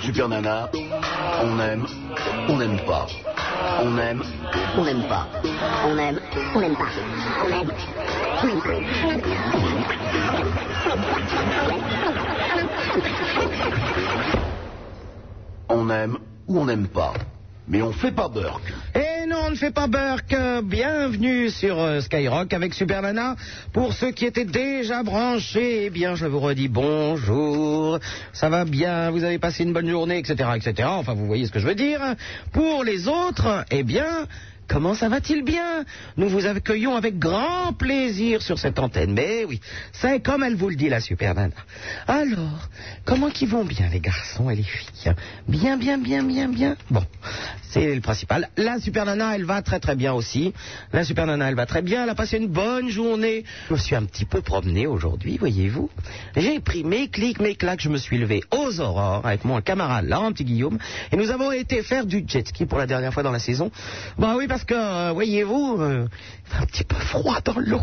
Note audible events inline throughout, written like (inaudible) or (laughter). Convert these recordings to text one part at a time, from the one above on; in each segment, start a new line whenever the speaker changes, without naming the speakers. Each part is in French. Super Nana, on aime, on n'aime pas. On aime, on n'aime pas.
On aime, on n'aime pas. On aime, on n'aime pas.
On aime ou on n'aime pas. Mais on fait pas Burke.
Et Eh non, on ne fait pas Burke. Euh, Bienvenue sur euh, Skyrock avec Super Nana. Pour ceux qui étaient déjà branchés, eh bien, je vous redis bonjour. Ça va bien, vous avez passé une bonne journée, etc., etc. Enfin, vous voyez ce que je veux dire. Pour les autres, eh bien, Comment ça va-t-il bien Nous vous accueillons avec grand plaisir sur cette antenne. Mais oui, c'est comme elle vous le dit, la super nana. Alors, comment qu'ils vont bien, les garçons et les filles Bien, bien, bien, bien, bien. Bon, c'est le principal. La super nana, elle va très, très bien aussi. La super nana, elle va très bien. Elle a passé une bonne journée. Je me suis un petit peu promené aujourd'hui, voyez-vous. J'ai pris mes clics, mes claques. Je me suis levé aux aurores avec mon camarade, là, un petit Guillaume. Et nous avons été faire du jet ski pour la dernière fois dans la saison. Bah oui, parce que, euh, voyez-vous, euh, il fait un petit peu froid dans l'eau.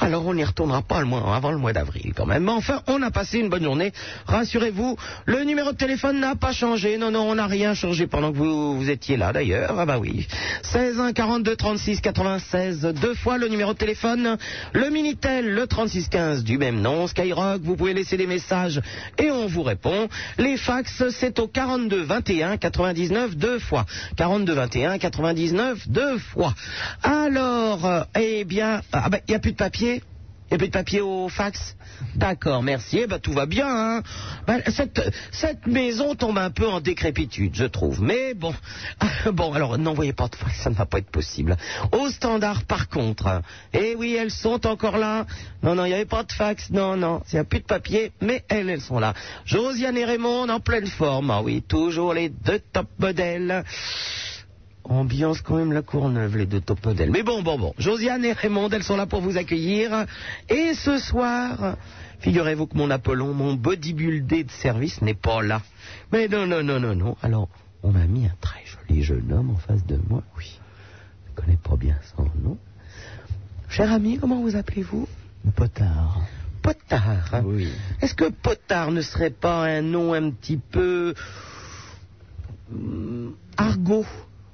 Alors on n'y retournera pas le mois, avant le mois d'avril quand même. Mais enfin, on a passé une bonne journée. Rassurez-vous, le numéro de téléphone n'a pas changé. Non, non, on n'a rien changé pendant que vous, vous étiez là d'ailleurs. Ah bah oui. 16 1 42 36 96, deux fois le numéro de téléphone. Le Minitel, le 36 15 du même nom. Skyrock, vous pouvez laisser des messages et on vous répond. Les fax, c'est au 42 21 99, deux fois. 42 21 99, deux fois. Alors, euh, eh bien, ah ben, il n'y a plus de papier il n'y a plus de papier au fax D'accord, merci. Eh ben, tout va bien. hein. Ben, cette, cette maison tombe un peu en décrépitude, je trouve. Mais bon, (laughs) bon alors n'envoyez pas de fax, ça ne va pas être possible. Au standard, par contre, eh oui, elles sont encore là. Non, non, il n'y avait pas de fax. Non, non, il n'y a plus de papier, mais elles, elles sont là. Josiane et Raymond en pleine forme. Ah oui, toujours les deux top modèles ambiance quand même la Courneuve, les deux top modèles. Mais bon, bon, bon. Josiane et Raymond, elles sont là pour vous accueillir. Et ce soir, figurez-vous que mon Apollon, mon bodybuildé de service n'est pas là. Mais non, non, non, non, non. Alors, on m'a mis un très joli jeune homme en face de moi. Oui, je ne connais pas bien son nom. Cher ami, comment vous appelez-vous
Potard.
Potard.
Oui.
Est-ce que Potard ne serait pas un nom un petit peu... hum, argot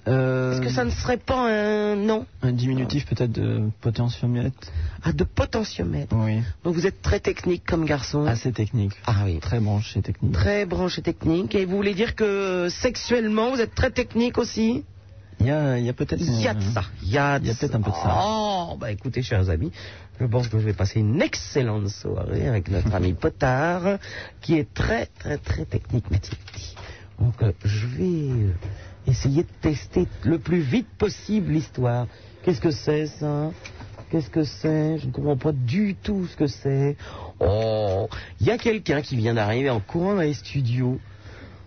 Euh,
Est-ce que ça ne serait pas un nom
Un diminutif peut-être de potentiomètre
Ah, de potentiomètre.
Oui.
Donc vous êtes très technique comme garçon.
Assez technique.
Ah oui.
Très branché technique.
Très branché technique. Et vous voulez dire que euh, sexuellement, vous êtes très technique aussi
Il y a, il y a peut-être.
Il y a de
euh,
ça. Il y a,
il y a peut-être un peu de ça.
Oh, bah écoutez, chers amis, je pense que je vais passer une excellente soirée
(laughs)
avec notre ami Potard, qui est très, très, très technique, m'a-t-il dit. Donc, euh, je vais euh, essayer de tester le plus vite possible l'histoire. Qu'est-ce que c'est, ça Qu'est-ce que c'est Je ne comprends pas du tout ce que c'est. Oh, il y a quelqu'un qui vient d'arriver en courant dans les studios.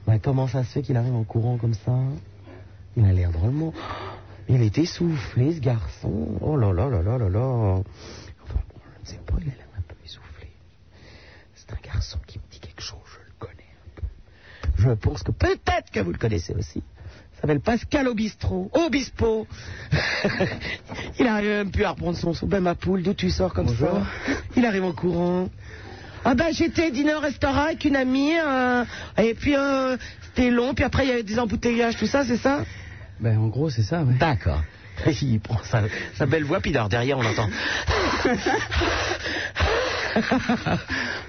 Bah, comment ça se fait qu'il arrive en courant comme ça il a l'air drôlement. Il est essoufflé, ce garçon. Oh là là là là là là. Enfin, bon, je ne sais pas, il a l'air un peu essoufflé. C'est un garçon qui me dit quelque chose, je le connais un peu. Je pense que peut-être que vous le connaissez aussi. Il s'appelle Pascal Obistro. Obispo (laughs) Il arrive même plus à reprendre son sou. Ben ma poule, d'où tu sors comme
Bonjour.
ça Il arrive en courant. Ah ben j'étais dîner au restaurant avec une amie, euh, et puis euh, c'était long, puis après il y avait des embouteillages, tout ça, c'est ça
Ben, en gros, c'est ça, ouais. (laughs)
D'accord. Il prend sa, sa belle voix, puis alors derrière, on entend.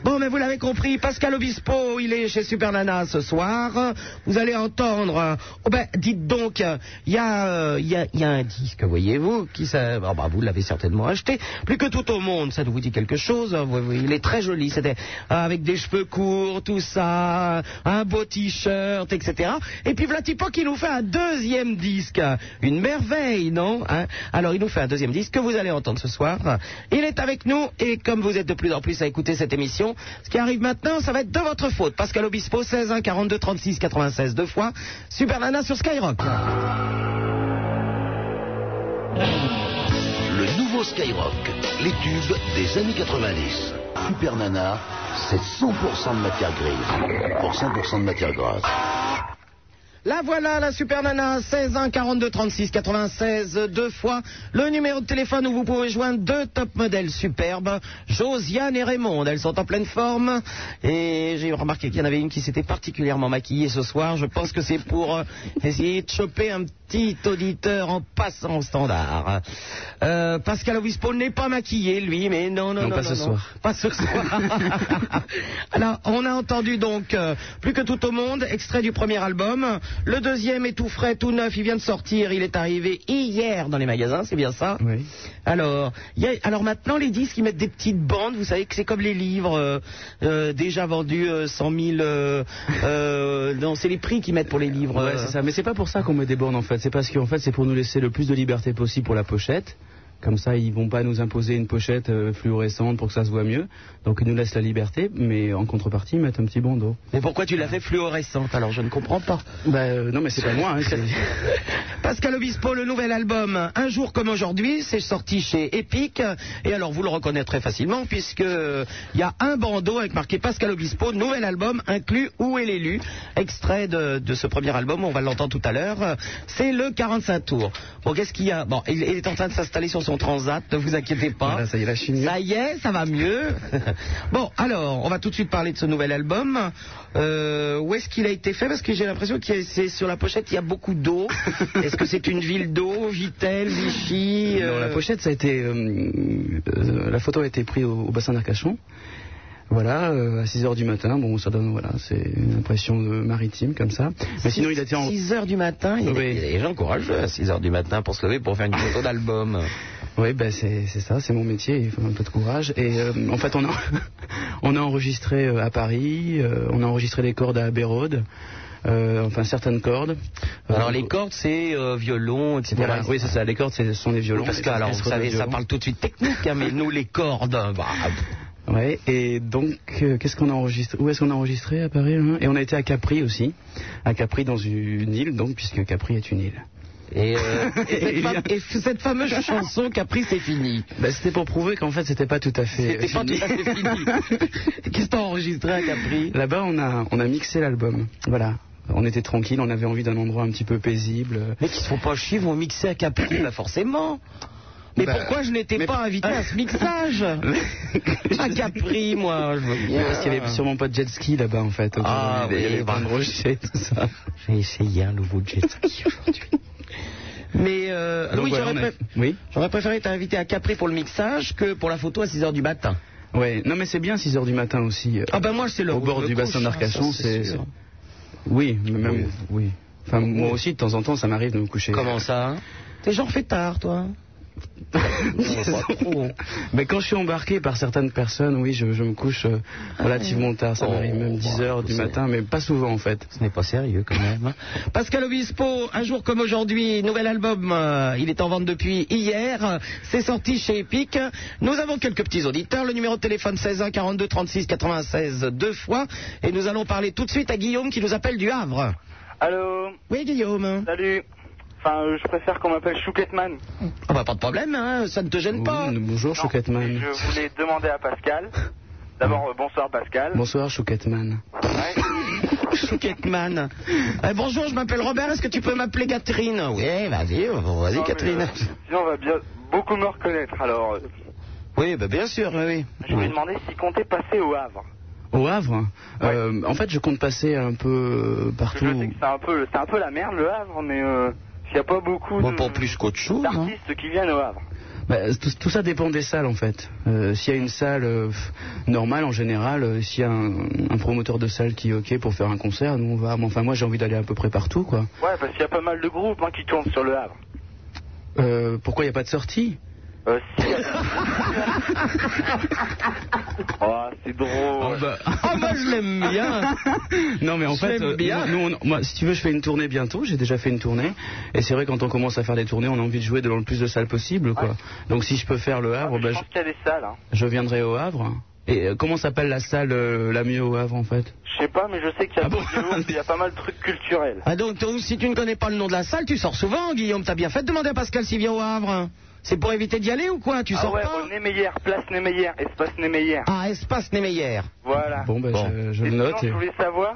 Bon, mais vous l'avez compris, Pascal Obispo, il est chez Super Nana ce soir. Vous allez entendre. euh, Oh ben, dites donc, euh, il y, a, euh, il y, a, il y a un disque, voyez-vous, qui ça, ah bah, vous l'avez certainement acheté. Plus que tout au monde, ça vous dit quelque chose. hein, vous- vous- Il est très joli, c'était euh, avec des cheveux courts, tout ça, un beau t-shirt, etc. Et puis Vlatipo qui nous fait un deuxième disque. Une merveille, non hein Alors il nous fait un deuxième disque que vous allez entendre ce soir. Il est avec nous et comme vous êtes de plus en plus à écouter cette émission, ce qui arrive maintenant, ça va être de votre faute. Pascal Obispo, 16 1 42 36 96 deux fois. Super Nana sur Skyrock.
Le nouveau Skyrock, les tubes des années 90. Super Nana, c'est 100% de matière grise pour 100% de matière grasse.
La voilà, la super nana, 16 1 42 36 96, deux fois le numéro de téléphone où vous pouvez joindre deux top modèles superbes, Josiane et Raymond. Elles sont en pleine forme et j'ai remarqué qu'il y en avait une qui s'était particulièrement maquillée ce soir. Je pense que c'est pour euh, essayer de choper un petit auditeur en passant au standard. Euh, Pascal Obispo n'est pas maquillé, lui, mais non, non,
Non,
non.
pas ce soir.
Pas ce soir.
(laughs)
Alors, on a entendu donc, euh, plus que tout au monde, extrait du premier album. Le deuxième est tout frais, tout neuf, il vient de sortir, il est arrivé hier dans les magasins, c'est bien ça
Oui.
Alors, il y a- alors maintenant, les disques, ils mettent des petites bandes, vous savez que c'est comme les livres euh, euh, déjà vendus euh, 100 000... euh, euh, non, c'est les prix qu'ils mettent pour les livres.
Ouais,
euh.
c'est ça. Mais c'est pas pour ça qu'on met des bornes en fait. C'est parce qu'en fait, c'est pour nous laisser le plus de liberté possible pour la pochette. Comme ça, ils vont pas nous imposer une pochette euh, fluorescente pour que ça se voit mieux. Donc, ils nous laissent la liberté, mais en contrepartie, ils mettent un petit bandeau.
Mais pourquoi tu l'as fait fluorescente Alors, je ne comprends pas.
Bah, euh, non, mais c'est pas moi. Hein, c'est-
(laughs) Pascal Obispo, le nouvel album Un jour comme aujourd'hui, c'est sorti chez Epic. Et alors, vous le reconnaîtrez facilement, puisque euh, il y a un bandeau avec marqué Pascal Obispo, nouvel album inclus Où est l'élu Extrait de, de ce premier album, on va l'entendre tout à l'heure. C'est le 45 tours. Bon, qu'est-ce qu'il y a Bon, il, il est en train de s'installer sur son transat, ne vous inquiétez pas.
Voilà, ça y est, la chimie.
Ça y est, ça va mieux. (laughs) bon, alors, on va tout de suite parler de ce nouvel album. Euh, où est-ce qu'il a été fait Parce que j'ai l'impression que c'est sur la pochette, il y a
(laughs)
beaucoup d'eau. est-ce que c'est une ville d'eau Vitel, Vichy
Non,
euh,
la pochette, ça a été. euh, euh, la photo a été prise au, au bassin d'Arcachon. Voilà, euh, à 6 h du matin. Bon, ça donne, voilà, c'est une impression euh, maritime comme ça. Mais sinon, il était en.
6 heures du matin, il y a des-
Oui.
il y a des gens courageux à 6 heures du matin pour se lever pour
(laughs)
faire une photo d'album.
Oui, ben c'est c'est ça, c'est mon métier, il faut un peu de courage. Et euh, en fait, on a, (laughs) on a enregistré euh, à Paris, euh, on a enregistré les cordes à Abbey-Road, euh, enfin certaines cordes. Euh,
Alors les cordes, c'est euh, violon, etc.
voilà, oui, c'est ça, les cordes, c'est- ce sont des violons.
Parce que, alors, vous savez, ça parle tout de suite technique, hein, mais nous, les cordes, bah,
Ouais, et donc, euh, qu'est-ce qu'on a enregistré Où est-ce qu'on a enregistré à Paris hein Et on a été à Capri aussi, à Capri dans une île, donc, puisque Capri est une île. (laughs)
Et, euh, et cette, fam- et f- cette fameuse chanson Capri, c'est fini.
Ben, c'était pour prouver qu'en fait, c'était pas tout à fait.
Bah, C'était pas tout à fait fini. (laughs)
(laughs)
Qu'est-ce que t'as enregistré à Capri
Là-bas, on a, on a mixé l'album. Voilà. On était tranquille, on avait envie d'un endroit un petit peu paisible.
Mais qui se font pas chier, vont mixer à Capri, là, forcément. Mais
Bah,
pourquoi je n'étais
mais- Ah.
pas invité
(laughs)
à ce mixage À Capri, moi, je veux bien.
Parce qu'il n'y avait sûrement pas de jet ski là-bas en fait.
Ah,
il y
oui,
avait
bah.
plein de rochers, tout ça.
J'ai essayé un nouveau jet ski aujourd'hui. Mais euh,
Donc,
oui,
voilà,
j'aurais
on a-
pré-
Oui.
j'aurais préféré t'inviter à Capri pour le mixage que pour la photo à 6h du matin.
Ouais. Non mais c'est bien 6 heures du matin aussi. euh,
Ah ben moi, c'est le
Au bord du bassin
hein,
d'Arcachon, c'est. Oui, mais même.
Oui.
Oui. Enfin, moi aussi, de temps en temps, ça m'arrive de me coucher. (laughs)
Comment ça hein T'es genre tard, toi. Pas trop.
Mais quand je suis embarqué par certaines personnes, oui, je, je me couche euh, relativement tard. Ça
Oh,
m'arrive même 10 heures du
c'est-
matin, mais pas souvent en fait.
Ce n'est pas sérieux quand même. Pascal Obispo, un jour comme aujourd'hui, nouvel album. euh, il est en vente depuis hier. euh, C'est sorti chez Epic. Nous avons quelques petits auditeurs. Le numéro de téléphone 16 1 42 36 96 deux fois. Et nous allons parler tout de suite à Guillaume qui nous appelle du Havre.
Allô,
Oui Guillaume.
salut. Enfin, euh, je préfère qu'on m'appelle Chouquetman.
Ah bah pas de problème, hein, ça ne te gêne pas.
Oui, bonjour,
Non,
Chouquetman.
Je voulais demander à Pascal. D'abord, euh, bonsoir Pascal.
Bonsoir, Chouquetman.
Ouais.
(laughs) Chouquetman. Eh, bonjour, je m'appelle Robert. Est-ce que tu peux m'appeler Catherine Oui, vas-y,
Non,
vas-y
mais,
Catherine.
euh, sinon, on va bien beaucoup me reconnaître. Alors, euh,
Oui, bah, bien sûr, oui.
je lui ai demandé s'il comptait passer au Havre.
Au Havre Euh, En fait, je compte passer un peu euh,
Parce que Je sais
partout.
que c'est un peu, c'est un peu la merde le Havre, mais euh, il n'y a pas beaucoup
Bon,
de-
pas plus qu'autre chose. hein.
d'artistes qui viennent au Havre.
Bah, tout, tout ça dépend des salles en fait. Euh, s'il y a une salle euh, normale en général, euh, s'il y a un, un promoteur de salle qui est ok pour faire un concert, nous on va. Mais Enfin moi j'ai envie d'aller à peu près partout quoi.
Ouais, parce qu'il y a pas mal de groupes hein, qui tournent sur le Havre.
Euh, pourquoi il n'y a pas de sortie
Euh, si. oh, c'est drôle.
Ah, moi je l'aime bien.
(laughs) Non mais en
Je
fait, euh,
l'aime bien.
nous, on- moi, si tu veux je fais une tournée bientôt. J'ai déjà fait une tournée et c'est vrai quand on commence à faire des tournées, on a envie de jouer dans le plus de salles possible quoi. Donc si je peux faire le
Ah,
Havre,
je
bah, je,
pense qu'il y a des salles. hein.
je viendrai au Havre. Et euh, comment s'appelle la salle euh, la mieux au Havre en fait
Je sais pas, mais je sais qu'il y a,
Ah bon
beaucoup de monde, il y a pas mal de trucs culturels.
Ah donc, donc, si tu ne connais pas le nom de la salle, tu sors souvent, Guillaume. T'as bien fait de demander à Pascal s'il vient au Havre. C'est pour éviter d'y aller ou quoi Tu
ah
sors
ouais,
pas
au Némeyer, place Némeyer, espace Némeyer.
Ah, espace Némeyer.
Voilà.
Bon ben
Bon.
je, je
Et
le
sinon,
note.
je
et-
voulais savoir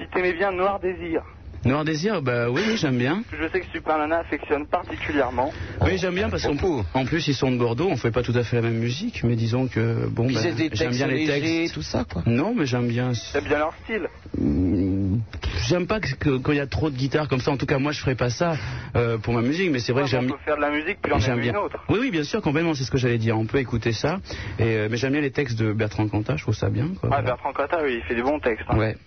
si t'aimais bien Noir Désir.
Noir Désir, bah oui, oui, j'aime bien.
Je sais que Super Nana affectionne particulièrement.
Oui, j'aime bien parce qu'en
Beaucoup.
en plus ils sont de Bordeaux, on fait pas tout à fait la même musique, mais disons que bon,
Puis
bah,
c'est des
j'aime
textes
bien les
légers,
textes.
tout ça, quoi.
Non, mais j'aime bien.
J'aime bien leur style.
J'aime pas que, que- quand il y a trop de guitares comme ça. En tout cas, moi, je ferais pas ça euh, pour ma musique, mais c'est vrai
Ouais,
que j'aime.
On peut faire de la musique puis en
J'aime
aimer
bien.
une autre.
Oui, oui, bien sûr, complètement, c'est ce que j'allais dire. On peut écouter ça. Et, euh, mais j'aime bien les textes de Bertrand Cantat, je trouve ça bien. Quoi,
Ah, Bertrand Cotta, oui, il fait des bons textes. hein.
Ouais.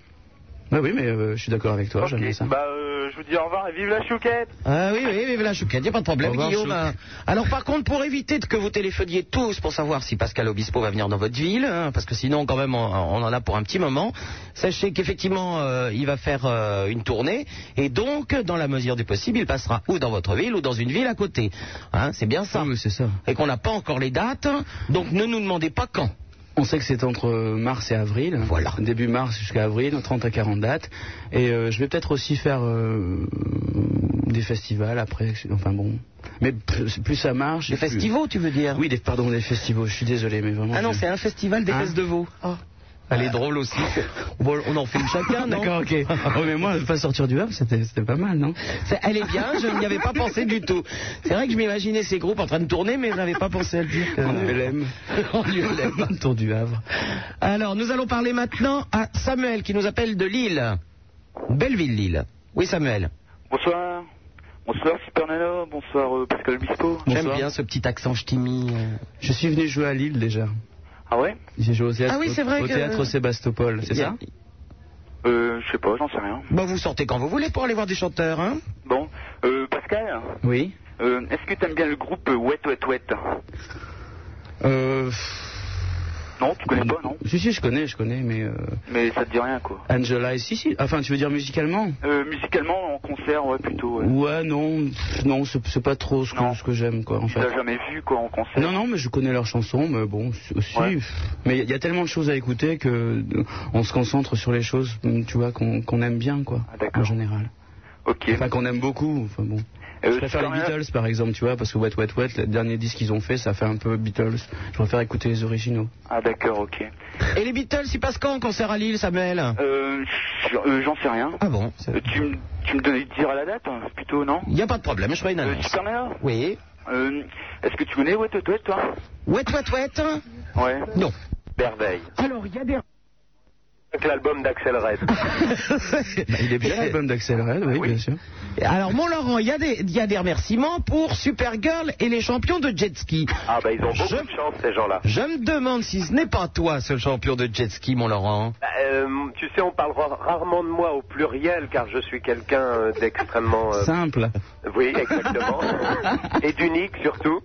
Ouais, oui, mais euh, je suis d'accord avec toi,
Ok,
j'aime bien ça.
Bah, euh, je vous dis au revoir et vive la chouquette
Ah oui, oui, vive la chouquette, y a pas de problème,
Au revoir,
Guillaume.
Chouque.
hein. Alors par contre, pour éviter de- que vous téléphoniez tous pour savoir si Pascal Obispo va venir dans votre ville, hein, parce que sinon quand même on, on en a pour un petit moment, sachez qu'effectivement euh, il va faire euh, une tournée, et donc dans la mesure du possible, il passera ou dans votre ville ou dans une ville à côté. Hein, c'est bien ça.
Oui, oui, c'est ça.
Et qu'on n'a pas encore les dates, donc ne nous demandez pas quand.
On sait que c'est entre euh, mars et avril.
Voilà.
Début mars jusqu'à avril, 30 à 40 dates. Et euh, je vais peut-être aussi faire euh, des festivals après. Enfin bon. Mais plus plus ça marche.
Les
plus-
festivals, tu veux dire
Oui, des, pardon, des festivals. Je suis désolé, mais vraiment.
Ah non,
je-
c'est un festival des
Hein
fesses de veau. Elle est drôle aussi. (laughs) Bon, on en fait une chacun, non
D'accord, ok. Oh, mais moi, pas sortir du Havre, c'était c'était pas mal, non
C'est- Elle est bien, je n'y avais pas pensé du tout. C'est vrai que je m'imaginais ces groupes en train de tourner, mais je n'avais pas pensé à le dire. que-
En ULM.
(laughs) En (laughs) ULM.
Tour du Havre.
Alors, nous allons parler maintenant à Samuel qui nous appelle de Lille. Belleville, Lille. Oui, Samuel.
Bonsoir. Bonsoir Super Nana, bonsoir euh, Pascal Obispo.
J'aime
Bonsoir.
bien ce petit accent ch'timi. euh.
Je suis venu jouer à Lille déjà.
Ah ouais
J'ai joué au théâtre,
Ah oui, c'est vrai
au
que-
théâtre Sébastopol, c'est ça
Euh, je sais pas, j'en sais rien.
Bon, Bah, vous sortez quand vous voulez pour aller voir des chanteurs, hein
Bon, euh, Pascal,
Oui.
euh, est-ce que t'aimes bien le groupe euh, Wet Wet Wet
Euh,
Non, tu connais pas, non
Si, si, je connais, je connais, mais euh,
Mais ça te dit rien, quoi.
Angela et si, si. Enfin, tu veux dire musicalement
Euh, musicalement, en concert, ouais, plutôt. Ouais.
Ouais, non, pff, non, c'est c'est pas trop ce
Non.
que, ce que j'aime, quoi, en
Tu
fait.
l'as jamais vu, quoi, en concert
Non, non, mais je connais leurs chansons, mais bon, si- aussi.
Ouais.
pff, Mais il y a tellement de choses à écouter que euh, on se concentre sur les choses, mm, tu vois, qu'on qu'on aime bien, quoi,
Ah, d'accord.
en général.
Ok.
Enfin, qu'on aime beaucoup, enfin bon.
Euh,
je préfère
Super
les
Nana-
Beatles, par exemple, tu vois, parce que Wet Wet Wet, le dernier disque qu'ils ont fait, ça fait un peu Beatles. Je préfère écouter les originaux.
Ah d'accord, ok.
Et les Beatles, ils passent quand en concert à Lille, Samuel
Euh, je- euh, j'en sais rien.
Ah bon
Euh, tu, me- tu me donnais de dire à la date, hein, plutôt, non
Il n'y a pas de problème, je ferai une
euh,
(laughs)
annonce.
Super Nana,
Oui.
euh, est-ce que tu connais Wet Wet Wet, toi
Wet, wet, wet
Ouais.
Non.
Merveille.
Alors, il y a des...
Avec l'album d'Axel
(laughs)
Red.
Bah, Il est bien
(laughs)
l'album d'Axel Red,
Ah
oui, bien sûr.
Alors, mon Laurent, il y, a des- il y a des remerciements pour Supergirl et les champions de jet ski.
Ah bah ils ont beaucoup
Je-
de chance ces gens-là.
Je me demande si ce n'est pas toi, ce champion de jet ski, mon Laurent.
Bah, euh, tu sais, on parle ra- rarement de moi au pluriel car je suis quelqu'un euh, d'extrêmement... euh,
Simple.
oui,
(laughs)
exactement. Et d'unique surtout.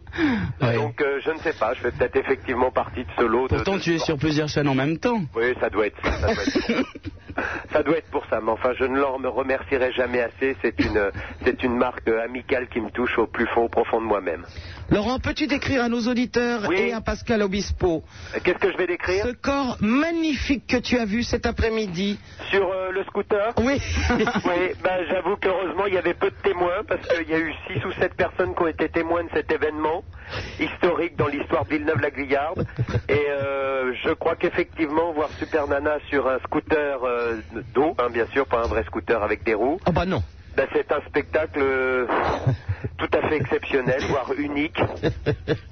Ouais.
Donc euh, je ne sais pas, je fais peut-être effectivement partie de ce lot.
(laughs)
de-
Pourtant,
de
tu es
sport.
sur plusieurs chaînes en même temps.
Oui, ça doit être ça. Ça doit être, ça doit être pour ça, mais enfin, je ne leur me remercierai jamais assez. C'est une, c'est une marque euh, amicale qui me touche au plus fond, au profond de moi-même.
Laurent, peux-tu décrire à nos auditeurs
Oui.
et à Pascal Obispo
Euh, Qu'est-ce que je vais décrire
ce corps magnifique que tu as vu cet après-midi
Sur euh, le scooter
Oui. (laughs)
Oui, ben, j'avoue qu'heureusement, il y avait peu de témoins, parce qu'il y a eu 6 ou 7 personnes qui ont été témoins de cet événement historique dans l'histoire de Villeneuve-la-Guyarde. Et euh, je crois qu'effectivement, voir Super Nana sur un scooter euh, d'eau, hein, bien sûr, pas un vrai scooter avec des roues,
Oh bah non.
ben, c'est un spectacle euh, tout à fait exceptionnel, voire unique,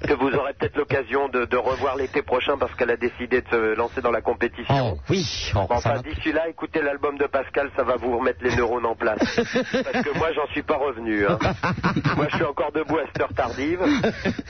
que vous aurez peut-être l'occasion de, de revoir l'été prochain, parce qu'elle a décidé de se lancer dans la compétition.
Oh oui. Oh,
Bon,
ça
enfin,
va.
d'ici là, écoutez l'album de Pascal, ça va vous remettre les neurones en place. Parce que moi, j'en suis pas revenu. hein. moi, je suis encore debout à cette heure tardive.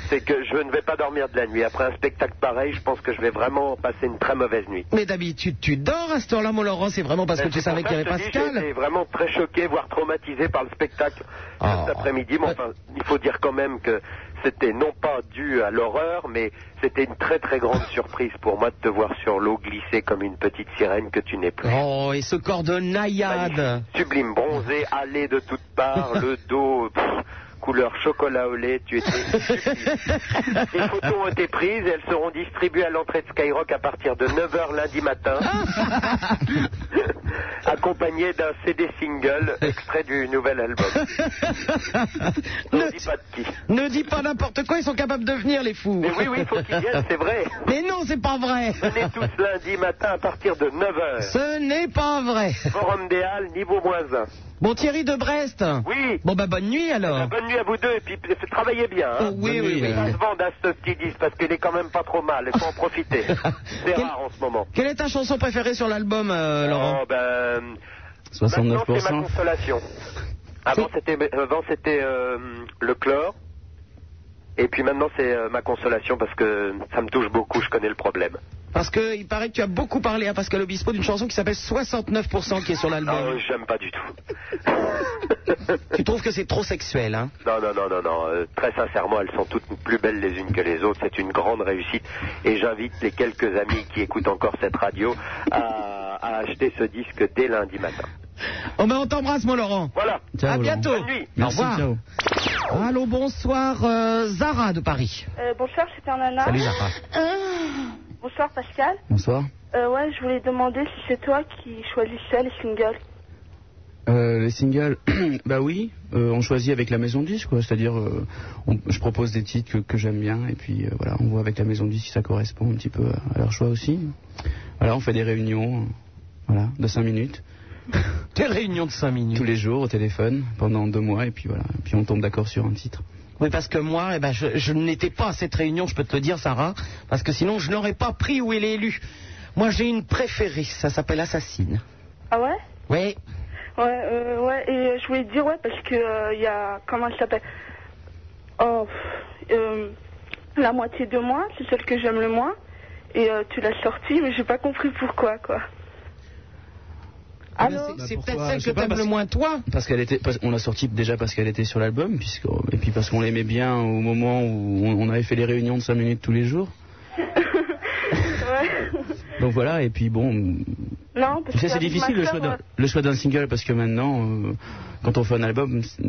C'est que je ne vais pas dormir de la nuit. Après un spectacle pareil, je pense que je vais vraiment passer une très mauvaise nuit.
Mais d'habitude, tu dors à cette heure-là, mon Laurent. C'est vraiment parce que
Mais
tu
Euh, c'est pour
savais
ça
qu'il y avait
que je te dis, J'ai
Pascal
été vraiment très choqué, voire traumatisé par le spectacle de
Ah.
cet après-midi. Mais enfin, il faut dire quand même que c'était non pas dû à l'horreur, mais c'était une très très grande surprise pour moi de te voir sur l'eau glisser comme une petite sirène que tu n'es plus.
Oh, et ce corps de naïade.
Magnifique, Sublime, bronzé, allé de toutes parts, le dos, pff, couleur chocolat au lait, tu étais sublime. Les photos ont été prises et elles seront
(laughs)
distribuées à l'entrée de Skyrock à partir de 9h lundi matin. accompagné d'un CD single extrait du nouvel album. On
Ne-
dit pas de qui.
Ne dis pas n'importe quoi, ils sont capables de venir, les fous.
Mais oui, oui, il faut qu'ils viennent, c'est vrai.
(laughs) Mais non, c'est pas vrai.
Venez tous lundi matin à partir de 9h.
Ce n'est pas vrai.
Forum des Halles, niveau moins 1.
Bon, Thierry de Brest.
Oui,
Bon, bah, bonne nuit alors.
bonne nuit à vous deux et puis f- travaillez bien.
Oh,
Hein.
oui, oui, oui.
Ça se vende à ce petit disque parce qu'il est quand même pas trop mal, il faut en
(laughs)
profiter. C'est
Quel-
rare en ce moment.
Quelle est ta chanson préférée sur l'album, euh, Laurent
Oh, ben, maintenant c'est ma
69%.
consolation. Avant c'était, avant, c'était euh, le chlore. Et puis maintenant c'est euh, ma consolation parce que ça me touche beaucoup, je connais le problème.
Parce que il paraît que tu as beaucoup parlé à Pascal Obispo d'une chanson qui s'appelle 69% qui est sur
Non,
l'album.
Euh, j'aime pas du tout.
Tu trouves que c'est trop sexuel, hein
Non, non, non, non, non. euh, très sincèrement, elles sont toutes plus belles les unes que les autres. C'est une grande réussite. Et j'invite les quelques amis qui écoutent encore cette radio à, à acheter ce disque dès lundi matin.
Oh, ben, on t'embrasse, mon Laurent.
Voilà.
à
Laurent.
bientôt.
Bonne nuit.
Au
Merci,
revoir.
ciao.
Allô, bonsoir, euh, Zara de Paris.
Euh, bonsoir, c'est Nana.
Salut, Zara.
Bonsoir Pascal.
Bonsoir.
Euh, ouais, je voulais demander si c'est toi qui choisissais les singles.
Euh, les singles, (clears throat) bah oui, euh, on choisit avec la maison de disque, quoi. C'est-à-dire, euh, on- je propose des titres que, que j'aime bien, et puis euh, voilà, on voit avec la maison de disque si ça correspond un petit peu à, à leur choix aussi. Voilà, on fait des réunions, euh, voilà, de 5 minutes,
Des réunions de 5 minutes.
tous les jours au téléphone, pendant deux mois, et puis voilà, et puis on tombe d'accord sur un titre.
Oui, parce que moi, eh ben, je, je n'étais pas à cette réunion, je peux te le dire, Sarah, parce que sinon, je n'aurais pas pris où il est élu. Moi, j'ai une préférée, ça s'appelle Assassine.
Ah ouais
Oui.
Ouais, euh, ouais, et euh, je voulais te dire, ouais, parce que euh, il y a. Comment elle s'appelle Oh. pff, euh, la moitié de moi, c'est celle que j'aime le moins. Et euh, tu l'as sortie, mais j'ai pas compris pourquoi, quoi.
Ah
Allô
ben, c'est- C'est
Bah,
peut-être
pourquoi
celle
Je
que
sais pas,
t'aimes
parce-
le moins, toi.
Parce qu'elle était, parce- on l'a sortie déjà parce qu'elle était sur l'album, puisque, et puis parce qu'on l'aimait bien au moment où on, on avait fait les réunions de 5 minutes tous les
(laughs)
jours.
Ouais.
Donc voilà, et puis bon,
Non, parce
Tu
que.
sais, c'est
avec ma
difficile le
sœur,
choix d'un
euh,
le choix d'un single parce que maintenant, euh, quand on fait un album, c'est-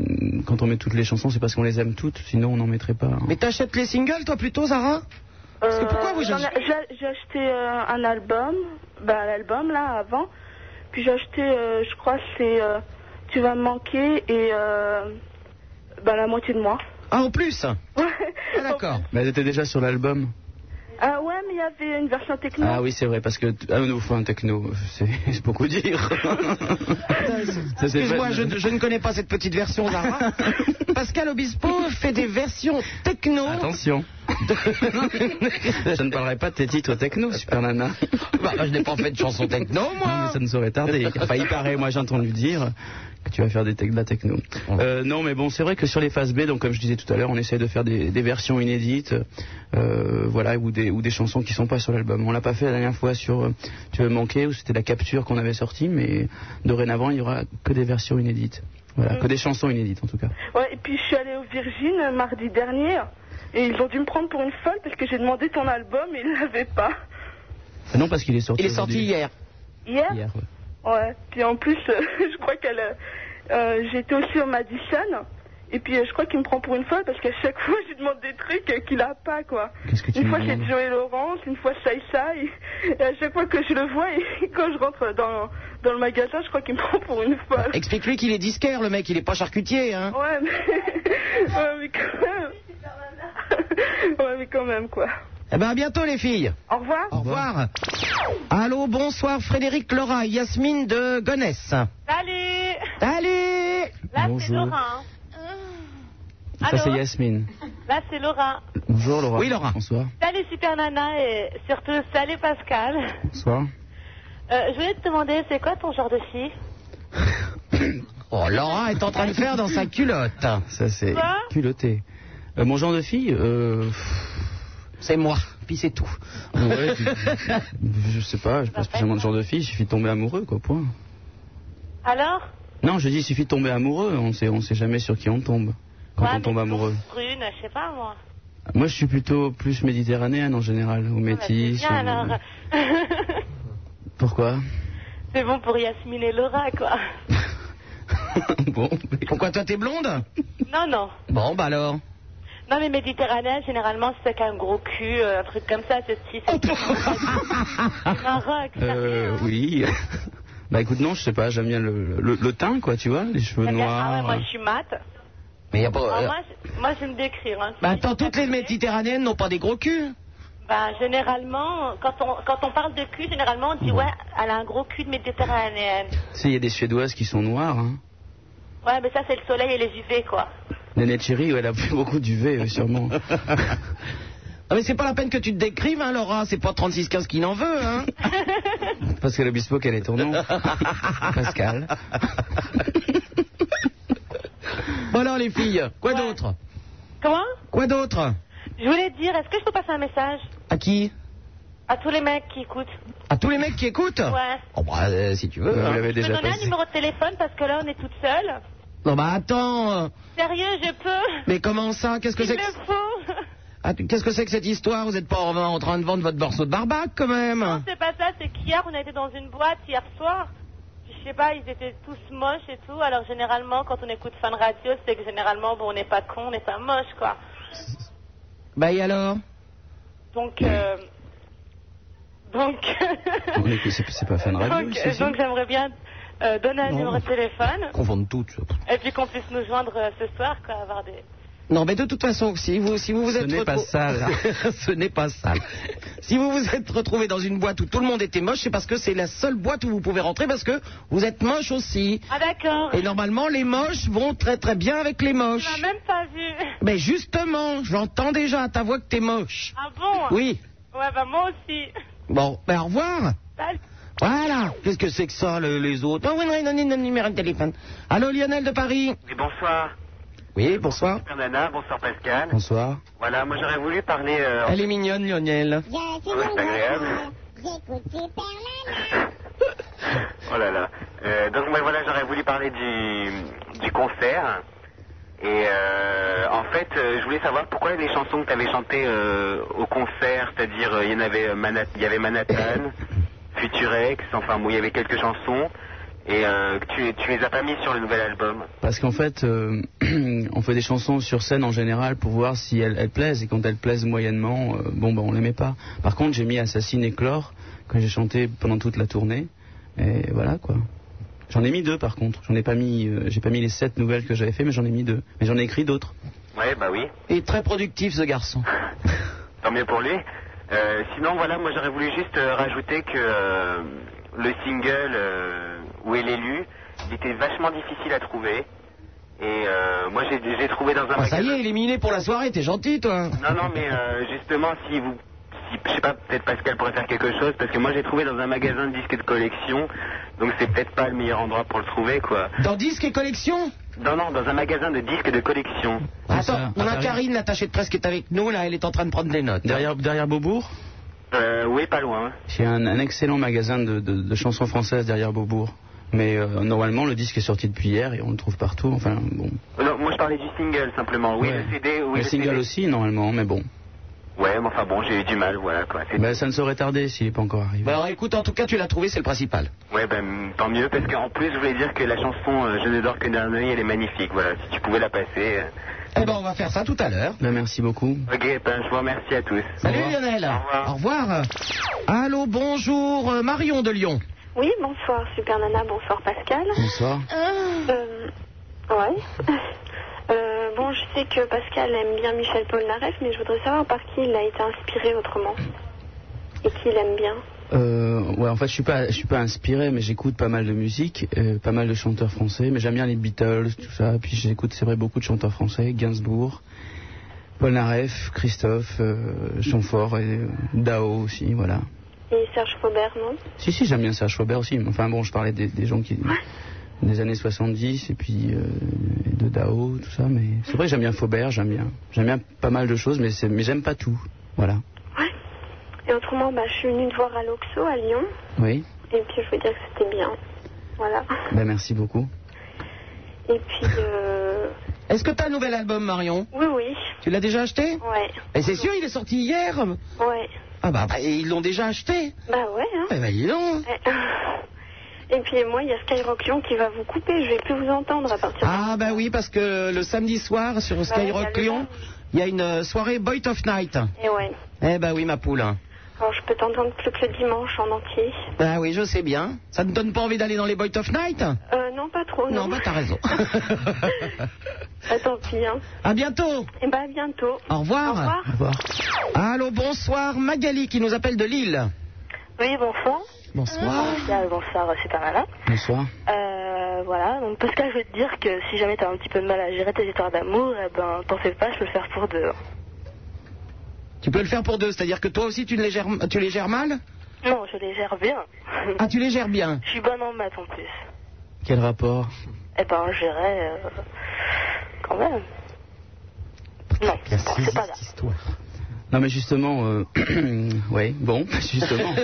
quand on met toutes les chansons, c'est parce qu'on les aime toutes, sinon on n'en mettrait pas. hein.
Mais t'achètes les singles, toi, plutôt, Sarah Parce que pourquoi vous
Euh, j'en ai- j'ai- J'ai acheté euh, un album, bah, l'album là avant, puis j'ai acheté, euh, je crois, c'est euh, Tu vas me manquer et euh, bah, la moitié de moi. (laughs)
Ah, en plus Ah, d'accord.
Mais elles étaient déjà sur l'album.
Ah ouais, mais il y avait une version technique.
Ah oui, c'est vrai, parce que t- ah, nous faut un techno, (laughs) c'est c'est beaucoup dire. Ça, c'est
Excuse-moi,
pas-
je, je ne connais pas cette petite version, Zara.
(laughs)
Pascal Obispo fait des versions techno.
Attention. je ne parlerai pas de tes titres techno, Super Nana.
(laughs) Bah, je n'ai pas fait de chanson techno,
Non, mais
moi.
ça ne saurait tarder. Enfin, il paraît, moi j'ai entendu dire que tu vas faire des tech- de la techno. Euh, non, mais bon, c'est vrai que sur les phases B, donc comme je disais tout à l'heure, on essaie de faire des, des versions inédites, euh, voilà, ou des, ou des chansons qui sont pas sur l'album. On l'a pas fait la dernière fois sur euh, Tu veux me manquer, où c'était la capture qu'on avait sortie, mais dorénavant, il y aura que des versions inédites. Voilà, que des chansons inédites en tout cas.
Ouais, et puis je suis allée au Virgin euh, mardi dernier et ils ont dû me prendre pour une folle parce que j'ai demandé ton album et ils l'avaient pas.
Ah Non, parce qu'il est sorti.
Il est sorti
aujourd'hui.
hier.
Hier,
Hier, ouais.
Ouais, puis en plus, (laughs) euh, je crois qu'elle. euh, euh, J'étais aussi au Madison, et puis euh, je crois qu'il me prend pour une folle parce qu'à chaque (laughs) fois, je lui demande des trucs euh, qu'il a pas, quoi.
Qu'est-ce que tu
Une
lui
fois, c'est
demandes
Joey Lawrence, une fois, Sai Sai, et, et à chaque fois que je le vois, (laughs) et quand je rentre dans, dans le magasin, je crois qu'il me prend pour une
(laughs)
folle.
(laughs) Explique-lui qu'il est disquaire, le mec, il est pas charcutier, hein.
Ouais, mais. (laughs) ouais, mais quand même. (laughs) ouais, mais quand même, quoi.
Eh ben, à bientôt, les filles.
Au revoir.
Au revoir. Allô, bonsoir, Frédéric Laura, Yasmine de Gonesse.
Salut
Allez
Là, c'est
Bonjour.
(laughs)
Laura. hein.
Ça, c'est
Allô
Yasmine.
Là, c'est Laura.
Bonjour Laura.
Oui, Laura.
Bonsoir.
Salut Super Nana et surtout salut Pascal.
Bonsoir.
Euh, je voulais te demander, c'est quoi ton genre de fille
Oh, Laura est en train de faire dans sa culotte.
Ça, c'est
Quoi
culotté. Euh, mon genre de fille, euh,
C'est moi, puis c'est tout.
Ouais, puis- (laughs) je sais pas, je pense que spécialement le genre de fille, il suffit de tomber amoureux, quoi, point.
Alors
Non, je dis, il suffit de tomber amoureux, on sait, on sait jamais sur qui on tombe quand on
Ouais, Bah, mais
tombe amoureux.
Brune, je sais pas moi. Ah, bah,
Moi, je suis plutôt plus méditerranéenne en général, ou
Ah, bah, c'est
métisse. euh,
bien
ou-
alors.
Pourquoi
(laughs) c'est bon pour Yasmine et Laura, quoi.
Bon, mais-
Pourquoi toi, t'es blonde
Non, non.
Bon, bah alors.
Non, mais méditerranéenne, généralement, c'est qu'un gros cul, euh, un
Oh,
(laughs) truc comme ça, hein. c'est si, c'est Maroc.
Euh, oui. (laughs) Bah écoute, non, je sais pas, j'aime bien le, le, le teint, quoi, tu vois, les cheveux
T'as bien-
noirs.
Ah ouais, moi je suis mate.
Mais y a
Ah,
pas.
euh,
moi, je- moi, je vais me décrire. hein.
Bah attends, toutes les méditerranéennes n'ont pas des gros culs.
Bah, généralement, quand on, quand on parle de cul, généralement on dit ouais, elle a un gros cul de méditerranéenne.
Tu sais, il y a des Suédoises qui sont noires. Hein.
Ouais, mais ça c'est le soleil et les UV quoi.
Néné Thierry, ouais, elle a (laughs) pris beaucoup d'UV, euh, sûrement.
(laughs) Ah, mais c'est pas la peine que tu te décrives, hein, Laura. C'est pas 36-15 qui n'en veut, hein.
Pascal Obispo, quel est ton nom (laughs)
(laughs)
Pascal.
(laughs) Voilà, les filles. Quoi
Ouais.
d'autre
Comment
Quoi d'autre
Je voulais te dire, est-ce que je peux passer un message
À qui
à tous les mecs qui écoutent
À tous les mecs qui écoutent
(laughs) Ouais.
Oh, bah, euh, si tu veux.
Vous
hein.
l'avez
Je peux
déjà
donner un
passé.
numéro de téléphone parce que là on est toute seule.
Non, bah, attends. euh,
Sérieux, je peux
Mais comment ça Qu'est-ce que
Il
c'est que...
le faut
Ah, tu- Qu'est-ce que c'est que cette histoire Vous êtes pas en, en train de vendre votre morceau de barbac, quand
Ah.
même
C'est pas ça, c'est qu'hier on a été dans une boîte hier soir. Je sais pas, ils étaient tous moches et tout. Alors généralement, quand on écoute fan radio, c'est que généralement, bon, on n'est pas con, on n'est pas moche, quoi.
Bah, et alors
Donc, euh, donc, (laughs)
On écoute- C'est c'est pas fan radio,
donc,
c'est ça
donc j'aimerais bien euh, donner un
Non.
numéro de téléphone
Qu'on vende tout. ça.
et puis qu'on puisse nous joindre euh, ce soir, quoi, avoir des.
Non, mais de toute façon, si vous si vous, vous êtes
n'est
retrou-
pas ça,
(laughs)
là.
ce n'est pas ça. Si vous vous êtes retrouvé dans une boîte où tout le monde était moche, c'est parce que c'est la seule boîte où vous pouvez rentrer parce que vous êtes moche aussi.
Ah d'accord.
Et normalement, les moches vont très très bien avec les
Tu m'as
moches.
même pas vu.
Mais justement, j'entends déjà à ta voix que t'es moche.
Ah bon
Oui.
Ouais, bah moi aussi.
Bon, ben au revoir.
Salut.
Voilà. Qu'est-ce que c'est que ça, le- les autres Non, oui, non, non, non, non, numéro de téléphone. Allô, Lionel de Paris
Oui, bonsoir,
Oui, bonsoir.
Super Nana, bonsoir Pascal.
Bonsoir.
Voilà, moi j'aurais voulu parler. euh,
Elle est mignonne, Lionel.
Ouais, c'est agréable. oh là là. Euh, donc moi voilà, j'aurais voulu parler du, du concert. Et euh, en fait, euh, je voulais savoir pourquoi les chansons que tu avais chantées euh, au concert, c'est-à-dire euh, il y en avait euh, Mana- il y avait Manhattan, Futurex, enfin bon, il y avait quelques chansons et euh, que tu tu les as pas mis sur le nouvel album.
Parce qu'en fait, euh, (clears throat) on fait des chansons sur scène en général pour voir si elles, elles plaisent. Et quand elles plaisent moyennement, euh, bon, ben on les met pas. Par contre, j'ai mis Assassin et Chlore, que j'ai chanté pendant toute la tournée. Et voilà, quoi. J'en ai mis deux, par contre. J'en ai pas mis, euh, j'ai pas mis les sept nouvelles que j'avais fait, mais j'en ai mis deux. Mais j'en ai écrit d'autres.
Ouais, bah oui.
Et très productif,
(laughs)
ce garçon.
Tant mieux pour lui. Euh, sinon, voilà, moi j'aurais voulu juste euh, rajouter que euh, le single euh, où elle est lue, il était vachement difficile à trouver. Et euh, moi j'ai j'ai trouvé dans un
Ah, ça y
magasin-
est, éliminé pour la soirée, t'es gentil, toi.
Non, non, mais euh, justement, si vous. Si, je sais pas, peut-être Pascal pourrait faire quelque chose, parce que moi j'ai trouvé dans un magasin de disques de collection, donc c'est peut-être pas le meilleur endroit pour le trouver, quoi.
Dans disque et collection
Non, non, dans un magasin de disques de collection.
Attends,
ça, Ah,
on a
ça
Karine, l'attachée de presse, qui est avec nous, là, elle est en train de prendre des notes.
Derrière, derrière Beaubourg,
Euh, oui, pas loin.
j'ai un, un excellent magasin de, de- de chansons françaises derrière Beaubourg. Mais euh, normalement, le disque est sorti depuis hier et on le trouve partout. Enfin, bon.
Euh, Non, moi je parlais du single simplement. Oui,
Ouais.
le CD, oui.
le single
CD.
aussi, normalement, mais bon.
Ouais, mais enfin bon, j'ai eu du mal, voilà
Ah
quoi. C'est-
Ben, ça ne saurait tarder s'il n'est pas encore arrivé.
Bah alors écoute, en tout cas, tu l'as trouvé, c'est le principal.
Ouais, ben tant mieux, parce qu'en plus, je voulais dire que la chanson euh, Je ne dors que d'un œil, elle est magnifique, voilà, si tu pouvais la passer. euh.
Eh ben, on va faire ça tout à l'heure.
Ben, merci beaucoup.
Ok, ben je vous remercie à tous.
Salut Lionel.
Au revoir.
Allô, bonjour, euh, Marion de Lyon.
Oui, bonsoir Super Nana, bonsoir Pascal.
Bonsoir.
Euh, ouais. (laughs) Euh, bon, je sais que Pascal aime bien Michel Polnareff, mais je voudrais savoir par qui il a été inspiré autrement. Et qui il aime bien.
Euh, ouais, en fait, je suis pas, je suis pas inspiré, mais j'écoute pas mal de musique, euh, pas mal de chanteurs français, mais j'aime bien les Beatles, tout ça. Puis j'écoute, c'est vrai, beaucoup de chanteurs français, Gainsbourg, Paul Naref, Christophe, euh, Chamfort et euh, Dao aussi, voilà.
Et Serge Faubert, non
Si, si, j'aime bien Serge Faubert aussi. mais Enfin bon, je parlais des, des gens qui des années 70 et puis euh, et de Dao, tout ça. Mais c'est vrai, que j'aime bien Faubert, j'aime bien, j'aime bien pas mal de choses, mais c'est, mais j'aime pas tout, voilà.
Et autrement, bah, je suis venue te voir à l'Oxo, à Lyon,
Oui.
et puis je veux dire que c'était bien. Voilà.
Ben merci beaucoup.
Et puis, euh,
Est-ce que t'as un nouvel album, Marion
oui, oui,
Tu l'as déjà acheté
ouais,
Et c'est sûr, il est sorti hier
ouais.
Ah bah, bah, et ils l'ont déjà acheté
Bah ouais, hein.
Eh ben, dis donc
Ouais. (laughs) Et puis moi, il y a Skyrock Lyon qui va vous couper. Je vais plus vous entendre à partir.
Ah bah oui, parce que le samedi soir, sur
Bah oui, il y a
Skyrock
le
Lyon,
live.
il y a une euh, soirée Boy of Night.
de... Et ouais.
Eh ben oui, ma poule.
Ouais,
Alors, je peux t'entendre plus que le dimanche en entier.
Ah oui, je sais bien. Ça ne donne pas envie d'aller dans les Boys of Night
Euh, non, pas trop.
Non,
Non,
bah t'as raison. (laughs)
Ah, tant pis. Hein.
à bientôt.
Eh
Et
ben,
bah, à bientôt.
Au revoir.
Au revoir.
Allô, bonsoir. Magali qui nous appelle de Lille.
Oui, bonsoir. Ah,
Bonsoir.
Pascal, bonsoir, c'est pas mal. hein.
Bonsoir.
Euh, voilà, donc Pascal, je veux te dire que si jamais t'as un petit peu de mal à gérer tes histoires d'amour, eh ben, t'en fais pas, je peux le faire pour deux.
Tu peux le faire pour deux, c'est-à-dire que toi aussi tu les gères, tu les gères mal
Non, je les gère bien.
Ah, tu les gères bien.
je suis bonne en maths en plus.
Quel rapport
Eh ben, je gérais euh, quand même. Non, c'est pas là.
Non, mais justement, euh, (clears throat) ouais, bon, (laughs)
(laughs)
justement.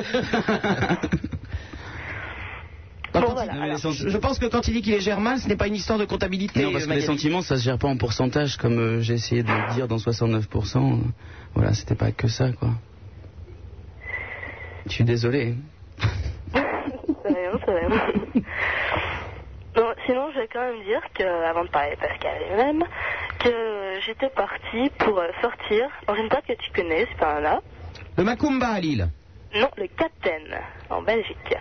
Bah,
Bon,
quand
voilà,
euh,
il-
alors.
je, je pense que quand il dit qu'il les gère mal, ce n'est pas une histoire de comptabilité. euh,
non, parce que les
Magali.
sentiments, ça se gère pas en pourcentage, comme euh, j'ai essayé de le dire dans 69%. Voilà, c'était pas que ça, quoi. Je suis désolé. hein.
C'est rien, c'est rien.
(laughs)
Non, sinon, je vais quand même dire que, avant de parler de Pascal et même, que euh, j'étais partie pour euh, sortir dans une boîte que tu connais, c'est pas un là.
Le Macumba à Lille.
Non, le Captain, en Belgique.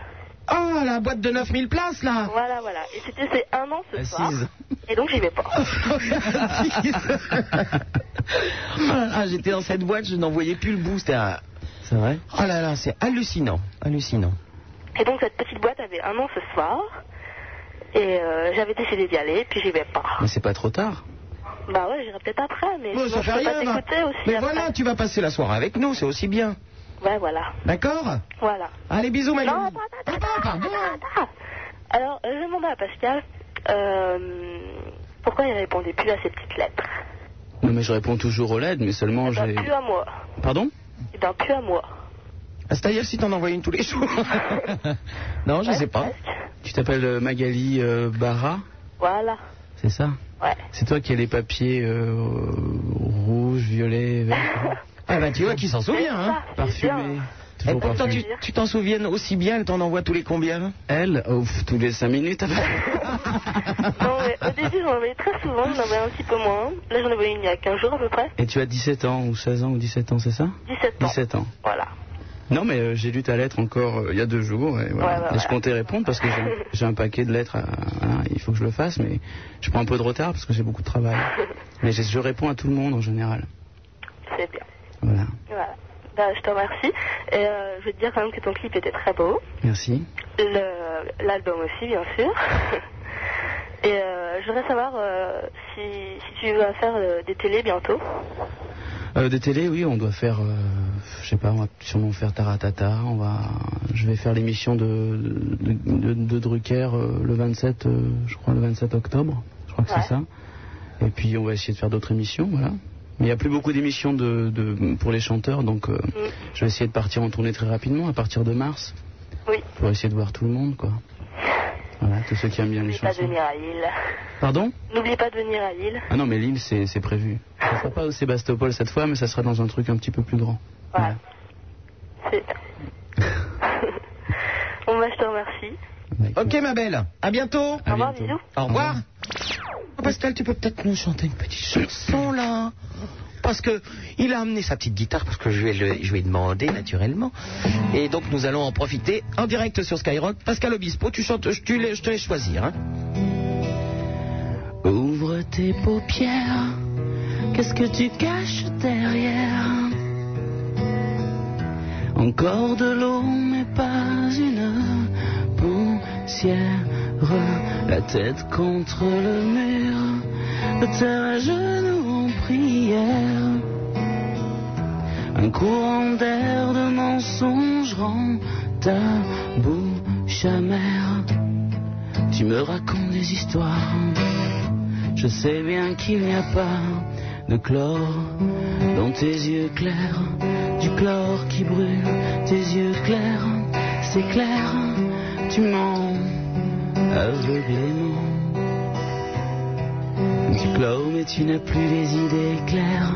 Ah, la boîte de 9000 places là
Voilà, voilà. Et c'était c'est un an ce soir.
Assise.
Et donc j'y vais pas.
(laughs) ah, j'étais dans cette boîte, je n'en voyais plus le bout. C'était un...
C'est vrai
Oh là là, c'est hallucinant, hallucinant.
Et donc cette petite boîte avait un an ce soir. Et euh, j'avais décidé d'y aller, puis j'y vais pas.
Mais c'est pas trop tard.
Bah ouais, j'irai peut-être après, mais
Bon,
sinon,
Oh, ça fait
je peux pas
rien. va.
t'écouter aussi.
Mais
après.
voilà, tu vas passer la soirée avec nous, c'est aussi bien.
Ouais, voilà.
D'accord
Voilà.
Allez, bisous, Magali.
Non, attends, attends,
Attends, pardon.
Ah Alors, euh, je demandais à Pascal euh, pourquoi il répondait plus à ces petites lettres.
Non, mais je réponds toujours aux LED, mais seulement
Eh ben,
j'ai.
plus à moi.
Pardon
Et ben, plus à moi.
Ah, C'est-à-dire si t'en envoyais une tous les jours. (laughs) non, je
Ouais,
sais pas.
presque.
Tu t'appelles euh, Magali euh, Barra,
Voilà.
c'est ça
Ouais.
C'est toi qui as les papiers euh, rouges, violets, verts,
(laughs) Ah bah tu vois qui s'en souvient, hein.
C'est
parfumés.
bien. Eh ben,
Et
Toujours
pourtant, tu
parfumés.
tu t'en souviens aussi bien, elle t'en envoie tous les combien hein
Elle, oh, pff, tous les 5 minutes.
(laughs) Non, mais au début, j'en avais très souvent, j'en avais un petit peu moins. Là, j'en avais une il y a 15 jours à peu près.
Et tu as 17 ans, ou 16 ans, ou 17 ans, c'est ça
17 ans.
17 ans.
Voilà.
Non, mais euh, j'ai lu ta lettre encore euh, il y a deux jours. Et, voilà.
Ouais, ouais,
Et je
voilà.
comptais répondre parce que
(laughs)
j'ai- j'ai un paquet de lettres. à- voilà, il faut que je le fasse, mais je prends un peu de retard parce que j'ai beaucoup de
(laughs)
travail. mais je, je réponds à tout le monde en général.
C'est bien.
Voilà.
Voilà. Ben, je te remercie. Et euh, je veux te dire quand même que ton clip était très beau.
Merci.
Le- L'album aussi, bien sûr. (laughs) Et euh, je voudrais savoir euh, si, si tu vas faire euh, des télés bientôt.
Euh, des télés, oui, on doit faire, euh, je sais pas, on va sûrement faire Taratata. On va, je vais faire l'émission de, de, de- de Drucker euh, le 27, euh, je crois le 27 octobre. Je crois que
Ouais.
c'est ça. Et puis on va essayer de faire d'autres émissions, voilà. Mais il n'y a plus beaucoup d'émissions de, de- pour les chanteurs, donc
Mm.
euh, je vais essayer de partir en tournée très rapidement à partir de mars
Oui.
pour essayer de voir tout le monde, quoi. Voilà, tous ceux qui aiment bien les
N'oublie pas de
chansons.
venir à Lille. (laughs)
Pardon
N'oublie pas de venir à Lille.
Ah non, mais Lille, c'est c'est prévu. Ça sera pas au Sébastopol cette fois, mais ça sera dans un truc un petit peu plus grand.
Voilà. C'est. bon, bah, je te remercie.
Ok, ma belle. À bientôt.
Au revoir, bisous.
Au revoir. Oh, Pascal, tu peux peut-être nous chanter une petite chanson là parce que il a amené sa petite guitare parce que je vais le- je lui ai demandé naturellement et donc nous allons en profiter en direct sur Skyrock. Pascal Obispo, tu chantes, je, tu l'ai- je te laisse choisir. hein.
Ouvre tes paupières, qu'est-ce que tu caches derrière Encore de l'eau, mais pas une poussière. La tête contre le mur, ta genoux en prière. Un courant d'air de mensonge rend ta bouche amère. Tu me racontes des histoires. Je sais bien qu'il n'y a pas de chlore dans tes yeux clairs. Du chlore qui brûle tes yeux clairs. C'est clair, tu mens aveuglément. Du chlore, mais tu n'as plus les idées claires.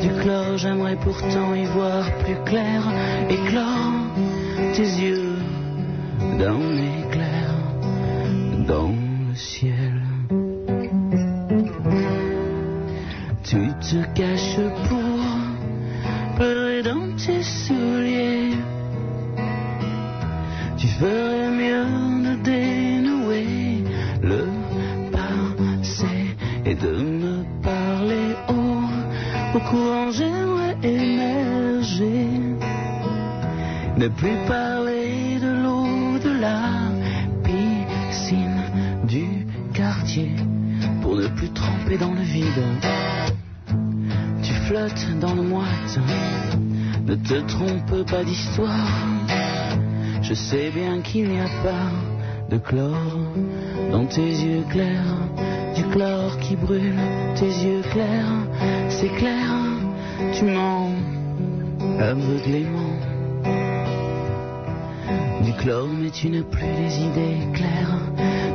Du chlore, j'aimerais pourtant y voir plus clair. Éclore tes yeux d'un éclair dans le ciel. Tu te caches pour pleurer dans tes souliers.
plus parler de l'eau de la piscine du quartier pour ne plus tremper dans le vide. Tu flottes dans le moite, ne te trompe pas d'histoire. Je sais bien qu'il n'y a pas de chlore dans tes yeux clairs, du chlore qui brûle tes yeux clairs, c'est clair, tu mens aveuglément. Du chlore, mais tu n'as plus les idées claires.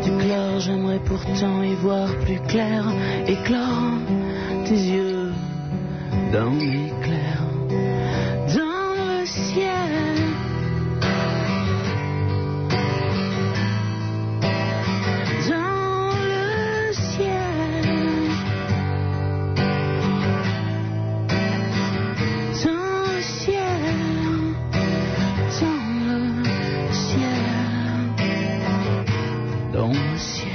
Du chlore, j'aimerais pourtant y voir plus clair. Éclore tes yeux dans l'éclair, dans le ciel. Dans le ciel, dans le ciel. Dans le ciel, dans le ciel.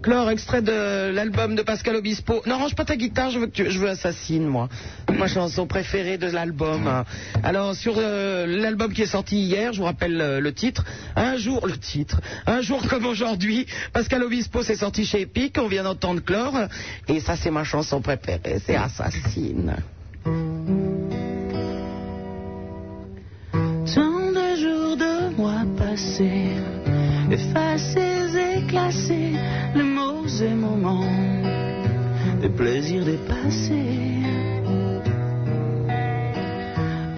Chlore, extrait de l'album de Pascal Obispo. Non, range pas ta guitare, je veux, que tu- je veux Assassine, moi. Ma chanson préférée de l'album. Alors, sur euh, l'album qui est sorti hier, je vous rappelle euh, le titre. Un jour, le titre. Un jour comme aujourd'hui, Pascal Obispo s'est sorti chez Epic, on vient d'entendre Chlore. Et ça, c'est ma chanson préférée, c'est Assassine.
Tant de jours de mois passés, effacés et classés, les mots et moments, des plaisirs dépassés.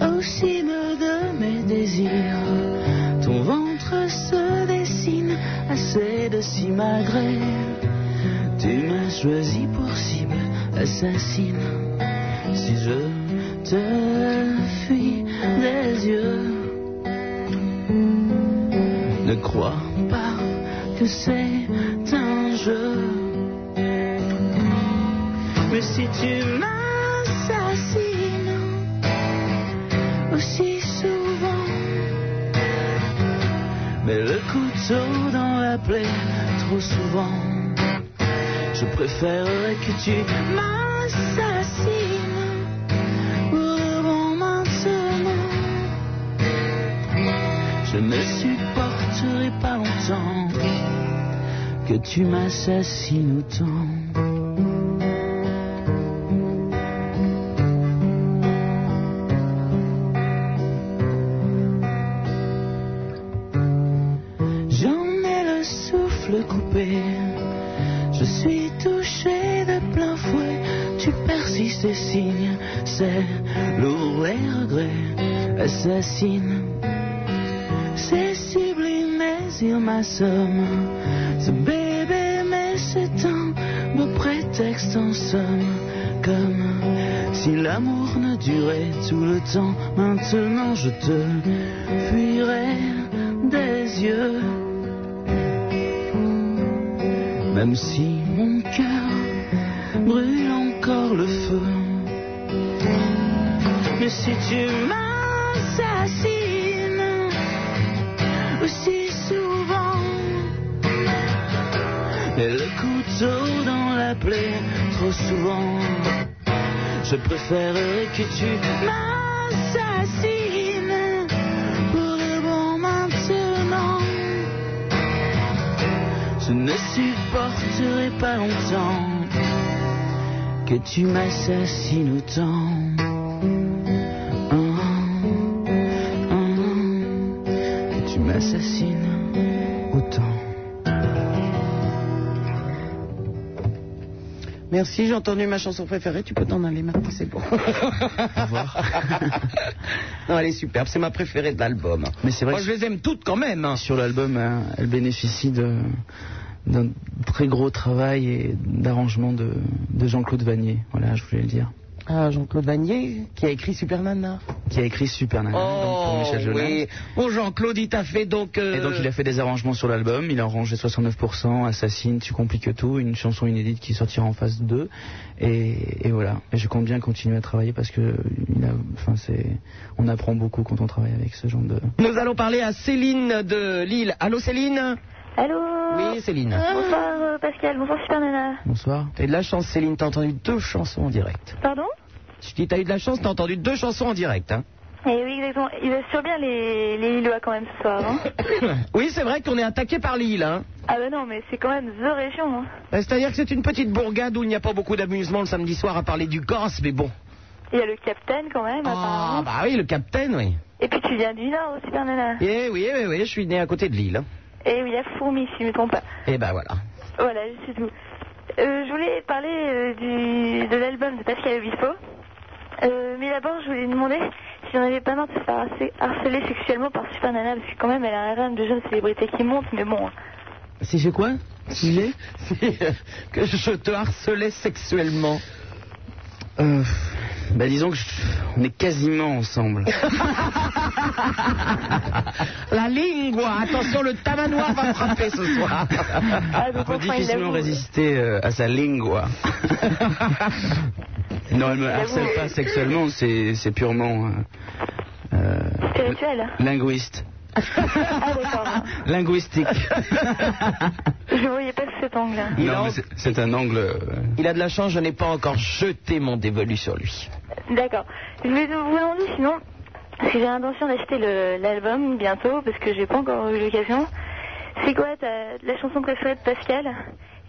Aux cimes de mes désirs, ton ventre se dessine, assez de simagrées. Tu m'as choisi pour cible, assassine. Si je te fuis des yeux, ne crois pas que c'est un jeu. Mais si tu m'assassines aussi souvent, mais le couteau dans la plaie trop souvent, je préférerais que tu m'assassines. Pour le bon maintenant, je ne supporterai pas longtemps que tu m'assassines autant. J'en ai le souffle coupé, je suis touché de plein fouet. Tu persistes et signes, c'est lourd les regrets, assassine. C'est sublime, mais il m'assomme. Ce bébé, mais c'est un beau prétexte en somme. Comme si l'amour ne durait tout le temps. Maintenant, je te fuirai des yeux. Même si mon cœur brûle encore le feu. Mais si tu m'assassines aussi souvent, et le couteau dans la plaie trop souvent, je préférerais que tu m'assassines pour le bon maintenant. Je ne supporterai pas longtemps que tu m'assassines autant. Ah, ah, que tu m'assassines autant.
Merci, j'ai entendu ma chanson préférée. Tu peux t'en aller maintenant, c'est bon. (laughs) non, elle est superbe, c'est ma préférée de l'album.
Mais c'est vrai
Moi,
que
je les aime toutes quand même. hein.
sur l'album, hein, elle bénéficie de- d'un très gros travail et d'arrangement de, de Jean-Claude Vanier. Voilà, je voulais le dire.
Ah, Jean-Claude Vanier, qui a écrit Super Nana.
Qui a écrit Super Nana donc pour
Oh,
Michel Jonas.
oui. Oh, Jean-Claude, il t'a fait donc. euh,
Et donc il a fait des arrangements sur l'album, il a arrangé 69%, Assassine, Tu compliques tout, une chanson inédite qui sortira en phase 2. Et, et voilà, et je compte bien continuer à travailler parce que il a- enfin, c'est- on apprend beaucoup quand on travaille avec ce genre de...
Nous allons parler à Céline de Lille. Allô, Céline
Allô
Oui, Céline.
Bonsoir euh, Pascal, bonsoir Super Nana.
Bonsoir. T'as eu de la chance, Céline, t'as entendu deux chansons en direct.
Pardon
Je dis, t'as eu de la chance, t'as entendu deux chansons en direct. Hein. (laughs)
Eh oui, exactement. Il assure bien les, les Lillois quand même ce soir. hein.
Oui, c'est vrai qu'on est attaqué par Lille. Hein.
ah bah non, mais c'est quand même The Région. hein.
Bah, C'est-à-dire que c'est une petite bourgade où il n'y a pas beaucoup d'amusement le samedi soir à parler du Corse, mais bon.
Il y a le Capitaine quand même. apparemment.
Ah bah oui, le capitaine, oui.
Et puis tu viens du Nord, Super Nana.
Eh oui, eh oui, je suis né à côté de Lille. hein.
Eh oui, la fourmi, si je ne me trompe pas.
Eh ben voilà.
Voilà, c'est tout. Euh, je voulais parler euh, du, de l'album de Pascal Obispo. Euh, mais d'abord, je voulais demander si on n'avait pas marre de se faire harceler, harceler sexuellement par Super Nana, parce que quand même, elle a un rêve de jeune célébrité qui monte, mais bon. hein.
Si j'ai quoi Si j'ai Que je te harcelais sexuellement.
Euh, bah disons que je- on est quasiment
(laughs)
ensemble.
(laughs) La lingua Attention, le tamanoir va frapper ce soir. Ah,
On peut Ah, difficilement résister euh, à sa
(laughs)
lingua. non, elle me harcèle pas sexuellement, c'est c'est purement euh, euh,
Spirituel.
(laughs) linguiste.
Ah, d'accord.
Linguistique.
Je voyais pas sous cet angle.
non, mais c'est- c'est un angle. euh,
Il a de la chance, je n'ai pas encore jeté mon dévolu sur lui.
D'accord. Je vais vous demander sinon, parce que j'ai l'intention d'acheter le- l'album bientôt, parce que j'ai pas encore eu l'occasion. C'est quoi ta, la chanson préférée de Pascal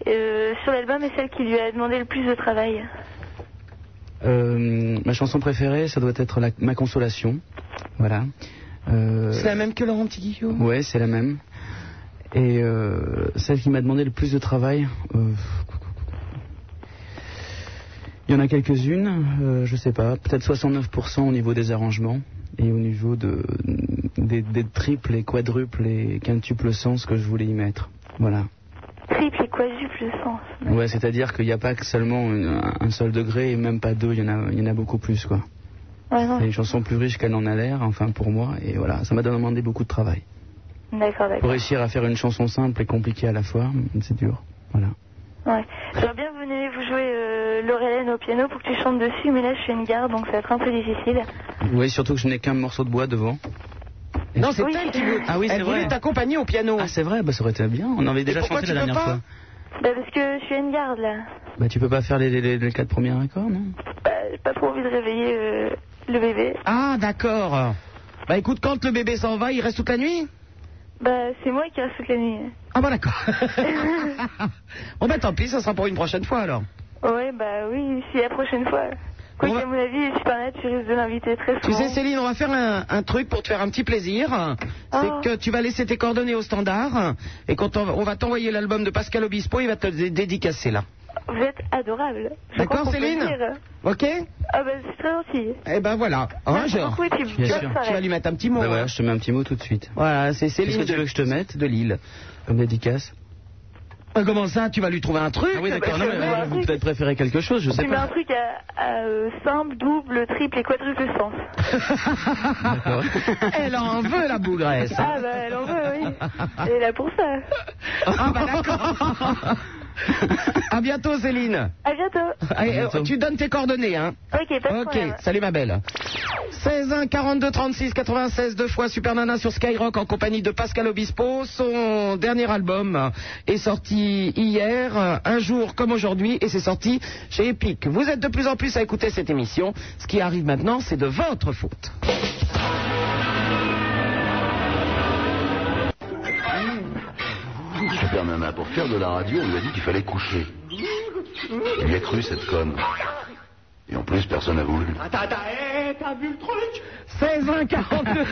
euh, sur l'album et celle qui lui a demandé le plus de travail
(laughs) euh, ma chanson préférée, ça doit être la- ma consolation. Voilà. Euh,
C'est la même que Laurent Petit Guillaume
Ouais, c'est la même. Et euh, celle qui m'a demandé le plus de travail, euh, il y en a quelques-unes, euh, je sais pas, peut-être 69% au niveau des arrangements et au niveau de, des, des triples et quadruples et quintuples sens que je voulais y mettre. Voilà.
Triple et quadruple sens.
Ouais, c'est-à-dire qu'il n'y a pas que seulement une- un seul degré et même pas deux, il y en a, il y en a beaucoup plus quoi.
Ouais, Ah non.
C'est une chanson plus riche qu'elle n'en a l'air, enfin pour moi, et voilà, ça m'a demandé beaucoup de travail.
D'accord,
Pour
d'accord.
réussir à faire une chanson simple et compliquée à la fois, c'est dur.
Ouais. J'aimerais bien que vous venez vous jouer euh, Laurel Anne au piano pour que tu chantes dessus, mais là je fais une garde donc ça va être un peu difficile.
Oui, surtout que je n'ai qu'un morceau de bois devant.
Non, c'est elle qui veut.
Ah oui, c'est
elle
vrai.
voulait t'accompagner au piano.
Ah, c'est vrai, bah, ça aurait été bien. On avait déjà
pourquoi
chanté
tu
la
peux
dernière
pas
fois.
Bah, parce que je suis à une garde là.
Bah, tu peux pas faire les, les, les quatre premiers accords, non
Bah, j'ai pas trop envie de réveiller euh, le bébé.
Ah, d'accord. Bah écoute, quand le bébé s'en va, il reste toute la nuit
Bah, c'est moi qui reste toute la nuit.
Ah bah d'accord. (laughs) bon bah tant pis, ça sera pour une prochaine fois alors.
Ouais, bah oui, si la prochaine fois. Quoi
On va-
qu'à mon avis, Supernat, tu risques de l'inviter très
Tu
souvent.
sais Céline, on va faire un, un truc pour te faire un petit plaisir. C'est
Oh.
que tu vas laisser tes coordonnées au standard et quand on, on va t'envoyer l'album de Pascal Obispo, il va te le dé- dédicacer là.
Vous êtes adorable. Je
D'accord,
crois qu'on peut
Céline
le dire.
Ok Eh
Ah bah, c'est très gentil. Ah.
ben voilà.
(laughs)
Hein,
Merci
genre.
beaucoup et puis
Bien
bonne
sûr.
soirée.
Tu vas lui mettre un petit mot.
Bah,
hein.
voilà, je te mets un petit mot tout de suite.
Voilà, c'est
Qu'est-ce que
Céline
tu veux
de,
que je te mette
de Lille.
comme dédicace
Ah, Comment ça Tu vas lui trouver un truc
Ah oui,
(laughs)
d'accord,
Bah,
non,
je-
mais
ouais.
vous peut-être préférez quelque chose, je sais
Tu mets un
pas.
truc à, à, euh, simple, double, triple et quadruple sens.
D'accord.
Elle en veut la bougresse.
Ah bah, elle en veut, oui.
(laughs)
Elle est là pour ça.
Ah bah (laughs) d'accord. à bientôt Céline.
À bientôt.
Allez, euh,
bientôt.
tu donnes tes coordonnées hein.
Ok, pas de
Ok,
problème.
salut ma belle. 16 1 42 36 96 deux fois Super Nana sur Skyrock en compagnie de Pascal Obispo. Son dernier album est sorti hier, euh, un jour comme aujourd'hui, et c'est sorti chez Epic. Vous êtes de plus en plus à écouter cette émission. Ce qui arrive maintenant, c'est de votre faute.
Super Nana, pour faire de la radio, on lui a dit qu'il fallait coucher. Il y a cru, cette conne. Et en plus, personne n'a voulu.
16 1 42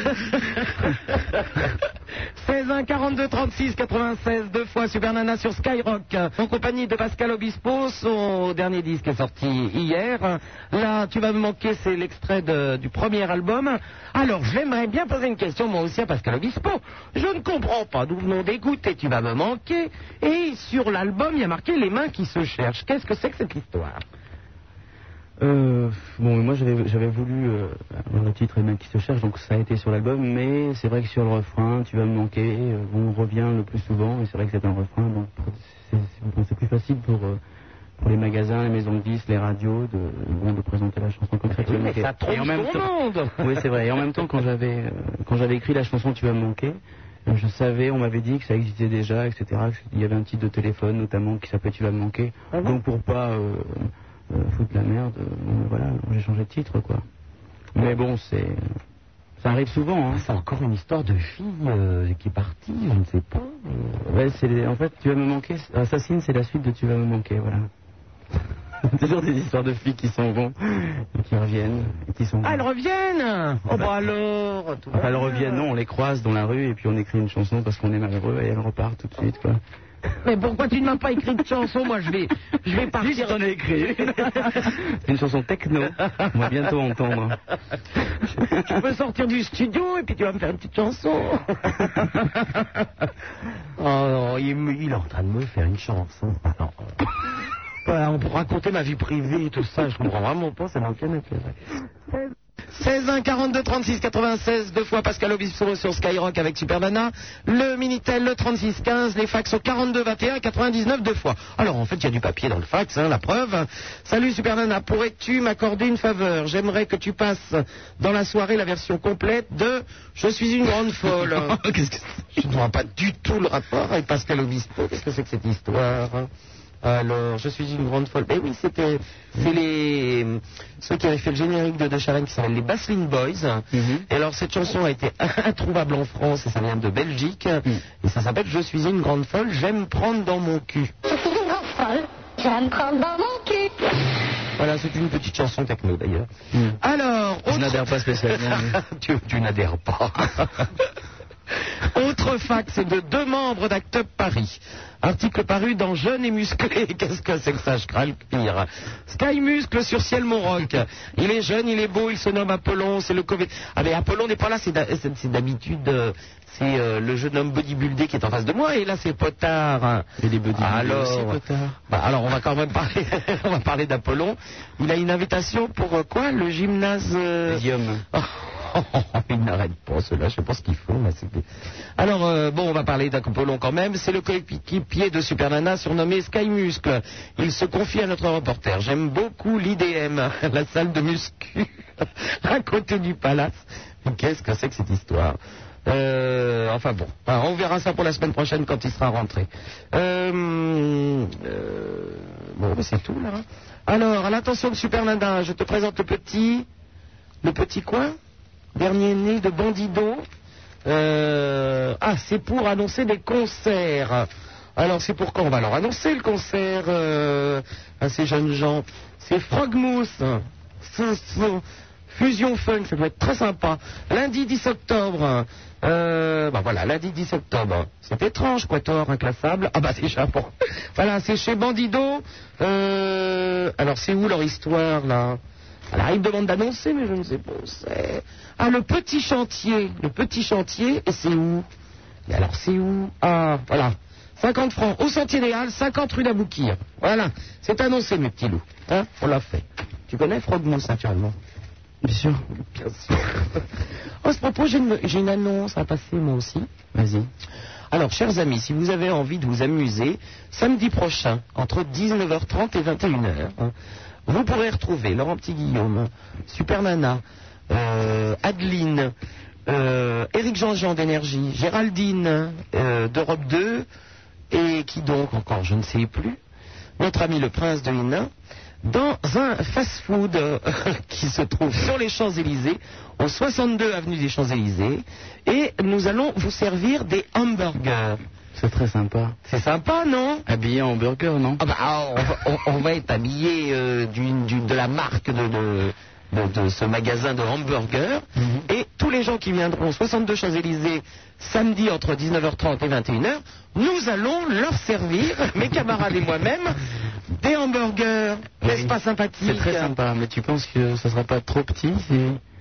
16 1 42 36 96 deux fois Super Nana sur Skyrock en compagnie de Pascal Obispo son dernier disque est sorti hier là tu vas me manquer c'est l'extrait de- du premier album alors j'aimerais bien poser une question moi aussi à Pascal Obispo je ne comprends pas d'où venons des gouttes et tu vas me manquer et sur l'album il y a marqué les mains qui se cherchent qu'est-ce que c'est que cette histoire
Euh, bon, mais moi j'avais j'avais voulu euh, avoir le titre et même qui se cherche, donc ça a été sur l'album, mais c'est vrai que sur le refrain, tu vas me manquer, euh, on revient le plus souvent, et c'est vrai que c'est un refrain, donc pour- c'est- c'est bon, c'est plus facile pour, euh, pour les magasins, les maisons de disques, les radios, de, bon, de présenter la chanson comme ça. Tu vas me
mais
manquer.
ça trompe
Et en même
tout
(laughs)
le
temps-
monde
oui, c'est vrai. Et en même temps, quand j'avais euh, quand j'avais écrit la chanson Tu vas me manquer, Je savais, on m'avait dit que ça existait déjà, etc. Il y avait un titre de téléphone notamment qui s'appelait Tu vas me manquer.
Ah
Donc pour pas euh, euh, foutre la merde, euh, voilà, j'ai changé de titre quoi. Mais bon, c'est. Ça arrive souvent. Hein.
C'est encore une histoire de fille euh, qui est partie, je ne sais pas.
Ouais, c'est les- en fait, tu vas me manquer. Assassin, c'est la suite de Tu vas me manquer, voilà. (laughs) Toujours des histoires de filles qui s'en vont, et qui reviennent, et qui sont.
Ah, elles reviennent Oh, bah alors tout va
Enfin, elles
bien.
reviennent, non, on les croise dans la rue et puis on écrit une chanson parce qu'on est malheureux et elles repartent tout de suite, quoi.
Mais pourquoi tu ne m'as pas écrit de chanson Moi, je vais, je vais partir. Juste,
j'en ai
(laughs)
écrit C'est une chanson techno, on va bientôt entendre.
Je peux sortir du studio et puis tu vas me faire une petite chanson.
(laughs) Oh, non, il, me- il est en train de me faire une chanson. Alors, euh, voilà, on peut raconter ma vie privée et tout ça, je comprends vraiment pas, ça n'a aucun intérêt.
16 1 42 36 96 deux fois Pascal Obispo sur Skyrock avec Super Nana, le Minitel le 36 15, les fax au 42 21 99 deux fois. Alors en fait il y a du papier dans le fax, hein, la preuve. Salut Super Nana, pourrais-tu m'accorder une faveur J'aimerais que tu passes dans la soirée la version complète de Je suis une grande folle. Je ne vois pas du tout le rapport avec Pascal Obispo. Qu'est-ce que c'est que cette histoire hein alors, je suis une grande folle. Eh oui, c'était c'est les ceux qui avaient fait le générique de De Chavannes qui s'appellent les Baseline Boys. Et alors cette chanson a été (laughs) introuvable en France et ça vient de Belgique et ça s'appelle Je suis une grande folle, j'aime prendre dans mon cul.
Je suis une grande folle, je vais me prendre dans mon cul.
Voilà, c'est une petite chanson techno d'ailleurs.
Alors,
Je n'adhère pas spécialement. (laughs) tu tu n'adhères pas.
(laughs) Autre fax de deux membres d'Act Up Paris. Article paru dans Jeune et musclé. (laughs) Qu'est-ce que c'est que ça Je crains le pire. Sky Muscle sur ciel Montroc. Il est jeune, il est beau, il se nomme Apollon. C'est le Covid. Ah mais Apollon n'est pas là. C'est d'a- c'est- c'est d'habitude. euh, C'est euh, le jeune homme bodybuildé qui est en face de moi. Et là c'est Potard.
Et les buddies.
Ah, Alors,
aussi, potard.
bah, alors on va quand même parler. (laughs) on va parler d'Apollon. Il a une invitation pour euh, quoi Le gymnase. euh, (laughs) oh,
il n'arrête pas cela, je pense qu'il faut. mais c'est-
Alors, euh, bon, on va parler d'Apollon quand même. C'est le coéquipier de Super Nana surnommé Sky Muscle. Il se confie à notre reporter. J'aime beaucoup l'IDM, (laughs) la salle de muscu, (laughs) à côté du palace. Mais Qu'est-ce que c'est que cette histoire Euh, Enfin bon, hein, on verra ça pour la semaine prochaine quand il sera rentré. Euh, euh, bon, bah, c'est tout là. Alors, à l'attention de Super Nana, je te présente le petit... Le petit coin Dernier né de Bandido. Euh, ah, c'est pour annoncer des concerts. Alors, c'est pour quand on va leur annoncer le concert euh, à ces jeunes gens C'est Frogmousse. C'est- c'est- Fusion Funk, ça doit être très sympa. Lundi 10 octobre. Euh, bah voilà, lundi 10 octobre. C'est étrange, Quator, inclassable. Ah bah déjà, bon. (laughs) Voilà, c'est chez Bandido. Euh, alors, c'est où leur histoire, là alors, il me demande d'annoncer, mais je ne sais pas où c'est. Ah, le petit chantier. Le petit chantier, et c'est où Et alors, c'est où Ah, voilà. 50 francs au Sentier des Halles, 50 rue d'Aboukir. Voilà. C'est annoncé, mes petits loups. Hein On l'a fait. Tu connais Frogmousse, naturellement
Bien sûr.
Bien sûr. (laughs) À ce propos, j'ai une, j'ai une annonce à passer, moi aussi.
Vas-y.
Alors, chers amis, si vous avez envie de vous amuser, samedi prochain, entre 19h30 et 21h, hein, vous pourrez retrouver Laurent Petit-Guillaume, Super Nana, euh, Adeline, euh, Éric Jean-Jean d'Énergie, Géraldine euh, d'Europe 2, et qui donc encore, je ne sais plus, notre ami le prince de Hénin, dans un fast-food euh, (laughs) qui se trouve sur les Champs-Élysées, au 62 avenue des Champs-Élysées, et nous allons vous servir des hamburgers.
C'est très sympa.
C'est sympa, non
Habillé en burger, non
Ah bah, ah, on, va, on- on va être habillé euh, d'une- d'une- de la marque de, de- de- de ce magasin de hamburgers.
Mhm.
Et tous les gens qui viendront au 62 Champs-Élysées samedi entre 19h30 et 21h, nous allons leur servir, mes camarades et moi-même, des hamburgers. N'est-ce
Oui.
pas sympathique
C'est très sympa, mais tu penses que ça sera pas trop petit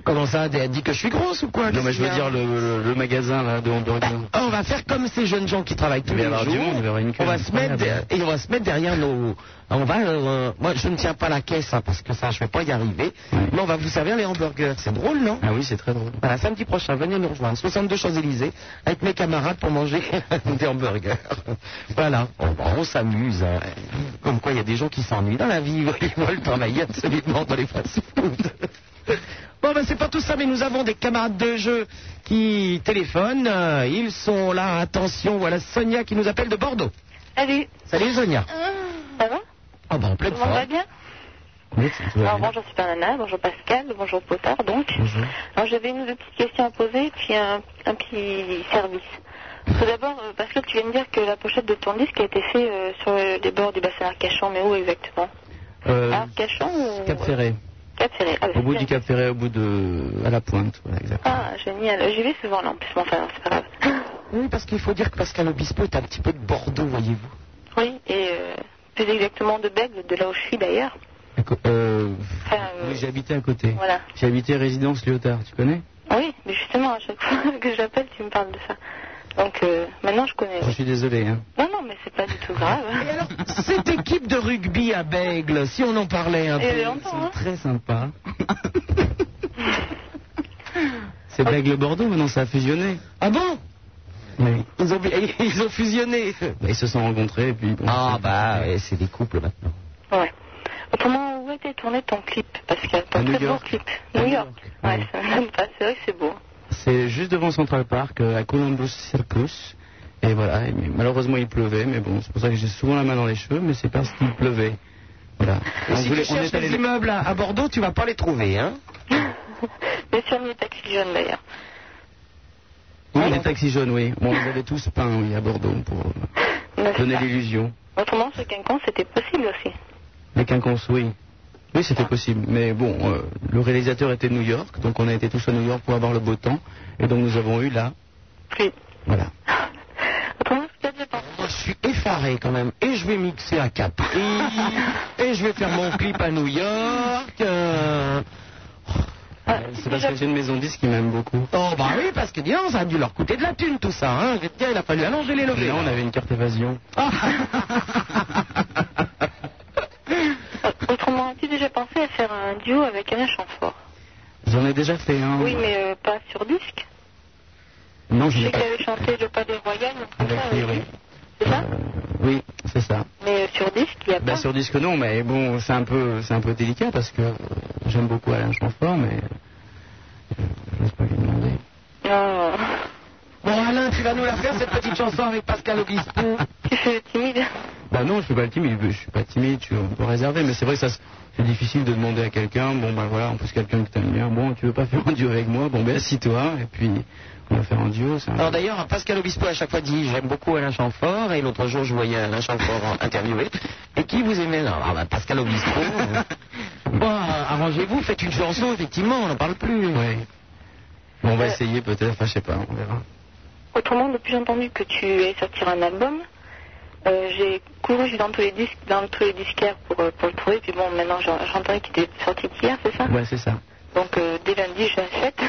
Comment ça Elle dit que je suis grosse ou quoi
Non, mais je veux
Qu'est-ce qu'il y
dire
a
le, le- le magasin là, de hamburger.
Ah, on va faire comme ces jeunes gens qui travaillent tous
Il va y
les
avoir
jours.
du monde, il va y avoir une queue
on va se mettre
incroyable.
de- et on va se mettre derrière nos. On va. euh, moi, je ne tiens pas la caisse hein, parce que ça, je vais pas y arriver. Mais on va vous servir les hamburgers. C'est drôle, non
Ah oui, c'est très drôle.
Voilà, samedi prochain, venez nous rejoindre, 62 Champs Élysées, avec mes camarades pour manger (laughs) des hamburgers. voilà, on, on s'amuse. hein. Comme quoi, il y a des gens qui s'ennuient dans la vie. (laughs)
doit- ils veulent travailler absolument dans les fast-foods.
Bon, ben c'est pas tout ça, mais nous avons des camarades de jeu qui téléphonent. Euh, Ils sont là, attention, voilà Sonia qui nous appelle de Bordeaux.
Salut.
Salut Sonia.
Ça va
Ah ben, en pleine
Tout le monde va
forme.
bien
Oui,
Alors, bonjour Super Nana, bonjour Pascal, bonjour Potard donc. Alors j'avais une ou deux petites questions à poser puis un, un petit service. Tout d'abord, euh, Pascal, tu viens de dire que la pochette de ton disque a été faite euh, sur le- les bords du bassin Arcachon, mais où exactement
Euh,
Arcachon Ah, ou
Cap Ferré.
Cap Ferré. Ah, bah,
Au bout
c'est
du
bien.
Cap Ferré, au bout de. à la pointe. Voilà, exact.
Ah, génial. J'y vais souvent là en plus, mais enfin, c'est pas grave.
Oui, parce qu'il faut dire que Pascal Obispo est un petit peu de Bordeaux, voyez-vous.
Oui, et euh, plus exactement de Bègle, de là où je suis d'ailleurs.
Euh,
Enfin, euh,
oui, j'ai habité à côté.
Voilà.
J'ai habité résidence Lyotard, tu connais
Ah Oui, mais justement, à chaque (laughs) fois que j'appelle, tu me parles de ça. Donc euh, maintenant, je connais.
Je suis désolé. Hein.
Non, non, mais c'est pas du tout grave. (laughs)
Cette équipe de rugby à Bègle, si on en parlait un peu.
Et elle entend, hein.
Très sympa. (laughs) C'est Bègle Bordeaux, maintenant ça a fusionné.
Ah bon Ils, ont, (laughs) ils ont fusionné.
Bah, ils se sont rencontrés et puis. ah bah,
c'est des couples maintenant.
Ouais. Autrement, où a été tourné ton clip Pascal Ton
À New
très
York.
beau clip. New York. Ouais, ça me pas. C'est vrai que c'est beau.
C'est juste devant Central Park, euh, à Columbus Circus. Et voilà, et- mais malheureusement il pleuvait, mais bon, c'est pour ça que j'ai souvent la main dans les cheveux, mais c'est parce qu'il pleuvait. Voilà.
Et si tu cherches les immeubles à, à Bordeaux, tu vas pas les trouver, hein
(laughs) Mais sur les taxis jaunes d'ailleurs. Ah.
Oui, les taxis jaunes, oui. Bon, ils avaient tous peint, oui, à Bordeaux, pour euh, donner l'illusion.
Autrement, ce quinconce, c'était possible aussi.
Les quinconces, oui. Oui, c'était possible. Mais bon, euh, le réalisateur était de New York, donc on a été tous à New York pour avoir le beau temps. Et donc nous avons eu là.
Oui.
Voilà.
Moi, je suis effaré quand même. Et je vais mixer à Capri.
(laughs)
et je vais faire mon clip à New York. euh.
C'est parce que j'ai une maison 10 qui m'aime beaucoup.
Ah, Oh bah oui, parce que dis donc, ça a dû leur coûter de la thune tout ça, hein Tiens, il a fallu allonger les levées.
Là, on avait une carte évasion.
Autrement, as-tu déjà pensé à faire un duo avec Alain Chamfort
J'en ai déjà fait un.
Oui, mais euh, pas sur disque.
Non, je
Je
l'ai
sais
pas
qu'il avait chanté Le Pas des Royales,
avec lui, oui. Euh, oui, c'est ça.
mais euh, sur disque, il n'y a
Bah,
pas.
sur disque, non, mais bon, c'est un peu, c'est un peu délicat parce que euh, j'aime beaucoup Alain Chanfort, mais euh, je n'ose pas lui demander.
Bon Alain, tu vas nous la faire cette petite chanson avec Pascal Obispo.
Tu fais timide.
Bah non, je suis pas timide, je suis pas timide, je suis un peu réservé, mais c'est vrai que ça, se- c'est difficile de demander à quelqu'un, bon bah voilà, en plus quelqu'un que t'aimes bien, bon tu veux pas faire un duo avec moi, bon ben assis-toi, et puis on va faire un duo, c'est un-
Alors d'ailleurs, Pascal Obispo à chaque fois dit j'aime beaucoup Alain Chamfort et l'autre jour je voyais Alain Chamfort interviewé. Et qui vous aimez là Ah, bah, Pascal Obispo.
(laughs)
euh. bon, euh, arrangez-vous, faites une chanson, effectivement, on n'en parle plus.
Bon, on va essayer peut-être, enfin je sais pas, on verra.
Autrement, depuis j'ai entendu que tu allais sortir un album, euh, j'ai couru dans tous les disques, dans tous les disquaires pour, euh, pour le trouver. Puis bon, maintenant j'en- j'entendais qu'il était sorti hier, c'est ça
Ouais, c'est ça.
Donc euh, dès lundi, j'achète.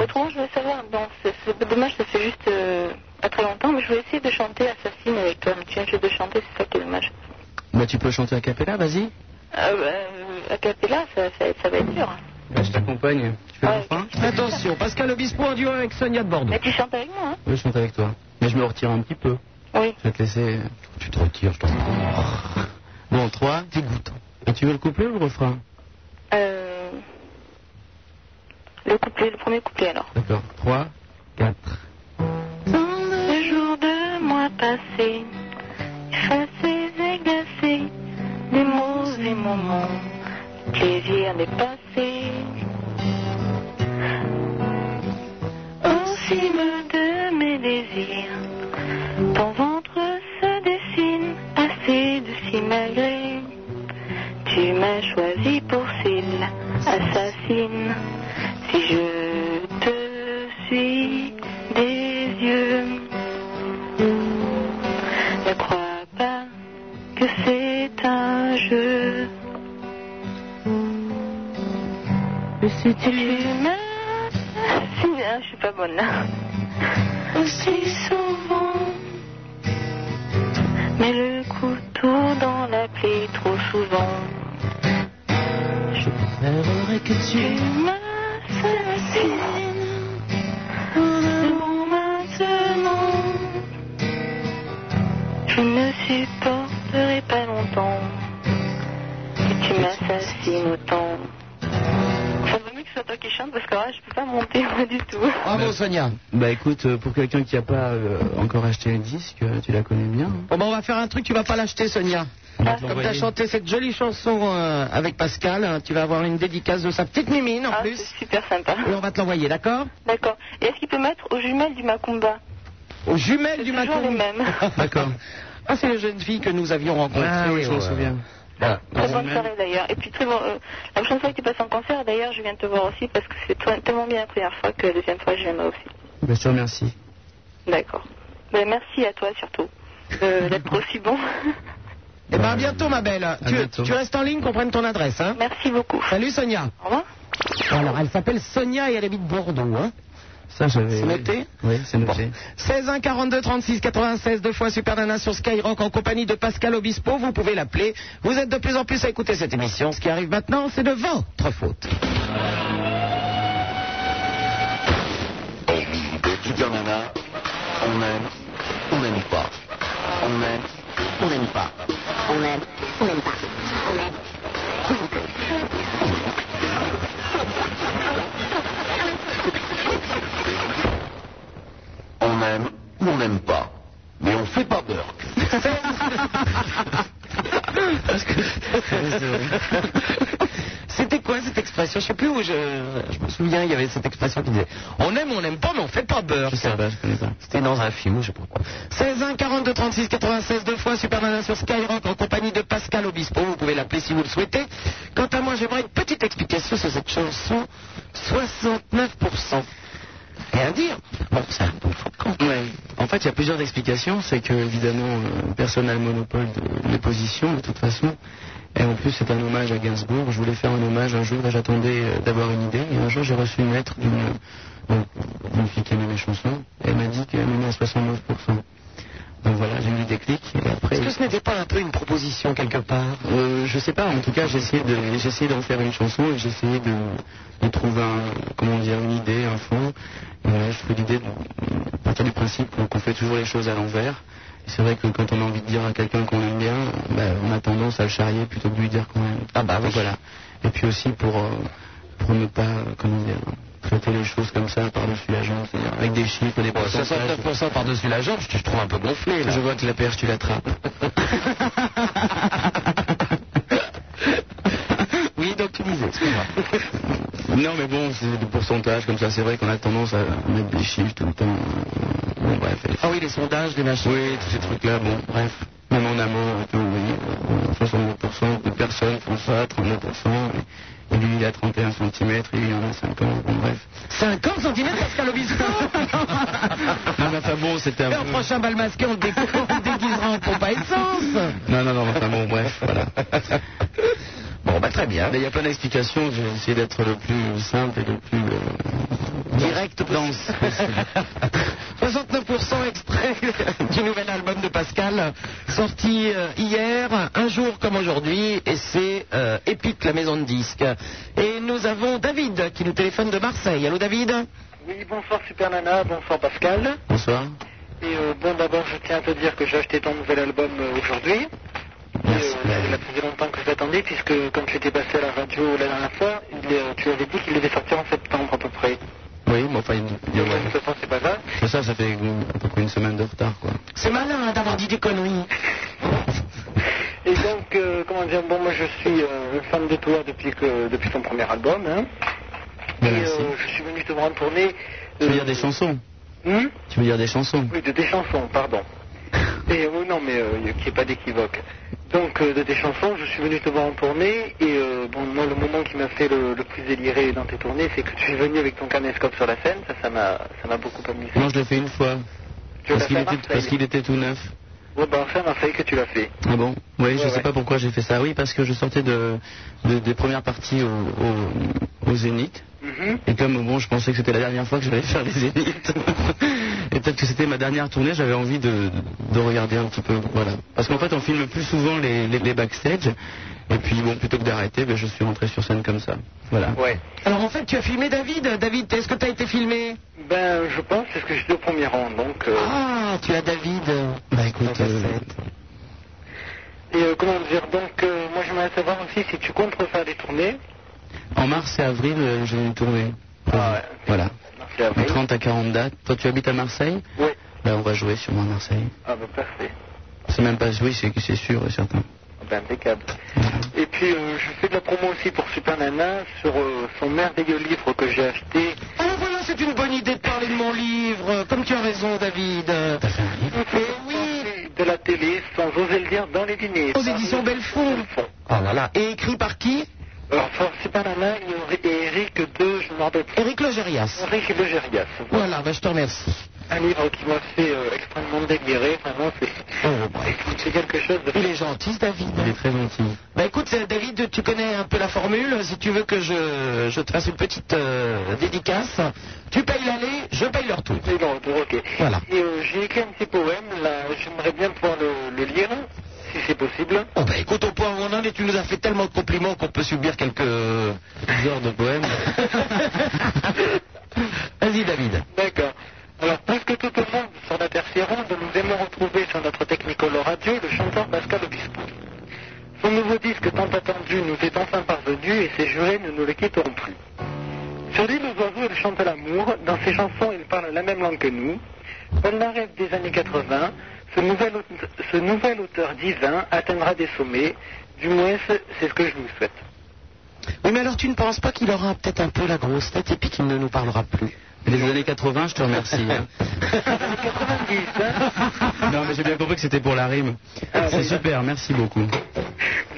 Autrement, je voulais savoir, bon, c'est c'est dommage, ça fait juste euh, pas très longtemps, mais je voulais essayer de chanter Assassin avec toi. Mais tu viens juste de chanter, c'est ça qui est dommage.
Bah tu peux chanter à cappella, vas-y.
Euh, bah, a cappella, ça, ça, ça va être dur. hein.
Bah, je t'accompagne. Tu fais le refrain
Attention, Pascal Obispo en duo avec Sonia de Bordeaux.
Mais tu chantes avec moi, hein
Oui, je chante avec toi. Mais je me retire un petit peu.
Oui.
Je vais te laisser...
Tu te retires, je t'en
Bon, 3, dégoûtant. Et tu veux le couplet ou le refrain
Euh, Le couplet, le premier couplet alors.
D'accord, 3, 4.
Dans le jour de mois passé, effacés et glacés, des mots et moments, plaisir dépassé. Au cime de mes désirs, ton ventre se dessine, assez de si malgré. Tu m'as choisi pour cible, assassine, si je te suis des yeux. Ne crois pas que c'est un jeu. Mais si tu m'as... Si, hein, je suis pas bonne là. Aussi souvent. Mais le couteau dans la plaie trop souvent.
J'aimerais que tu
m'assassines. Bon, maintenant, je ne supporterai pas longtemps Christine, autant. Ça vaut mieux que ce soit toi qui chante parce que là, je peux pas monter, moi, du tout.
Bravo Sonia.
Bah écoute, euh, pour quelqu'un qui n'a pas euh, encore acheté le disque, euh, tu la connais bien. hein.
Bon, ben, on va faire un truc, tu vas pas l'acheter, Sonia. Comme tu as chanté cette jolie chanson euh, avec Pascal, hein, tu vas avoir une dédicace de sa petite mimine en plus.
Ah, super sympa.
Et on va te l'envoyer, d'accord
D'accord. Et est-ce qu'il peut mettre aux jumelles du Macumba
Aux jumelles du
Toujours les
Macumba.
mêmes.
(laughs) D'accord. Ah, c'est les jeunes filles que nous avions rencontrées.
Ah oui, je m'en
euh,
souviens.
voilà.
Très bonne soirée d'ailleurs. Et puis très bon. euh, la prochaine fois que tu passes en concert, d'ailleurs, je viens te voir aussi parce que c'est toi- tellement bien la première fois que la deuxième fois, je viendrai aussi.
Bah, je te remercie.
D'accord. Ben, merci à toi surtout euh, d'être aussi (laughs) bon.
Eh ben, à bientôt, ma belle. Tu, tu restes en ligne, qu'on prenne ton adresse. Hein
Merci beaucoup.
Salut, Sonia.
Au revoir.
Alors, elle s'appelle Sonia et elle habite Bordeaux. Hein
Ça, j'avais.
C'est noté
Oui, c'est noté.
16 1 42 36 96 deux fois Super Nana sur Skyrock en compagnie de Pascal Obispo. Vous pouvez l'appeler. Vous êtes de plus en plus à écouter cette émission. Ce qui arrive maintenant, c'est de votre faute.
De Super Nana, on aime, on n'aime pas. On aime, on n'aime pas. On aime, on n'aime pas. On aime ou on n'aime pas. Mais on fait pas peur.
(laughs) C'était quoi cette expression Je sais plus où je. Je me souviens, il y avait cette expression qui disait On aime, on n'aime pas, mais on fait pas beurre. C'était dans un film, je sais pas pourquoi.
16 1 42 36 96 deux fois Super Nana sur Skyrock en compagnie de Pascal Obispo. Vous pouvez l'appeler si vous le souhaitez.
Quant à moi, j'aimerais une petite explication sur cette chanson 69%. Rien à dire. Bon, c'est un peu choquant.
Ouais. En fait, il y a plusieurs explications. C'est que, évidemment, euh, personne n'a le monopole de- des positions, de toute façon. Et en plus, c'est un hommage à Gainsbourg. Je voulais faire un hommage un jour et j'attendais euh, d'avoir une idée. Et un jour, j'ai reçu une lettre d'une donc, d'une fille qui aimait mes chansons. Elle m'a dit qu'elle m'aimait à 69%. Donc voilà, j'ai eu le déclic. Et après,
Est-ce que ce n'était pas un peu une proposition quelque part
euh, je sais pas, en tout cas, j'ai essayé de- j'ai essayé d'en faire une chanson et j'ai essayé de, de trouver un, comment dire, une idée, un fond. Et voilà, je fais l'idée de, de partir du principe qu'on- qu'on fait toujours les choses à l'envers. Et C'est vrai que quand on a envie de dire à quelqu'un qu'on aime bien, bah, on a tendance à le charrier plutôt que de lui dire qu'on aime. Ah bah voilà. Et puis aussi pour, euh, pour ne pas, euh, comment dire, traiter les choses comme ça par-dessus la jambe, c'est-à-dire avec des chiffres, des
Bon,
pourcentages.
69% par-dessus la jambe, je te trouve un peu gonflé. Là.
Je vois que la perche, tu l'attrapes. (laughs)
Oui, donc tu disais, excuse-moi.
(laughs) Non, mais bon, c'est des pourcentages comme ça. C'est vrai qu'on a tendance à mettre des chiffres tout le temps. euh, Bon, bref.
Ah oui, les sondages, les machins.
Oui, tous ces trucs-là, bon, bref. Même en amour et tout, oui. euh, 69% de personnes font ça, 39%. Et, et lui, il a 31 cm, et lui, il en a 50. Bon, bref. (laughs)
50 cm Pascal (laughs) Obispo
Non, mais enfin bon, c'était un
Et en
peu-
prochain bal masqué, on le dé- on le déguisera en pompe à essence.
Non, non, non, enfin bon, bref, voilà.
Bon, bah très bien.
Mais il y a plein d'explications. J'ai essayé d'être le plus simple et le plus. euh,
Direct danse.
69% extrait du nouvel album de Pascal, sorti euh, hier, un jour comme aujourd'hui, et c'est euh, Epic, la maison de disques. Et nous avons David qui nous téléphone de Marseille. Allô David
Oui, bonsoir Super Nana, bonsoir Pascal.
Bonsoir.
Et euh, bon, d'abord, je tiens à te dire que j'ai acheté ton nouvel album euh, aujourd'hui. Et, euh, ça faisait longtemps que je l'attendais, puisque quand j'étais passé à la radio la dernière fois, il, euh, tu avais dit qu'il devait sortir en septembre à peu près.
Oui, mais enfin, il y a.
De toute façon, c'est pas grave.
Mais ça, ça fait euh, à peu près une semaine de retard, quoi.
C'est malin hein, d'avoir dit des conneries.
Et donc, euh, comment dire, bon, moi je suis euh, fan de toi depuis, que, depuis ton premier album. hein. Et euh, je suis venu te voir en tournée.
Tu veux dire des chansons
Hmm
Tu veux dire des chansons
Oui, de tes chansons,
(laughs)
pardon. Et euh, non, mais euh, qu'il n'y ait pas d'équivoque. Donc, euh, de tes chansons, je suis venu te voir en tournée, et euh, bon, moi, le moment qui m'a fait le, le plus délirer dans tes tournées, c'est que tu es venu avec ton caméscope sur la scène, ça, ça m'a, ça m'a beaucoup amusé.
(laughs) Non, je l'ai fait une fois.
Tu
Parce
l'as
qu'il
fait à
était,
Marseille
parce qu'il était tout neuf.
Ouais, bah, enfin, Marseille, que tu l'as fait.
Ah bon Oui, je
Ouais,
sais
ouais.
pas pourquoi j'ai fait ça. Oui, parce que je sortais de, de- des premières parties au, au, au Zénith.
Mhm.
Et comme bon, je pensais que c'était la dernière fois que j'allais faire les Zéniths. (laughs) Et peut-être que c'était ma dernière tournée, j'avais envie de, de regarder un petit peu. Voilà. Parce qu'en fait, on filme plus souvent les, les, les backstage. Et puis, bon, plutôt que d'arrêter, ben, je suis rentré sur scène comme ça. Voilà.
Ouais.
Alors en fait, tu as filmé David. David, est-ce que tu as été filmé
Ben, je pense, parce que j'étais au premier rang, donc... euh,
Ah, tu as David.
Bah écoute, euh,
Et euh, comment dire, donc euh, moi j'aimerais savoir aussi si tu comptes refaire des tournées.
En mars et avril, euh, j'ai une tournée.
Ah
Voilà. De 30 à 40 dates. Toi, tu habites à Marseille
Oui.
Ben, on va jouer sûrement à Marseille.
Ah bah parfait,
C'est même pas oui, c'est c'est sûr et certain.
Ah, bah, impeccable. Et puis euh, je fais de la promo aussi pour Super Nana sur euh, son merveilleux livre que j'ai acheté.
Ah voilà, c'est une bonne idée de parler de mon livre. Comme tu as raison, David. Eh
oui. De la télé sans oser le dire dans les dîners.
Aux éditions Belfond.
Oh là là.
Et écrit par qui
Alors, enfin, c'est pas Nana et Eric de, je me rappelle plus.
Eric Logérias.
Eric Logérias.
Voilà, bah, je te remercie.
Un livre qui m'a fait euh, extrêmement délirer, vraiment, c'est c'est quelque chose de...
Oh, bah. Il est gentil, ce David.
Il est très gentil.
Bah écoute, euh, David, tu connais un peu la formule. Si tu veux que je, je te fasse une petite euh, dédicace, tu payes l'aller, je paye le retour.
Et non, pour- ok.
Voilà.
Et euh, j'ai écrit un petit poème, là, j'aimerais bien pouvoir le, le lire, si c'est possible.
Oh bah écoute, au point où on en est, tu nous as fait tellement de compliments qu'on peut subir quelques heures de (laughs) poèmes. Vas-y, David.
D'accord. Alors, presque tout le monde s'en aperçoit de nous aimons retrouver sur notre Technicolor radio le chanteur Pascal Obispo. Son nouveau disque tant attendu nous est enfin parvenu et c'est juré, nous ne le quitterons plus. Sur l'île aux oiseaux, il chante l'amour. Dans ses chansons, il parle la même langue que nous. Polnareff des années 80, ce nouvel, aute- ce nouvel auteur divin atteindra des sommets. Du moins, c'est c'est ce que je vous souhaite.
Oui, mais alors tu ne penses pas qu'il aura peut-être un peu la grosse tête et puis qu'il ne nous parlera plus Les années 80, je te remercie. hein.
(laughs) hein.
Non, mais j'ai bien compris que c'était pour la rime. C'est super, merci beaucoup.
(laughs)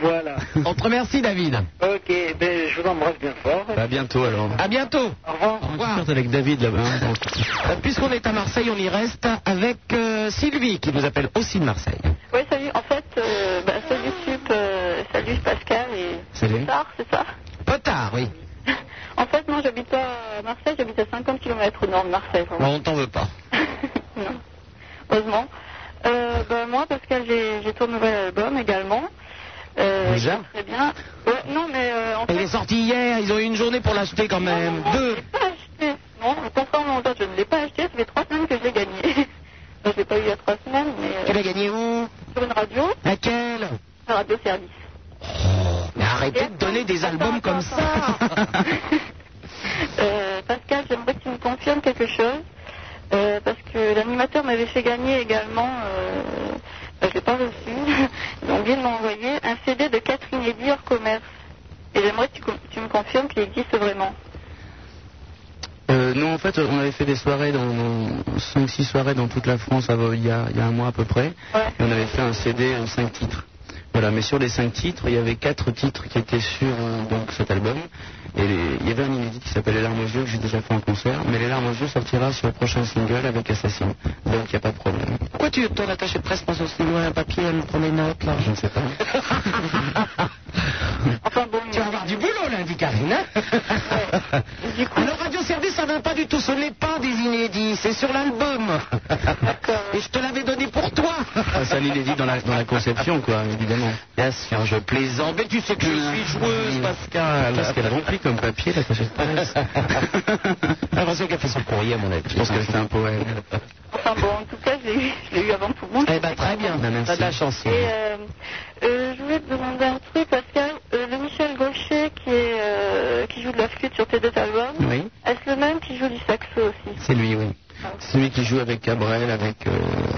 Voilà.
Ah, On te remercie, David.
Ok, ben, je vous embrasse bien fort.
À bientôt alors.
À bientôt.
Au revoir.
On discute avec David là-bas. hein.
Euh, Puisqu'on est à Marseille, on y reste avec euh, Sylvie qui nous appelle aussi de Marseille.
Oui, salut. En fait, euh, bah, salut Sup, euh, salut Pascal et
Salut.
Potard, c'est ça
Potard, oui.
En fait, non, j'habite pas à Marseille, j'habite à 50 km au nord de Marseille. vraiment.
Bon, on t'en veut pas.
(laughs) non, heureusement. Euh, bah, moi, Pascal, j'ai j'ai tourné un nouvel album également. Euh,
Déjà
qui est Très bien. Ouais, non, mais euh, en
Il est sorti hier, ils ont eu une journée pour l'acheter quand même. Deux.
pas acheté. Non, contrairement à toi, je ne l'ai pas acheté. Ça fait trois semaines que je l'ai gagné. (laughs) Non, je l'ai pas eu il y a trois semaines, mais euh,
Tu l'as gagné où
sur une radio,
Laquelle
un radio service.
Mais arrêtez de donner des albums comme ça.
Euh, Pascal, j'aimerais que tu me confirmes quelque chose. euh, parce que l'animateur m'avait fait gagner également, euh, bah, je l'ai pas reçu, (laughs) donc il m'a envoyé un CD de Catherine Eddy hors commerce. Et j'aimerais que tu, com- tu me confirmes qu'il existe vraiment.
Euh, non, en fait, on avait fait des soirées, dans, dans 5-6 soirées dans toute la France avant- il y, a, il y a un mois à peu près. Et on avait fait un CD, un 5 titres. Voilà, mais sur les 5 titres, il y avait 4 titres qui étaient sur euh, donc, cet album. Et les- il y avait un inédit qui s'appelle Les larmes aux yeux que j'ai déjà fait en concert. Mais Les larmes aux yeux sortira sur le prochain single avec Assassin. Donc il n'y a pas de problème.
Pourquoi tu, ton attaché de presse passe aussi loin un papier, elle prend les notes là
Je ne sais
(laughs)
pas.
Tu vas avoir du boulot lundi, Karine. hein Alors, Radio Service, ça ne veut pas du tout. Ce n'est pas des inédits, c'est sur l'album. Et je te l'avais donné pour toi.
Ah, C'est un inédit dans la, dans la conception, quoi, évidemment.
Bien sûr, je plaisante.
Mais tu sais que je suis joueuse,
Ah.
Pascal.
Qu'est-ce qu'elle remplit comme papier, l'attaché de
(laughs)
presse
J'ai l'impression qu'elle fait son courrier, à mon avis.
Je pense qu'elle fait un poème.
Enfin bon, en tout cas, je l'ai eu- je l'ai eu avant tout le monde.
Eh ben, très bien.
Ben, merci.
T'as de la chance.
Et euh, euh, je voulais te demander un truc, Pascal. Euh, le Michel Gaucher qui, est, euh, qui joue de la flûte sur tes deux albums,
Oui,
est-ce le même qui joue du saxo aussi
c'est lui, oui. C'est lui qui joue avec Cabrel, avec, euh,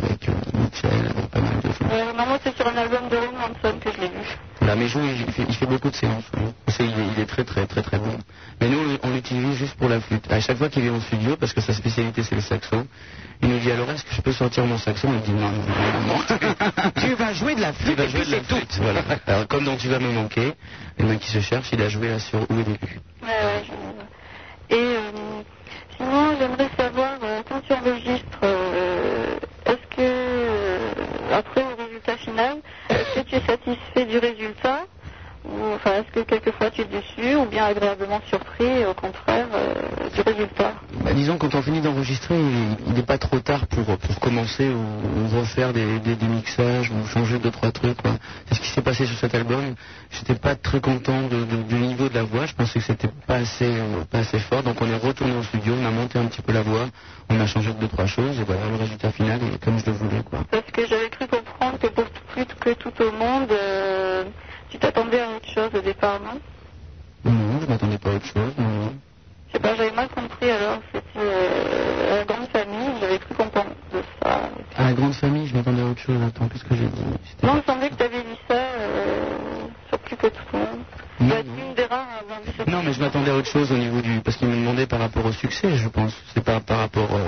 avec euh, Mitchell, avec pas mal de gens.
Ouais, non, moi, c'est sur un album de Ron Manson que je l'ai vu.
La maison, il fait, il fait beaucoup de séances. oui. C'est- Il, est- il est très très très très bon. Mais nous, on l'utilise juste pour la flûte. À chaque fois qu'il vient en studio, parce que sa spécialité c'est le saxo, il nous dit alors est-ce que je peux sortir mon saxo On lui dit non, non, non, non.
(laughs) Tu vas jouer de la
Il
flûte
va
et
jouer
puis
de la
c'est tout.
flûte. Voilà. Alors comme dans Tu vas me manquer, les mains qui se cherchent, il a joué là sur Où est début.
Ouais, ouais, je- Et euh, sinon, j'aimerais savoir, euh, quand tu enregistres, euh, est-ce que, euh, après le résultat final, est-ce que tu es satisfait du résultat ou, enfin, est-ce que quelquefois tu es déçu ou bien agréablement surpris et au contraire euh, du résultat
Bah, disons, quand on finit d'enregistrer, il- il n'est pas trop tard pour, pour commencer ou, ou refaire des, des- des mixages ou changer deux, trois trucs. quoi. C'est ce qui s'est passé sur cet album. J'étais pas très content de- de- du niveau de la voix. Je pensais que c'était pas assez, euh, pas assez fort. Donc on est retourné au studio, on a monté un petit peu la voix, on a changé deux, trois choses. Et voilà, le résultat final est comme je le voulais. Quoi.
Parce que j'avais cru comprendre que pour, plus que tout au monde. euh, tu t'attendais à autre chose au départ, non
Non, je m'attendais pas à autre chose. non.
Je sais pas, j'avais mal compris alors. C'était euh, la grande famille, j'avais cru comprendre.
À la grande famille, je m'attendais à autre chose. Attends, qu'est-ce que j'ai dit
Non, il me semblait que tu avais dit ça euh, sur plus que tout le monde.
Non,
Tu es une des rares à avoir dit ça.
Non, mais je m'attendais à autre chose au niveau du. Parce qu'il me demandait par rapport au succès, je pense. C'est pas par rapport. euh,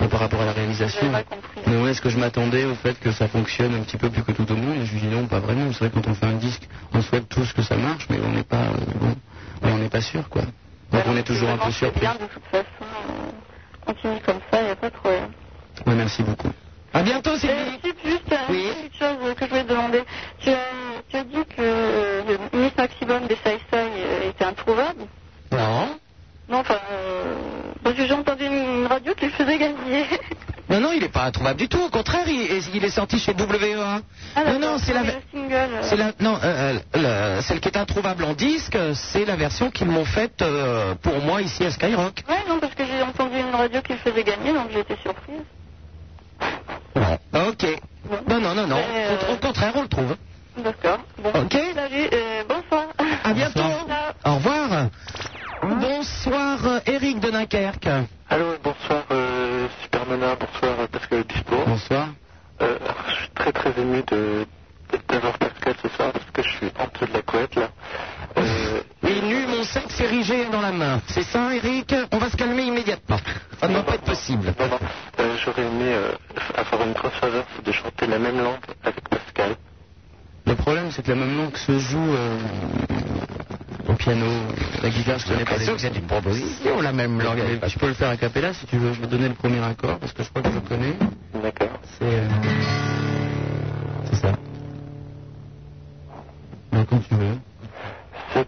pas par rapport à la réalisation. Mais ouais, est-ce que je m'attendais au fait que ça fonctionne un petit peu plus que tout au monde Et je lui dis non, pas vraiment. C'est vrai, quand on fait un disque, on souhaite tous que ça marche, mais on n'est pas. euh, bon, ouais, on n'est pas sûr, quoi. Donc on est toujours un peu surpris.
Bien, de toute façon, euh, continue comme ça, il n'y a pas de problème.
Ouais, merci beaucoup. À bientôt, Sylvie.
juste euh, une petite chose euh, que je voulais te demander. Tu as, tu as dit que euh, le Miss Maximum des Sai Sai euh, était introuvable.
Non.
Non, enfin, euh, parce que j'ai entendu une, une radio qui le faisait gagner. (laughs)
Non, non, il n'est pas introuvable du tout. Au contraire, il, est- il est sorti chez WEA.
Ah,
Ah,
non, non, c'est la,
Le single. euh,
C'est la, non, euh, euh, le- celle qui est introuvable en disque, c'est la version qu'ils m'ont faite euh, pour moi ici à Skyrock.
Ouais, non, parce que j'ai entendu une radio qui le faisait gagner, donc j'ai été surprise.
Non. Ok. Non, non, non, non. Au- Au contraire, on le trouve.
D'accord. euh, Bon.
Ok.
Salut, euh, bonsoir.
À bientôt. Au revoir. Bonsoir, euh, Eric de Dunkerque.
Allô, bonsoir euh, Supermana, bonsoir euh, Pascal Obispo.
Bonsoir.
Euh, je suis très très ému de de- d'avoir Pascal ce soir parce que je suis en dessous de la couette là. Euh,
Et nu, mon sexe érigé dans la main. C'est ça, Eric On va se calmer immédiatement. Ça ne doit pas être possible.
non, non, euh, j'aurais aimé euh, avoir une grosse faveur, c'est de chanter la même langue avec Pascal.
Le problème, c'est que la même langue se joue euh, au piano, la guitare, je connais pas. C'est que c'est une proposition, la même langue. Je peux le faire à cappella si tu veux. Je vais donner le premier accord parce que je crois que je le connais.
D'accord.
C'est euh, c'est ça. Mais quand tu veux.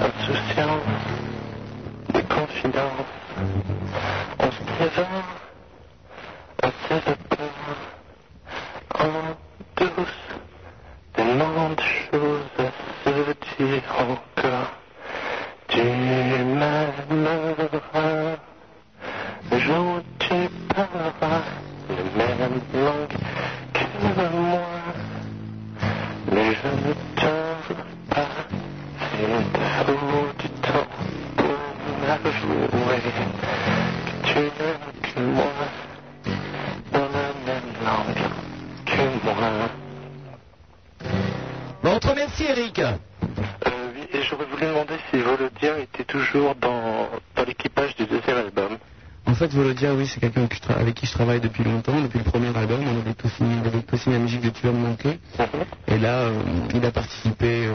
Insouciant, déconfident, on se prévint à ses vapeurs en douce, tellement de choses à se dire encore. Tu m'aimeras, le jour où tu parleras la même langue que moi, mais je ne t'en veux pas. Il faut du temps pour m'avouer que tu n'es que moi dans la même langue que moi.
Bon, on te remercie, Eric.
Euh, oui, et j'aurais voulu demander si Volodia était toujours dans, dans l'équipage du deuxième album.
En fait, Volodia, oui, c'est quelqu'un que je tra- avec qui je travaille depuis longtemps, depuis le premier album. On avait tous signé, il avait tous signé la musique de Tu vas me manquer. Et là, euh, il a participé euh,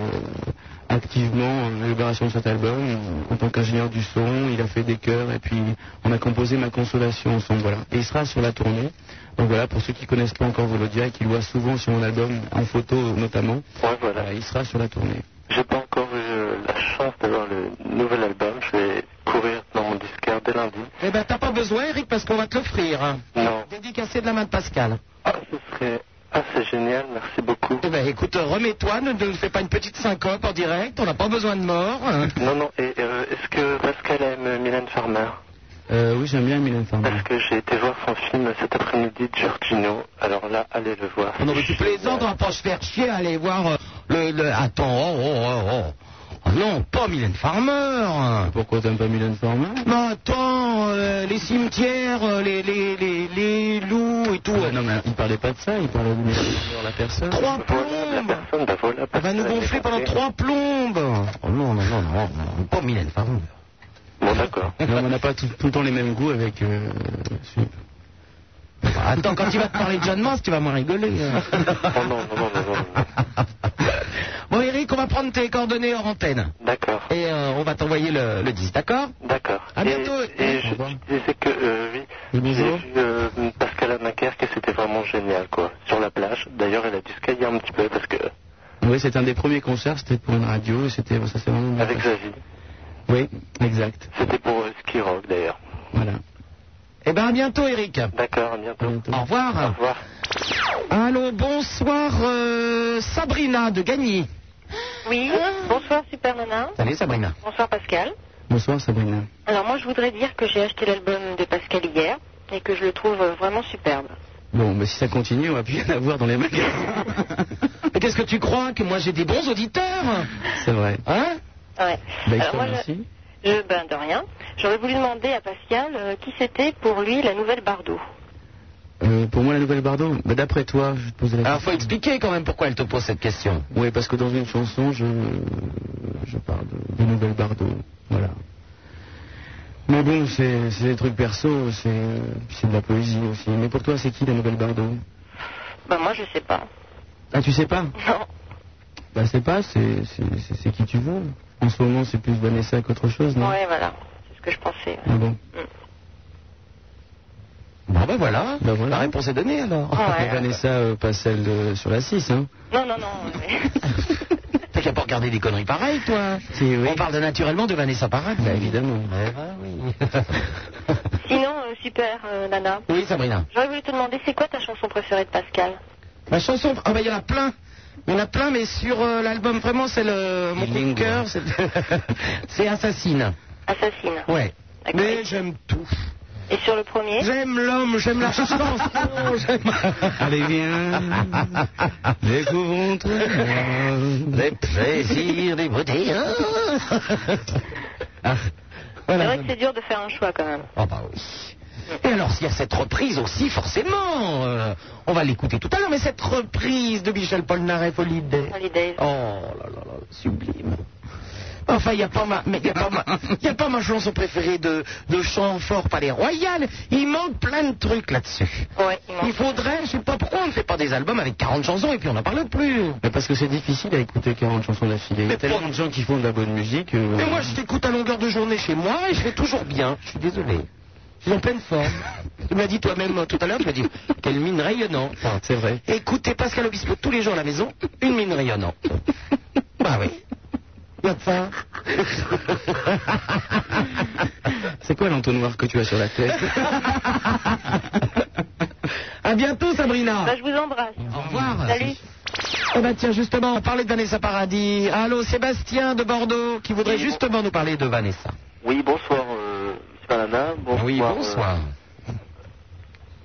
activement à l'opération de cet album euh, en tant qu'ingénieur du son. Il a fait des chœurs et puis on a composé Ma Consolation ensemble. Voilà. Et il sera sur la tournée. Donc voilà, pour ceux qui connaissent pas encore Volodia et qui le voient souvent sur mon album, en photo notamment, euh, il sera sur la tournée.
J'ai pas encore eu euh, la chance d'avoir le nouvel album. Je vais courir dans mon disquaire dès lundi.
Eh ben, t'as pas besoin, Eric, parce qu'on va te l'offrir. hein.
Non.
Dédicacé de la main de Pascal.
Ce serait assez Ah, génial. Merci beaucoup.
Eh ben, écoute, remets-toi, ne nous fais pas une petite syncope en direct, on n'a pas besoin de mort. hein.
Non, non. Et euh, est-ce que Pascal aime euh, Mylène Farmer
Euh, oui, j'aime bien Mylène Farmer.
Parce que j'ai été voir son film cet après-midi, Giorgino. Alors là, allez le voir.
Non, mais tu plaisantes, on va pas se faire chier, aller voir euh, le, le- Attends, oh, oh, oh, oh. Oh Non, pas Mylène Farmer. Pourquoi t'aimes pas Mylène Farmer Non, attends, euh, les cimetières, euh, les, les, les, les loups et tout. Ah, non, mais il parlait pas de ça, il parlait de la personne. Trois plombes Elle va nous gonfler pendant trois plombes Oh non, non, non, non, non, pas Mylène Farmer.
Bon, d'accord.
on n'a pas tout, tout le temps les mêmes goûts avec. euh, Sup. Attends, quand il va te parler de John Mans, tu vas moins rigoler. hein.
Oh,
(laughs) Bon, Eric, on va prendre tes coordonnées hors antenne.
D'accord.
Et euh, on va t'envoyer le, le 10, d'accord
D'accord.
À bientôt.
Et, et je, je disais que euh, oui, j'ai vu euh, Pascal Amaker que c'était vraiment génial, quoi, sur la plage. D'ailleurs, elle a dû skier un petit peu parce que
Oui, c'était un des premiers concerts, c'était pour une radio, et c'était, ça c'est vraiment...
avec Xavier,
Oui, exact.
c'était pour euh, ski rock d'ailleurs.
Eh bien, à bientôt, Eric.
D'accord, à bientôt.
Au revoir. Au
revoir.
Allô, bonsoir, euh, Sabrina de Gagny.
Oui, bonsoir Super Nana.
Salut, Sabrina.
Bonsoir Pascal.
Bonsoir Sabrina.
Alors moi je voudrais dire que j'ai acheté l'album de Pascal hier. et que je le trouve euh, vraiment superbe.
Bon, mais si ça continue, on va plus (laughs) rien avoir dans les magasins.
(laughs) Mais qu'est-ce que tu crois Que moi j'ai des bons auditeurs
C'est vrai.
Hein
Ouais.
Bah,
Alors, moi, je-
merci.
Je, ben, de rien. J'aurais voulu demander à Pascal euh, qui c'était pour lui la nouvelle Bardot.
Euh, pour moi, la nouvelle Bardot, bah, d'après toi, je vais te poser la
Ah,
Alors faut expliquer quand même pourquoi elle te pose cette question.
Oui, parce que dans une chanson, je, je parle de, de Nouvelle Bardot. Voilà. Mais bon, c'est c'est des trucs perso, c'est c'est de la poésie aussi. Mais pour toi, c'est qui la Nouvelle Bardot
Bah,
Ben, moi, je sais pas.
(laughs)
Ah, tu sais pas
Non.
Bah, c'est pas, c'est c'est- c'est- c'est qui tu veux. En ce moment, c'est plus Vanessa qu'autre chose, non
Ouais, voilà. C'est ce que je pensais. Mm.
Ah bon
Bon ben voilà,
Bah, voilà.
la réponse est donnée alors.
Mais Vanessa, euh, pas celle de- sur la 6, hein
Non, non, non. mais-
(laughs)
T'as qu'à pas regarder des conneries pareilles toi.
Si, oui.
On parle de naturellement de Vanessa Paradis.
Bah, évidemment.
Ouais, bah, oui.
Sinon, euh, super, euh, Nana.
(laughs) oui Sabrina.
J'aurais voulu te demander, c'est quoi ta chanson préférée de Pascal
Ma chanson,
Ah bah il y en a plein. Il y en a plein, mais sur euh, l'album, vraiment, c'est le, mon coup de cœur. c'est-
(laughs) c'est Assassine.
Assassine.
Ouais.
D'accord.
Mais j'aime tout.
Et sur le premier
J'aime l'homme, j'aime la chanson,
(laughs)
j'aime...
Allez, (laughs) viens, découvrons tout.
Les plaisirs des beautés. Ah,
C'est
voilà.
vrai que c'est dur de faire un choix quand même.
Ah bah oui. Et alors, s'il y a cette reprise aussi, forcément, euh, on va l'écouter tout à l'heure, mais cette reprise de Michel Polnareff, Holiday.
Holiday.
Oh là là là, sublime. Enfin, il n'y a, pas ma- mais y a, pas ma- y a pas ma chanson préférée de, de Chamfort Palais Royal. Il manque plein de trucs là-dessus.
Ouais, il manque.
Il faudrait, je sais pas pourquoi on ne fait pas des albums avec 40 chansons et puis on n'en parle plus.
Mais parce que c'est difficile à écouter 40 chansons d'affilée. Il y a tellement de gens qui font de la bonne musique. euh,
Mais moi, je t'écoute à longueur de journée chez moi et je vais toujours bien. Je suis désolé. Je suis en pleine forme. Tu me l'as dit toi-même euh, tout à
(laughs)
l'heure, tu m'as dit quelle mine rayonnante.
Ah, C'est vrai.
Écoutez Pascal Obispo tous les jours à la maison, une
(laughs)
mine rayonnante. bah oui. Regarde ça.
(laughs) C'est quoi l'entonnoir que tu as sur la
(laughs)
tête
à bientôt Sabrina.
Bah, je vous embrasse.
Au revoir.
Salut.
Eh ben tiens, justement, on parlait de Vanessa Paradis. Allô, Sébastien de Bordeaux qui voudrait justement nous parler de Vanessa.
Oui, bonsoir, euh, Monsieur Banana. Bonsoir,
oui, bonsoir.
euh,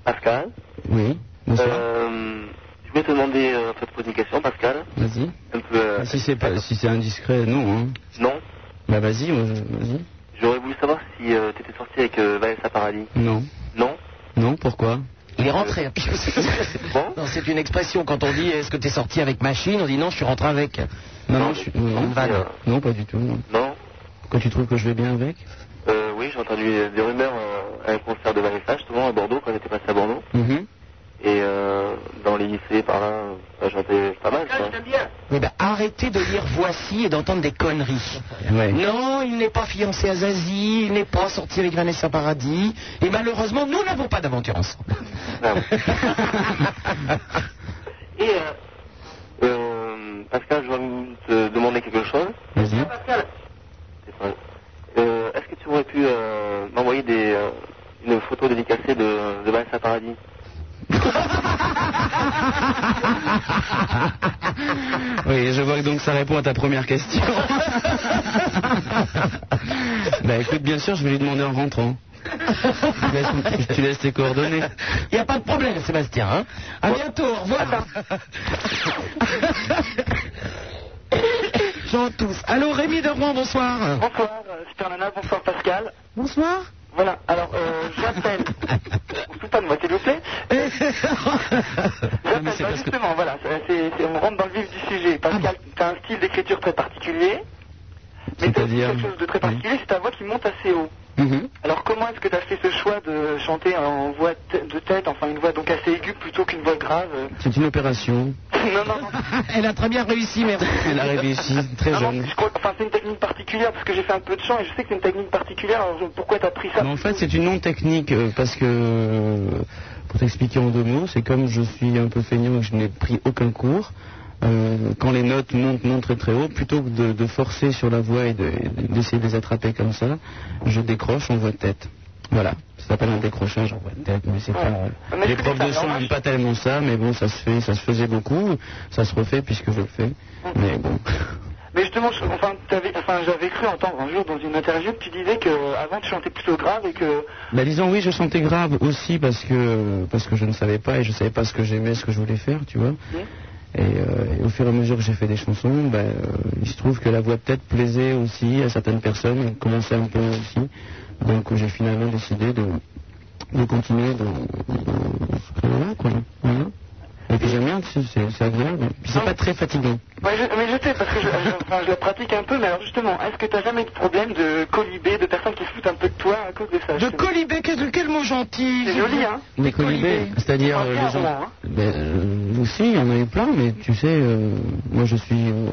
Pascal.
Oui, bonsoir.
Euh, je vais te demander euh, en fait, poser une question, Pascal.
Vas-y.
Un peu, euh,
Si c'est pas, si c'est indiscret, non. hein.
Non,
Bah vas-y, euh, vas-y.
j'aurais voulu savoir si tu étais sorti avec euh, Vanessa Paradis.
Non,
Non
non, pourquoi
Il est rentré. hein. Non, c'est une expression quand on dit est-ce que t'es sorti avec machine On dit non, je suis rentré avec.
Non, non, je suis- non,
Une vanne.
non, pas du tout. Non.
Non
Pourquoi tu trouves que je vais bien avec
(laughs) Euh, Oui, j'ai entendu des rumeurs euh, à un concert de Vanessa, justement, à Bordeaux, quand j'étais passé à Bordeaux.
Mm.
Mhm.
Et euh, dans les lycées, par là, euh, bah, j'entendais pas mal. quoi.
Eh ben, arrêtez de lire voici et d'entendre des conneries.
Ouais.
Non, il n'est pas fiancé à Zazie, il n'est pas sorti avec Vanessa Paradis, et malheureusement, nous n'avons pas d'aventure ensemble.
Ah oui.
(laughs)
Et euh, euh, Pascal, je voulais te demander quelque chose. (laughs)
Vas-y.
C'est pas- Euh, Est-ce que tu aurais pu euh, m'envoyer des, euh, une photo dédicacée de, de Vanessa Paradis
Oui, je vois que donc ça répond à ta première question. bah écoute, bien sûr, je vais lui demander en rentrant. Tu laisses, tu laisses tes coordonnées.
Il n'y a pas de problème, Sébastien. Hein à bientôt, au revoir.
Ah,
J'en tous. Allô, Rémi de Rouen, bonsoir.
Bonsoir, Super Nana, bonsoir Pascal.
Bonsoir.
Voilà, alors euh, j'appelle. pas de moi, s'il vous (laughs) plaît.
Non, mais c'est parce que-
bah, justement, voilà, on rentre dans le vif du sujet. Pascal, tu as un style d'écriture très particulier. Mais t'as aussi
C'est-à-dire
quelque chose de très particulier, c'est ta voix qui monte assez haut.
Mhm.
Alors comment est-ce que tu as fait ce choix de chanter en voix t- de tête, enfin une voix donc assez aiguë plutôt qu'une voix grave euh
C'est une opération.
Non, non, non.
(laughs) Elle a très bien réussi, merci.
Elle a réussi, très
Non, non,
jeune.
je crois que enfin, c'est une technique particulière parce que j'ai fait un peu de chant et je sais que c'est une technique particulière. Alors, je- pourquoi t'as pris ça
Mais en fait, c'est une non-technique euh, parce que, euh, pour t'expliquer en deux mots, c'est comme je suis un peu feignant et que je n'ai pris aucun cours. euh, quand les notes montent, montent très très haut, plutôt que de, de forcer sur la voix et de- d'essayer de, les attraper comme ça, je décroche en voix de tête. Voilà, ça s'appelle un décrochage en voix de tête, mais c'est pas.
Ah, Mais
Les
est-ce que
profs
c'est
de
pas
chant
normal
n'aiment pas tellement ça, mais bon, ça se fait, ça se faisait beaucoup, ça se refait puisque je le fais, mais bon.
Mais justement, je- enfin, t'avais- enfin, j'avais cru entendre un jour dans une interview que tu disais que euh, avant tu chantais plutôt grave et que
Bah, disons oui, je sentais grave aussi parce que parce que je ne savais pas et je savais pas ce que j'aimais, ce que je voulais faire, tu vois. Et, euh, et au fur et à mesure que j'ai fait des chansons, bah, euh, il se trouve que la voix peut-être plaisait aussi à certaines personnes, et commençait à me plaire aussi. Donc euh, j'ai finalement décidé de, de continuer dans, dans ce créneau-là, quoi. Voilà. Et puis j'aime bien, tu sais, c'est c'est agréable. Puis c'est pas très fatigant.
Ouais, je- mais je sais, parce que je, je- enfin, je la pratique un peu, mais alors justement, est-ce que t'as jamais eu de problème de colibé, de personnes qui se foutent un peu de toi à cause de ça
De colibé, qu'est-ce quel mot gentil
C'est joli, hein
Les colibés, c'est-à-dire euh,
On en
les
fait un
gens.
roman, hein.
Ben, euh, aussi, il y en a eu plein, mais tu sais, euh, moi je suis. euh,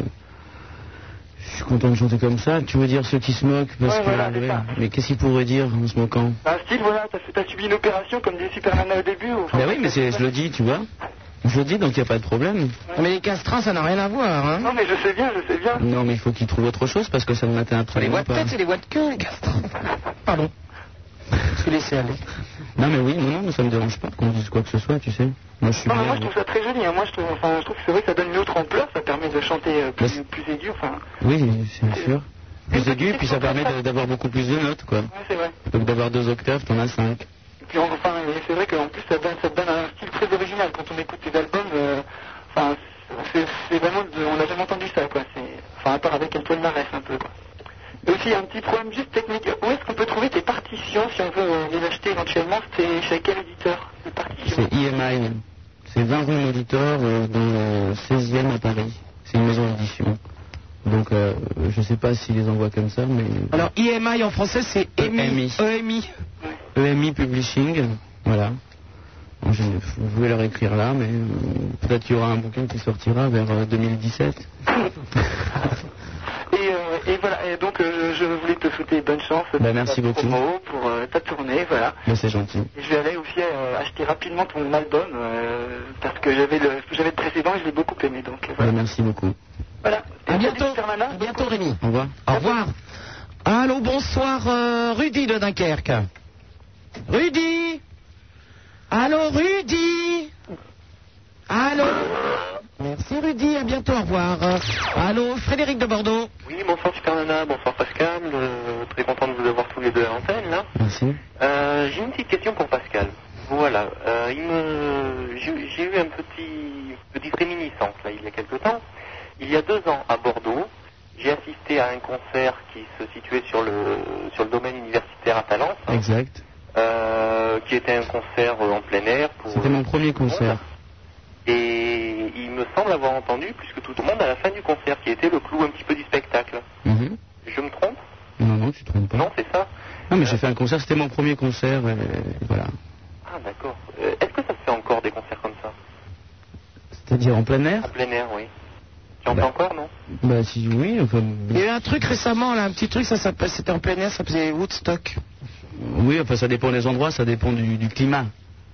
je suis content de chanter comme ça. Tu veux dire ceux qui se moquent parce
Ouais,
que.
voilà, c'est ça. Bah,
mais qu'est-ce qu'ils pourraient dire en se moquant
Un Ah, style, voilà, t'as, t'as subi une opération comme dit Superman au début ou...
Ben oui, mais c'est- je le dis, tu vois. Je le dis, donc il n'y a pas de problème.
Mais les castrins, ça n'a rien à voir, hein
Non, mais je sais bien, je sais bien.
Non, mais il faut qu'ils trouvent autre chose parce que ça ne m'atteint absolument pas.
(laughs) des voix de queue, les castrins. Pardon.
Je suis laissé aller. Non, mais oui, non, non, mais ça me dérange pas qu'on dise quoi que ce soit, Ah, tu sais. Moi, je suis
Non, mais
bien.
moi je trouve ça très joli, hein. moi je trouve, enfin, je trouve que c'est vrai que ça donne une autre ampleur, ça permet de chanter euh, plus, plus aigu, enfin,
Oui, c'est sûr. Plus aigu, puis ça permet de- d'avoir beaucoup plus de notes, quoi.
ouais, c'est vrai.
Donc d'avoir deux octaves, t'en as cinq.
Et puis enfin, et c'est vrai qu'en plus ça donne, ça donne un style très original quand on écoute tes albums, euh, enfin, c'est, c'est vraiment, de- on n'a jamais entendu ça, quoi, c'est, enfin, à part avec El Marès un peu, quoi. Et aussi un petit problème juste technique, où est-ce qu'on peut trouver tes partitions si on veut euh, les acheter éventuellement, c'est chez quel éditeur
C'est IMI. C'est 20 rue Molitor, euh, dans le 16e à Paris. C'est une maison d'édition. Donc, euh, je sais pas s'ils les envoient comme ça, mais...
Alors, IMI en français, c'est E EMI.
E
EMI.
EMI E Publishing, voilà. Bon, je- vous pouvez leur écrire là, mais euh, peut-être qu'il y aura un bouquin qui sortira vers euh, 2017.
Et, euh, et voilà, et donc euh, je, je voulais te souhaiter bonne chance
Bah, merci
pour ta
beaucoup.
promo, pour euh, ta tournée, voilà.
Mais c'est gentil.
Et je vais aller aussi euh, acheter rapidement ton album euh, parce que j'avais le j'avais le précédent et je l'ai beaucoup aimé donc. euh,
Bah, merci beaucoup.
Voilà.
À bientôt. À bientôt, Rémi.
Au revoir.
Au revoir. Allô, bonsoir, euh, Rudy de Dunkerque. Rudy Allô, Rudy Allô Merci, Rudy. À bientôt, au revoir. Euh, Allô, Frédéric de Bordeaux.
Oui, bonsoir Super Nana, bonsoir Pascal, euh, très content de vous avoir tous les deux à l'antenne là.
Merci.
Euh, j'ai une petite question pour Pascal. Voilà, euh, il me... j'ai j'ai eu un petit petite réminiscence là il y a quelque temps. Il y a deux ans à Bordeaux, j'ai assisté à un concert qui se situait sur le sur le domaine universitaire à Talence,
Exact.
euh, qui était un concert euh, en plein air pour
C'était mon premier concert.
et il me semble avoir entendu plus que tout le monde à la fin du concert qui était le clou un petit peu du spectacle.
Mhm.
Je me trompe
Non, non, tu te trompes pas.
Non, c'est ça.
Non, mais j'ai fait un concert, c'était mon premier concert, et voilà.
Ah d'accord. Euh, Est-ce que ça se fait encore des concerts comme ça
C'est-à-dire en plein air
En plein air, oui. Tu en fais encore, non
Bah, si oui, enfin...
Il y a eu un truc récemment, là, un petit truc, ça s'appelle- c'était en plein air, ça faisait Woodstock.
Oui, enfin, ça dépend des endroits, ça dépend du, du climat.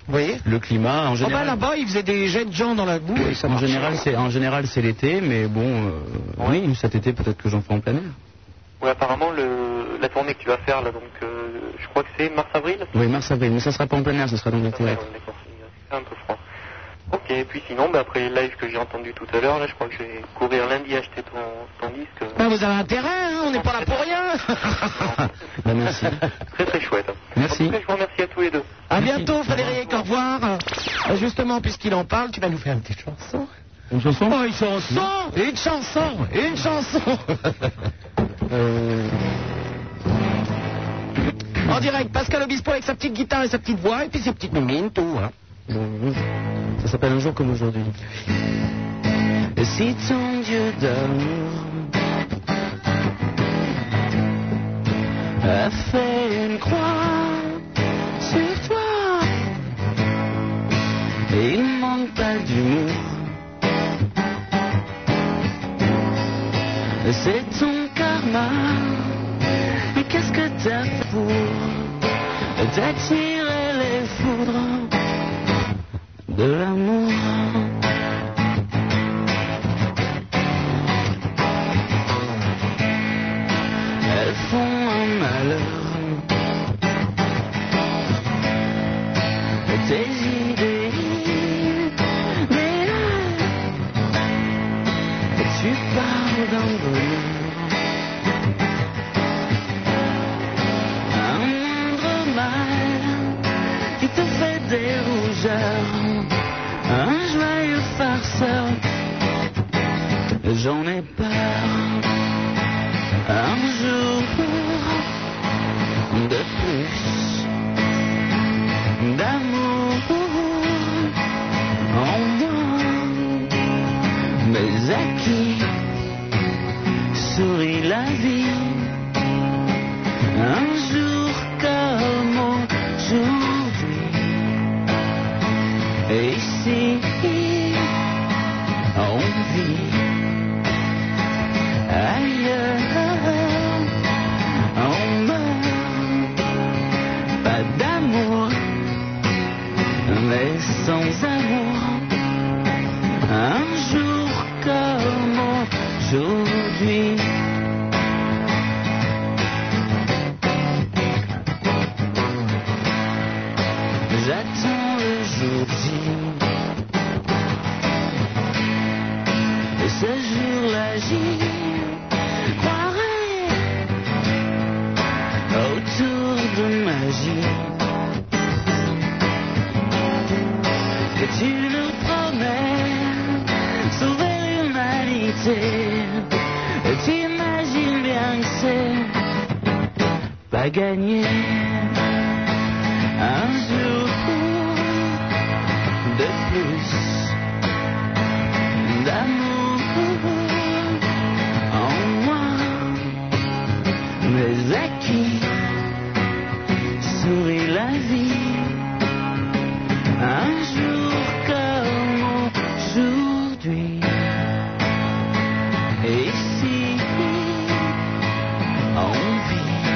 Vous voyez
Le climat, en
Oh, bah,
général...
là-bas, ils faisaient des jets de gens dans la boue et ça
en
marchait.
général, c'est en général c'est l'été, mais bon, euh, oui, cet été peut-être que j'en fais en plein air.
Oui, apparemment, le, la tournée que tu vas faire, là, donc, euh, je crois que c'est mars-avril.
Oui, mars avril, mais ça sera pas en plein air, ça sera dans le théâtre.
C'est un peu froid. Ok, et puis sinon, bah, après les lives que j'ai entendus tout à l'heure, là, je crois que je vais courir lundi acheter ton, ton disque.
Bah, vous avez intérêt, hein, on n'est pas là pour rien. (laughs)
Bah, merci.
(laughs) Très très chouette.
Merci.
En tout cas, je vous remercie à tous les deux.
À bientôt, Frédéric, au revoir. Euh, Justement, puisqu'il en parle, tu vas nous faire une petite chanson.
Une chanson
Oh, une chanson Une chanson
(laughs)
Une chanson Euh. En direct, Pascal Obispo avec sa petite guitare et sa petite voix, et puis ses petites mimines, tout. Hein.
Ça s'appelle un jour comme aujourd'hui. Si ton Dieu d'amour a fait Euh, une croix sur toi, et il manque pas d'humour, c'est ton karma. Mais qu'est-ce que t'as fait pour t'attirer les foudres de l'amour. Elles font un malheur. Tes idées délirent. Et tu parles d'un
s'envoler. Un moindre mal qui te fait des rougeurs, un joyeux farceur, j'en ai peur. Un jour de plus d'amour en moi, mais à qui sourit la vie? Un jour comme aujourd'hui, et ici on vit ailleurs, on meurt, pas d'amour, mais sans amour. Un jour comme aujourd'hui. J'attends le jour J. Et ce jour-là, j'y croirai autour de magie. Que tu nous promets sauver l'humanité. Et tu imagines bien que c'est pas gagné. Un jour de plus d'amour en moi, mais à qui sourit la vie un jour comme aujourd'hui, et ici on vit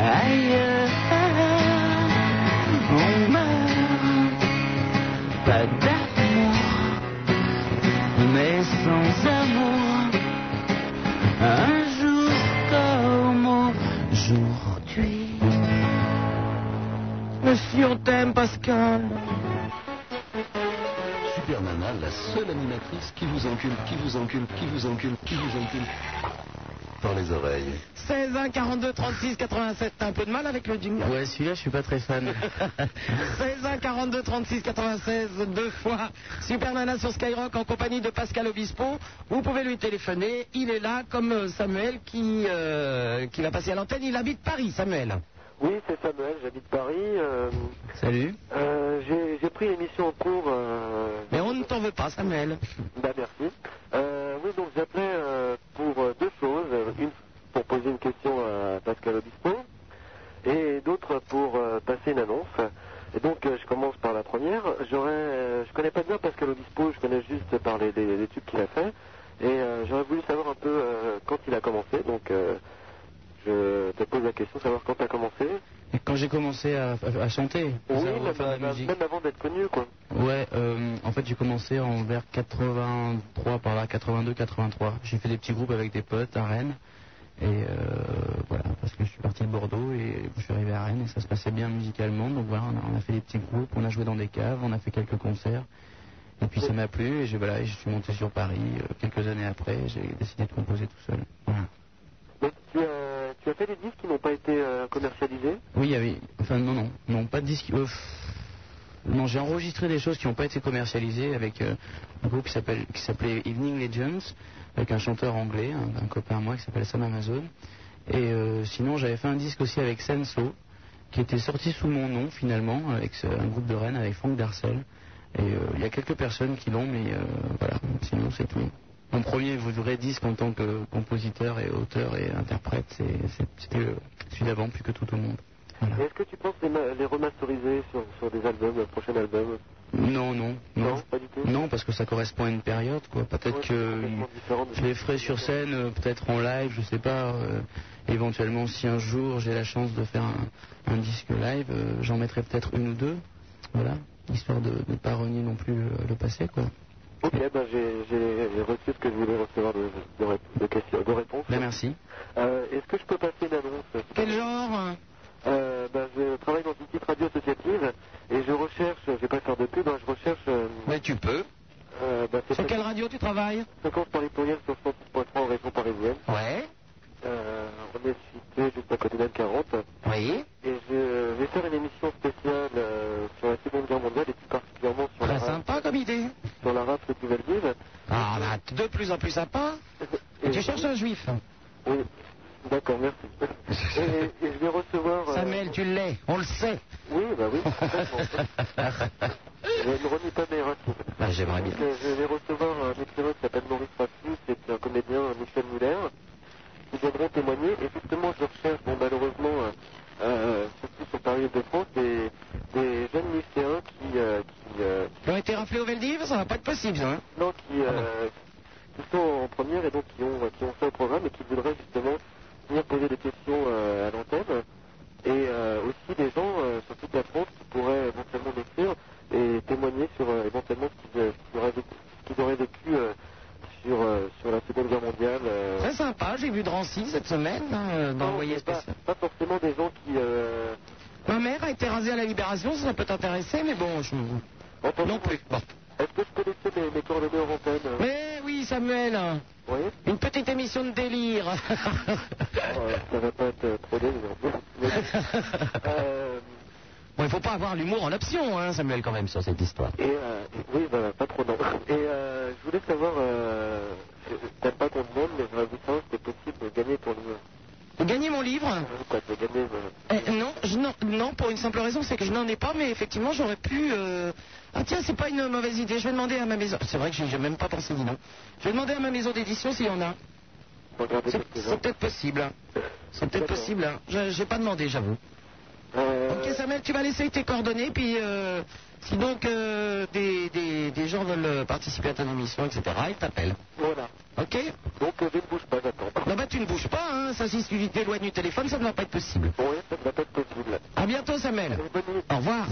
ailleurs, on meurt, pas d'amour mais sans amour, un jour comme aujourd'hui.
Monsieur, on t'aime, Pascal.
Super Nana, la seule animatrice qui vous encule, qui vous encule, qui vous encule, qui vous encule. Par les oreilles.
16 1 42 36 87. T'as un peu de mal avec le jingle
Ouais, celui-là, je suis pas très
(laughs)
fan.
16 1 42 36 96 deux fois Super Nana sur Skyrock en compagnie de Pascal Obispo. Vous pouvez lui téléphoner. Il est là comme euh, Samuel qui euh, qui va passer à l'antenne. Il habite Paris, Samuel.
Oui, c'est Samuel, j'habite Paris. euh,
Salut.
euh, j'ai- J'ai pris l'émission en cours. euh,
Mais on ne t'en veut pas, Samuel.
bah, merci. Euh, oui, donc j'appelais euh, pour euh, deux choses. Euh, Une pour poser une question à Pascal Obispo et d'autres pour euh, passer une annonce. Et donc euh, je commence par la première. J'aurais, euh, je connais pas bien Pascal Obispo, je connais juste par les, les- les tubes qu'il a fait. Et euh, j'aurais voulu savoir un peu euh, quand il a commencé. Donc euh, je te pose la question, savoir quand tu as commencé.
Quand j'ai commencé à, à- à chanter,
Oui,
ça,
même,
faire de la
même-
musique.
même avant d'être connu, quoi.
Ouais, euh, en fait j'ai commencé en vers 83, par là, 82-83. J'ai fait des petits groupes avec des potes à Rennes. Et euh, voilà, parce que je suis parti de Bordeaux et je suis arrivé à Rennes et ça se passait bien musicalement. Donc voilà, on a, on a fait des petits groupes, on a joué dans des caves, on a fait quelques concerts. Et puis ça m'a plu et je, voilà, et je suis monté sur Paris euh, quelques années après. J'ai décidé de composer tout seul. Voilà.
Tu as, tu as fait des disques qui n'ont pas été euh, commercialisés.
Oui, il y avait. Enfin, non, non, non, pas de disque. euh, pff. non, j'ai enregistré des choses qui n'ont pas été commercialisées avec euh, un groupe qui s'appelle- qui s'appelait Evening Legends, avec un chanteur anglais, hein, un, un copain à moi qui s'appelle Sam Amazon. Et euh, sinon, j'avais fait un disque aussi avec Senso, qui était sorti sous mon nom finalement, avec ce- un groupe de Rennes, avec Franck Darcel. Et euh, il y a quelques personnes qui l'ont, mais euh, voilà, sinon c'est tout. Mon premier vrai disque en tant que compositeur et auteur et interprète, c'est- c'est- c'était euh, celui d'avant, plus que tout au monde.
Et Est-ce que tu penses les, ma- les remasteriser sur, sur des albums, le prochain album
Non, non, non. Non, parce que ça correspond à une période, quoi. Peut-être que je les ferai sur scène, euh, peut-être en live, je sais pas. euh, éventuellement, si un jour j'ai la chance de faire un, un disque live, euh, j'en mettrai peut-être une ou deux. Voilà, histoire de ne pas renier non plus euh, le passé, quoi.
Ok, ben j'ai j'ai- j'ai reçu ce que je voulais recevoir de, de, ré- de questions, de réponses.
Ben, merci.
Euh, Est-ce que je peux passer une annonce
Quel genre
euh, ben, Je travaille dans une petite radio associative et je recherche, je vais pas faire de pub, hein, je recherche... euh,
Mais tu peux.
Euh, bah, c'est
Sur quelle radio tu travailles
Fréquence par les pluriels sur 106.3 en région parisienne.
Ouais.
Euh, on est situé juste à côté d'Anne40.
Oui.
Et je vais faire une émission spéciale euh, sur la Seconde Guerre mondiale et plus particulièrement sur la
sympa comme idée.
Sur la race de Nouvelle-Ville.
Ah, bah, de plus en plus sympa. Tu cherches un juif.
Oui. D'accord,
(laughs)
merci. et, et je vais recevoir. euh,
Samuel, tu l'es, on le sait.
Oui, bah
(laughs)
oui. complètement. je ne renie pas mes racines.
Bah, J'aimerais bien.
Donc, euh, je vais recevoir un écrivain qui s'appelle Maurice Racine, c'est un comédien, euh, Michel Muller, qui viendront témoigner. Et justement, je recherche, bon, malheureusement, euh, euh, surtout sur Paris de France, des, des jeunes lycéens qui, euh, qui, euh,
Ils ont été rappelés au Veldiv, ça va pas être possible, ça. hein.
non, qui, euh, qui sont en première et donc qui ont, qui ont fait le programme et qui voudraient justement venir poser des questions euh, à l'antenne. Et euh, aussi des gens euh, sur toute la France qui pourraient éventuellement m'écrire et témoigner sur euh, éventuellement ce qu'ils euh, ce qu'ils auraient vécu, ce qu'ils auraient vécu, euh, sur, euh, sur la Seconde Guerre mondiale. euh,
Très sympa, j'ai vu Drancy cette semaine, hein, dans le voyage spécial.
pas forcément des gens qui... euh,
Ma mère a été rasée à la Libération, ça peut t'intéresser, mais bon, je... Non plus. Bon.
Est-ce que je connaissais mes, mes coordonnées en antenne euh,
Mais oui, Samuel.
Oui.
Une petite émission de délire.
euh, Ça va pas être euh, trop délivrant.
(laughs) (laughs) Bon, il faut pas avoir l'humour en option, hein, Samuel, quand même, sur cette histoire.
Et euh, oui, voilà, pas trop non. Et euh, je voulais savoir, euh, je- t'aimes pas qu'on te demande, mais j'aurais voulu savoir si c'était possible de gagner ton livre.
Gagner mon livre
Quoi, de gagner euh,
Eh, non, je n'en- non, pour une simple raison, c'est que je n'en ai pas, mais effectivement, j'aurais pu. euh, Ah tiens, c'est pas une mauvaise idée. Je vais demander à ma maison. C'est vrai que j'ai j'ai même pas pensé, dis donc. Je vais demander à ma maison d'édition s'il y en a.
regarder
C'est
quelques-uns.
c'est peut-être possible. hein. C'est peut-être possible. hein. Je- J'ai pas demandé, j'avoue.
Euh,
Ok, Samuel, tu vas laisser tes coordonnées, puis euh, si donc euh, des, des- des gens veulent euh, participer à ton émission, etc., ils t'appellent.
Voilà.
Ok
Donc, euh, je ne bouge pas, j'attends.
Non, bah tu ne bouges pas, hein. Ça, si tu t'éloignes du téléphone, ça ne va pas être possible.
Oui, ça ne va pas être possible.
À bientôt, Samuel. Au revoir.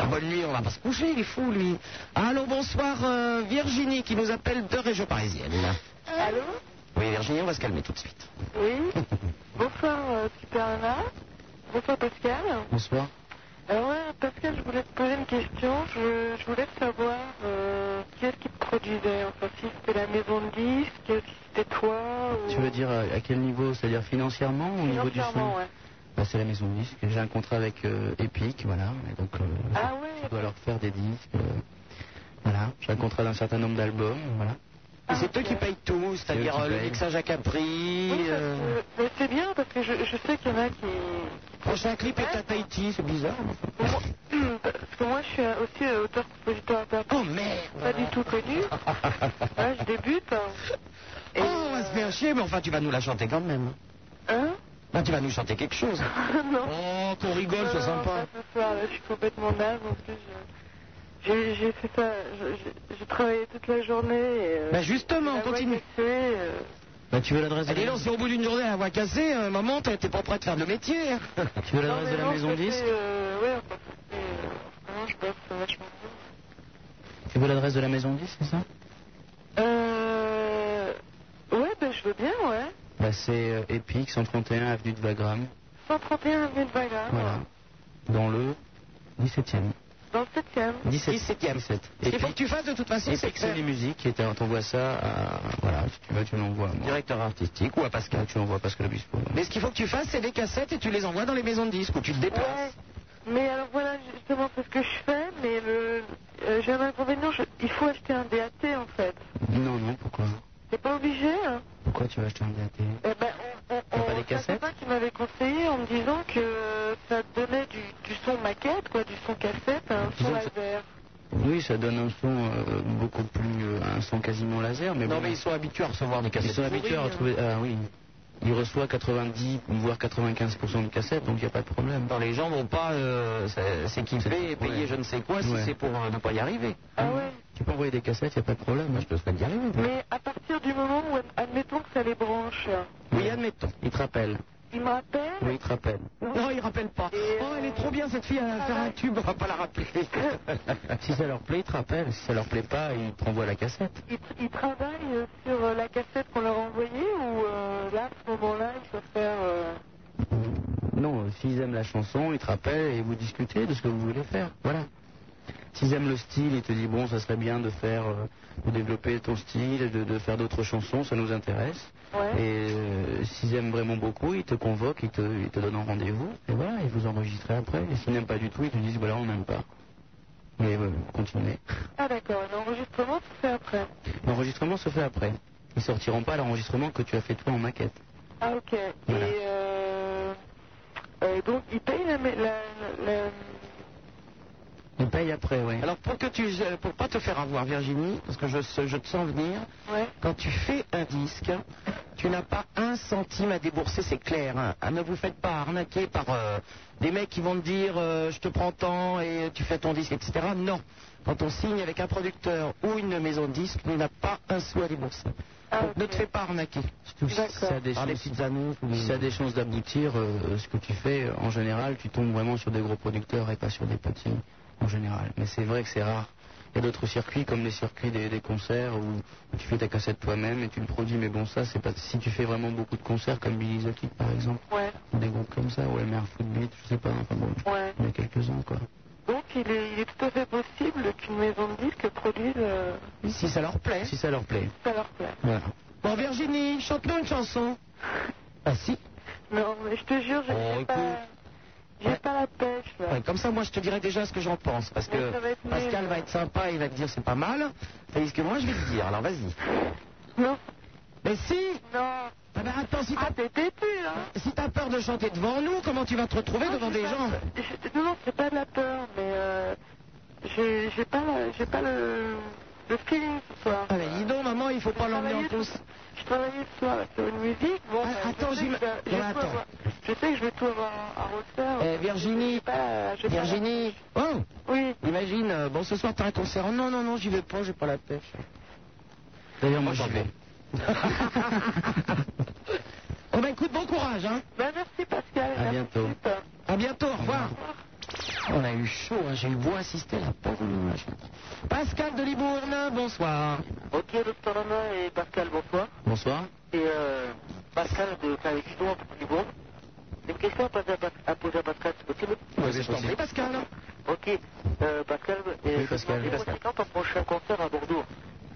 Ah, bonne nuit, on va pas se coucher, il est fou, lui. Allô, bonsoir, euh, Virginie, qui nous appelle de région parisienne.
Allô
Oui, Virginie, on va se calmer tout de suite.
Oui. Bonsoir euh, Super Nana. Bonsoir Pascal.
Bonsoir.
Alors ouais, Pascal, je voulais te poser une question. Je, je voulais savoir euh, qui est-ce qui te produisait. Enfin, si c'était la maison de disques, si c'était toi ou...
Tu veux dire euh, à, à quel niveau C'est-à-dire financièrement ou au niveau du
Financièrement,
son
ouais.
Bah, C'est la maison de disques. J'ai un contrat avec euh, Epic, voilà. Et donc, euh,
Ah
je dois leur faire des disques. euh, voilà. J'ai un contrat d'un certain nombre d'albums, voilà.
Ah,
Et c'est eux qui payent tout, c'est-à-dire
qui
euh, le
payent.
mixage à Capri. euh,
Euh, mais c'est bien parce que je, je sais qu'il y en a qui...
Prochain clip est à Tahiti, c'est bizarre.
euh, Parce que moi, je suis euh, aussi euh, auteur-compositeur-interprète.
Oh merde
Pas du tout connu. Là, je débute.
Oh, on va se faire chier, mais enfin, tu vas nous la chanter quand même.
Hein
Bah, tu vas nous chanter quelque chose.
(laughs) non.
Oh, qu'on rigole, c'est
Non, non,
sympa.
pas ce soir, là, je suis complètement naze. En plus, je- j'ai j'ai fait ça. je- je- J'ai travaillé toute la journée. Et, euh,
Bah, justement,
la voix
continue.
cassée, euh,
Bah, tu veux l'adresse de
Et
la
non, si au bout d'une journée, à voix cassée, euh, maman, t'es t'es pas prêt de faire le métier. hein.
(laughs) Tu veux l'adresse de la
non,
maison de
c'était,
disques
euh, ouais, enfin, c'était, euh, vraiment, je bosse vachement bien.
Tu veux l'adresse de la maison de disques, c'est ça
Euh, ouais, bah, je veux bien, ouais.
Bah, c'est euh, Epic, 131 avenue de Wagram,
131 avenue de Wagram,
voilà. Dans le 17e.
dans le 7ème.
17. 17.
Ce qu'il faut que tu fasses de toute façon, c'est
Epic,
que
c'est les musiques. Et t'en- t'envoies ça à. Voilà, si tu veux, tu l'envoies.
Directeur artistique ou à Pascal
Tu l'envoies à Pascal Obispo.
Mais ce qu'il faut que tu fasses, c'est des cassettes et tu les envoies dans les maisons de disques où tu te déplaces.
Mais alors voilà, justement, c'est ce que je fais, mais le, euh, j'ai un inconvénient, je- il faut acheter un DAT en fait.
Non, non, pourquoi
T'es pas obligé, hein
Pourquoi tu vas acheter un DAT
Eh ben, on, on, on, c'est un copain qui m'avait conseillé en me disant que ça te donnait du, du son maquette, quoi, du son cassette, un son laser.
Oui, ça donne un son euh, beaucoup plus. euh, un son quasiment laser. Mais
non,
bon.
mais ils sont hein. habitués à recevoir des cassettes.
Ils sont habitués à
pourries, euh.
retrouver. Ah oui. Ils reçoivent 90 voire 95% de cassettes, donc il n'y a pas de problème.
hein. Les gens vont pas euh, s'é- s'équiper et payer
Ouais.
je ne sais quoi si
Ouais.
c'est pour euh, ne pas y arriver.
Ah ouais
Tu peux envoyer des cassettes, il n'y a pas de problème. Je peux pas y arriver.
Mais à partir du moment où, admettons que ça les branche, hein.
Oui, admettons. Il te rappelle.
il me rappelle,
Oui, il te rappelle.
Non, ils rappellent pas.
euh,
Oh, elle est trop bien cette fille à faire un tube, on va pas la rappeler.
(laughs) si ça leur plaît, il te rappelle. Si ça leur plaît pas, il te renvoie la cassette.
ils, ils travaillent euh, sur euh, la cassette qu'on leur a envoyée ou euh, là, à ce moment-là, ils peuvent faire... euh,
Non, euh, s'ils aiment la chanson, ils te rappellent et vous discutez de ce que vous voulez faire. Voilà. s'ils aiment le style, ils te disent bon, ça serait bien de faire, euh, de développer ton style, de, de faire d'autres chansons, ça nous intéresse. Et euh, s'ils aiment vraiment beaucoup, ils te convoquent, ils te, ils te donnent un rendez-vous, et voilà, ils vous enregistrez après. Et s'ils n'aiment pas du tout, ils te disent voilà, on n'aime pas. Mais euh, continuez.
Ah d'accord, l'enregistrement se fait après.
L'enregistrement se fait après. Ils sortiront pas l'enregistrement que tu as fait toi en maquette.
Ah ok. Et euh, euh, donc il paye la, la, la-
Ils payent après, oui.
Alors pour que tu, euh, pour pas te faire avoir Virginie, parce que je, se- je te sens venir, quand tu fais un disque, tu n'as pas un centime à débourser, c'est clair. hein. Ah, ne vous faites pas arnaquer par euh, des mecs qui vont te dire euh, je te prends tant et tu fais ton disque, etc. Non. Quand on signe avec un producteur ou une maison de disques, on n'a pas un sou à débourser. Donc ne te fais pas arnaquer. Ah,
ça a des
Par des
chances-
petites annonces ou-
Si ça a des chances d'aboutir, euh, ce que tu fais, euh, en général, tu tombes vraiment sur des gros producteurs et pas sur des petits, en général. Mais c'est vrai que c'est rare. Il y a d'autres circuits, comme les circuits des, des concerts, où tu fais ta cassette toi-même et tu le produis. Mais bon, ça, c'est pas... Si tu fais vraiment beaucoup de concerts, comme Billy the Kid, par exemple, ou des groupes comme ça, ou MR Footbeat, je sais pas, enfin bon, il y en a quelques-uns, quoi.
Donc il est, il est tout à fait possible qu'une maison de disques produise euh,
Si ça leur plaît.
Si ça leur plaît.
ça leur plaît.
Voilà.
Bon Virginie, chante-nous une chanson. Ah si.
Non, mais je te jure, je n'ai pas, j'ai pas la pêche là.
Ouais, comme ça, moi, je te dirai déjà ce que j'en pense. Parce que
ça va être nul.
Pascal va être sympa, il va te dire c'est pas mal. Tandis que moi, je vais te dire, alors vas-y.
Non.
Mais si
Non.
Ah ben attends, si t'as
hein.
Si t'as peur de chanter devant nous, comment tu vas te retrouver devant des gens
Je- non, non, c'est pas de la peur, mais euh, j'ai j'ai pas, la- j'ai pas le, le feeling ce soir.
Ah, mais dis donc, maman, il faut pas l'emmener en Ah,
cause. Je travaillais ce soir sur une musique. Bon, bah,
attends,
je sais
j'im-
que je- je
Non,
peux
attends.
avoir- Je sais que je vais tout avoir à refaire.
Eh, Virginie, Virginie, oh,
oui.
imagine, euh, bon ce soir t'as un concert, Oh, non non non j'y vais pas, j'ai pas la pêche.
D'ailleurs, moi, j'y vais.
Oh ben écoute, bon courage hein.
(laughs) Ben, merci Pascal.
À bientôt. À bientôt, au revoir. On a eu chaud, hein, j'ai eu beau assister à la pauvre image. Pascal de Libourne, bonsoir.
Ok, docteur Lama et Pascal, bonsoir.
Bonsoir.
Et euh, Pascal de Calixto, Libourne. Une question à poser à, Pas- à poser à Pascal, c'est possible
Oui, c'est possible. Pascal.
Ok, euh, Pascal, et
Oui, Pascal.
quand ton prochain concert à Bordeaux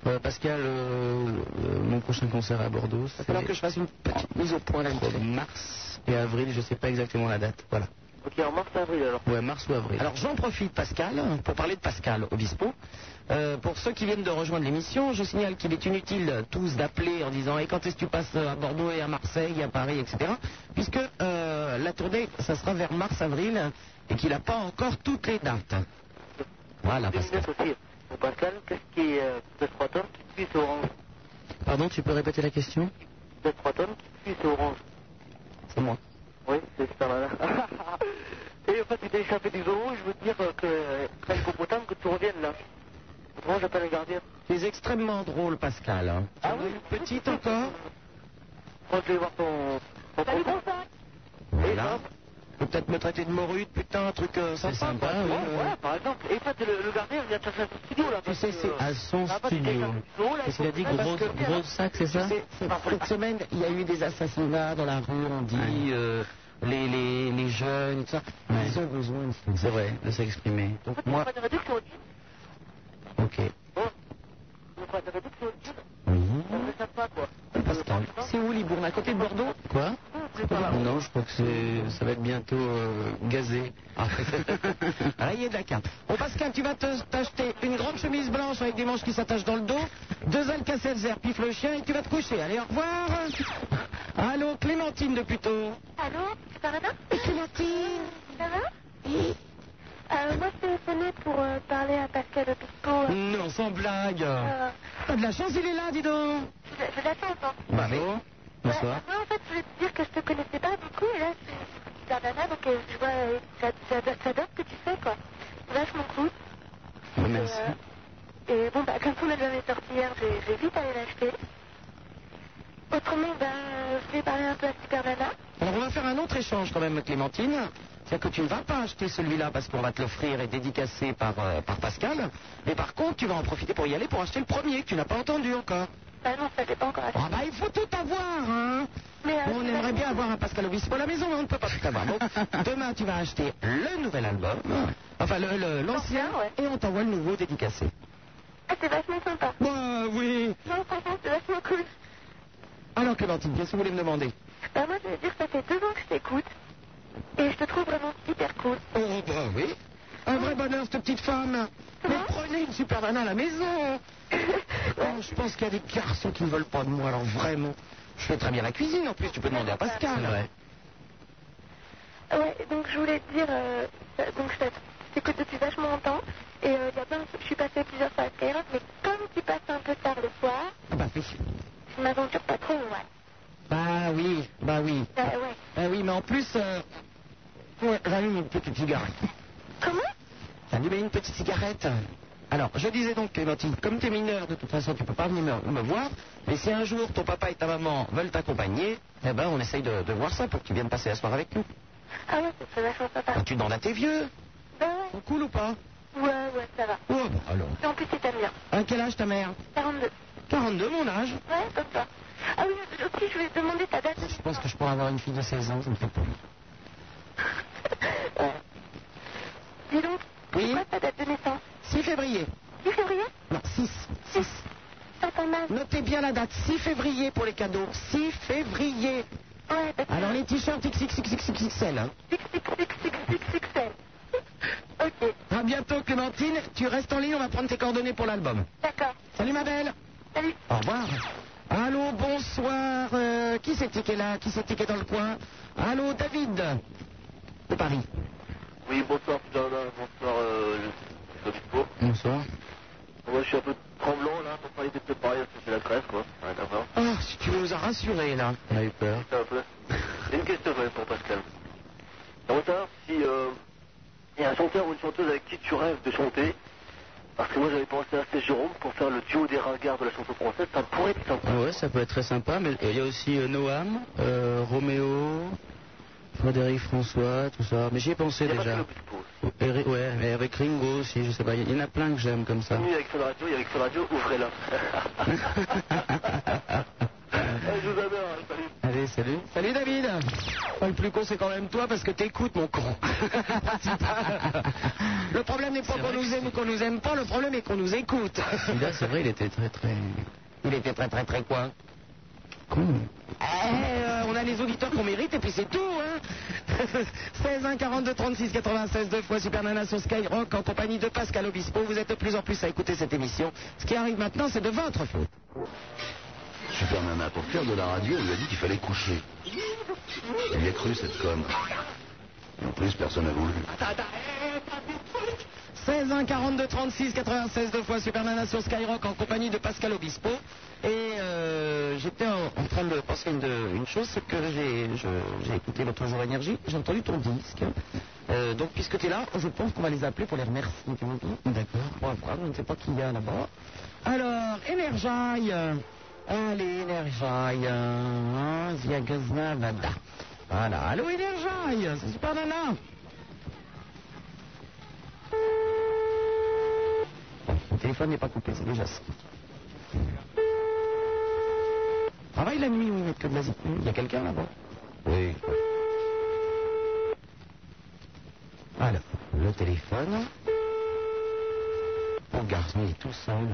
Euh, Pascal, euh, euh, mon prochain concert est à Bordeaux, c'est
Alors que je fasse une petite mise au point là.
mars et avril, je sais pas exactement la date. Voilà.
Ok, en mars-avril alors.
Ouais, mars ou avril.
Alors j'en profite, Pascal, pour parler de Pascal Obispo. Euh, pour ceux qui viennent de rejoindre l'émission, je signale qu'il est inutile euh, tous d'appeler en disant et quand est-ce que tu passes euh, à Bordeaux et à Marseille, à Paris, etc. Puisque euh, la tournée, ça sera vers mars-avril et qu'il n'a pas encore toutes les dates. Voilà, Pascal.
Pour Pascal, qu'est-ce qui est euh, de 3 tonnes qui puisse orange
Pardon, tu peux répéter la question
De 3 tonnes qui puisse orange
C'est moi.
Oui, c'est super malin. (laughs) et en fait, tu t'es échappé du zoo, je veux te dire euh, que euh, quand il faut autant que tu reviennes là. Autrement, j'appelle le gardien.
Tu es extrêmement drôle, Pascal. hein.
Ah oui
Petite encore
Moi, je vais voir ton. ton Salut, bon sac
Voilà. Faut peut-être me traiter de morue, de putain, un truc euh, sympa.
sympa,
quoi, tu
ouais,
vois, euh,
ouais, par exemple. Et en fait, le, le gardien vient te chercher à ton studio là.
Tu sais, c'est à son studio.
Parce qu'il a dit gros- gros sac, c'est ça
Cette semaine, il y a eu des assassinats dans la rue, on dit, euh, les, les, les jeunes, tout ça. Ils ont besoin de
C'est vrai, de s'exprimer.
Donc moi, ok.
Euh,
Pascal, c'est où Libourne À côté de Bordeaux
Quoi Non, je crois que c'est, ça va être bientôt euh,
(laughs)
gazé.
Rayé de la carte. Bon, Pascal, tu vas te- t'acheter une grande chemise blanche avec des manches qui s'attachent dans le dos, deux Alka-Seltzer, pif le chien, et tu vas te coucher. Allez, au revoir. Allô, Clémentine de Puteaux.
Allô, Sarada Clémentine Ça va Oui. Euh, moi, je téléphonais pour euh, parler à Pascal Obispo. euh,
Non, sans blague.
euh,
T'as de la chance, il est là, dis donc.
je je l'attends. hein.
Bonjour. Bonsoir.
Moi, en fait, je voulais te dire que je te connaissais pas beaucoup, et là, je suis super nana, donc euh, je vois, euh, j'a- j'a- j'adore ce que tu fais, quoi. C'est Vachement cool. euh,
Merci.
Et bon, bah, comme ton album est sorti hier, j'ai j'ai vite allé l'acheter. Autrement, ben, je vais parler un peu à Super Nana.
Alors on va faire un autre échange quand même, Clémentine. C'est-à-dire que tu ne vas pas acheter celui-là parce qu'on va te l'offrir et dédicacé par, euh, par Pascal. Mais par contre, tu vas en profiter pour y aller pour acheter le premier que tu n'as pas entendu encore.
Bah non, ça, j'ai pas encore acheté.
Ah bah il faut tout avoir, hein
Mais, euh,
Bon, On
c'est
aimerait
pas-
hein, Ah, bien avoir un Pascal Obispo à la maison, mais on ne peut pas tout avoir. Donc, demain, tu vas acheter le nouvel album. Enfin, le- le- l'ancien, et on t'envoie le nouveau dédicacé.
Ah, c'est vachement sympa.
Bah oui.
Non, franchement, c'est vachement cool.
Alors, Clémentine, qu'est-ce que vous voulez me demander
Bah, moi, je veux dire, ça fait deux ans que je t'écoute. Et je te trouve vraiment hyper cool.
Oh, bah oui. Un vrai bonheur, cette petite femme. Mais prenez une super nana à la maison. (laughs) Oh, je pense qu'il y a des garçons qui ne veulent pas de moi, alors vraiment. Je fais très bien la cuisine, en plus, tu peux demander à Pascal.
(laughs) Ouais, donc je voulais te dire, euh, ça- donc je t'éc- je t'écoute depuis vachement longtemps. Et euh, il y a plein de- je suis passée plusieurs fois à Skyrock, mais comme tu passes un peu tard le soir,
Ah, bah oui.
je m'aventure pas trop, ouais.
Bah oui, bah oui.
Bah, ouais.
Bah oui, mais en plus, euh, ouais, j'allume une petite cigarette.
Comment
J'allume une petite cigarette. Alors, je disais donc, Clémentine, comme tu es mineure, de toute façon, tu peux pas venir me, me voir. Mais si un jour ton papa et ta maman veulent t'accompagner, eh ben, on essaye de, de voir ça pour que tu viennes passer la soirée avec nous.
Ah ouais, c'est vachement sympa.
Ah, tu demandes à tes vieux.
Bah ouais.
C'est cool ou pas
Ouais, ouais, ça va.
Oh, bah, alors.
Et en plus, tu t'aimes bien.
À quel âge ta mère
42.
42, mon âge.
Ouais, comme ça. Ah oui, aussi, je voulais te demander ta date.
Je pense que je pourrais avoir une fille de 16 ans, ça me fait peur.
Dis donc,
Oui
c'est quoi ta date de naissance
6 février.
6 février
Non, 6. 6. Notez bien la date, 6 février pour les cadeaux. 6 février. Alors les t-shirts XXXXXL. Hein. ok. À bientôt Clémentine, tu restes en ligne, on va prendre tes coordonnées pour l'album.
D'accord.
Salut ma belle.
Salut.
Au revoir. Allô, bonsoir. Euh, qui s'est tiqué là Qui s'est tiqué dans le coin Allô, David. De
(laughs)
Paris.
Oui, bonsoir Fiona, bonsoir euh, le- le Bispo.
Bonsoir.
Moi je suis un peu tremblant là, pour parler de ce pareil, parce que j'ai la crève quoi, rien à voir.
Oh, si tu nous as rassurés là. On a eu peur.
C'est un peu. J'ai une question quand même pour Pascal. J'aimerais savoir si euh, il y a un chanteur ou une chanteuse avec qui tu rêves de chanter. Parce que moi j'avais pensé à Céline Jérôme pour faire le duo des ringards de la chanson française, ça pourrait être sympa.
Ouais, ça peut être très sympa, mais il y a aussi euh, Noam, euh, Roméo, Frédéric François, tout ça. Mais j'y ai pensé
Il y a
déjà.
pas
Et Ri- ouais, mais avec Ringo aussi, je sais pas. Il y en a plein que j'aime comme ça.
Bienvenue avec Fun Radio et avec Fun Radio,
(laughs)
ouvrez-la.
(laughs)
Eh, je vous adore, salut.
Allez, salut. Salut David. Oh, le plus con, c'est quand même toi parce que t'écoutes, mon con. C'est pas- (laughs) le problème n'est pas qu'on nous aime ou qu'on nous aime pas, le problème est qu'on nous écoute.
Celui-là, c'est vrai, il était très très.
Il était très très très quoi Eh, euh, on a les auditeurs qu'on mérite et puis c'est tout, hein (laughs) 16 1 42 36 96 deux fois Super Nana sur Skyrock en compagnie de Pascal Obispo. Vous êtes de plus en plus à écouter cette émission. Ce qui arrive maintenant, c'est de votre faute.
Super Nana, pour faire de la radio, on lui a dit qu'il fallait coucher. Il y a cru, cette conne. Et en plus, personne n'a voulu.
eh, 16 1 42 36 96 deux fois Super Nana sur Skyrock en compagnie de Pascal Obispo. Et euh, j'étais en, en train de penser une, de- une chose, c'est que j'ai je- j'ai écouté l'autre jour Énergie, j'ai entendu ton disque. Euh, donc puisque tu es là, je pense qu'on va les appeler pour les remercier. D'accord. je ne sais pas qui il y a là-bas. Alors, Énergie. Allez, Énergie. Hein, Ziagaznavada. Voilà. Allô, Énergie. C'est Super Nana. Le téléphone n'est pas coupé, c'est déjà ça. Travaille la nuit, oui, mais que de la zik- Il y a quelqu'un là-bas Oui. Alors, le téléphone. Mon garçon, il est tout seul.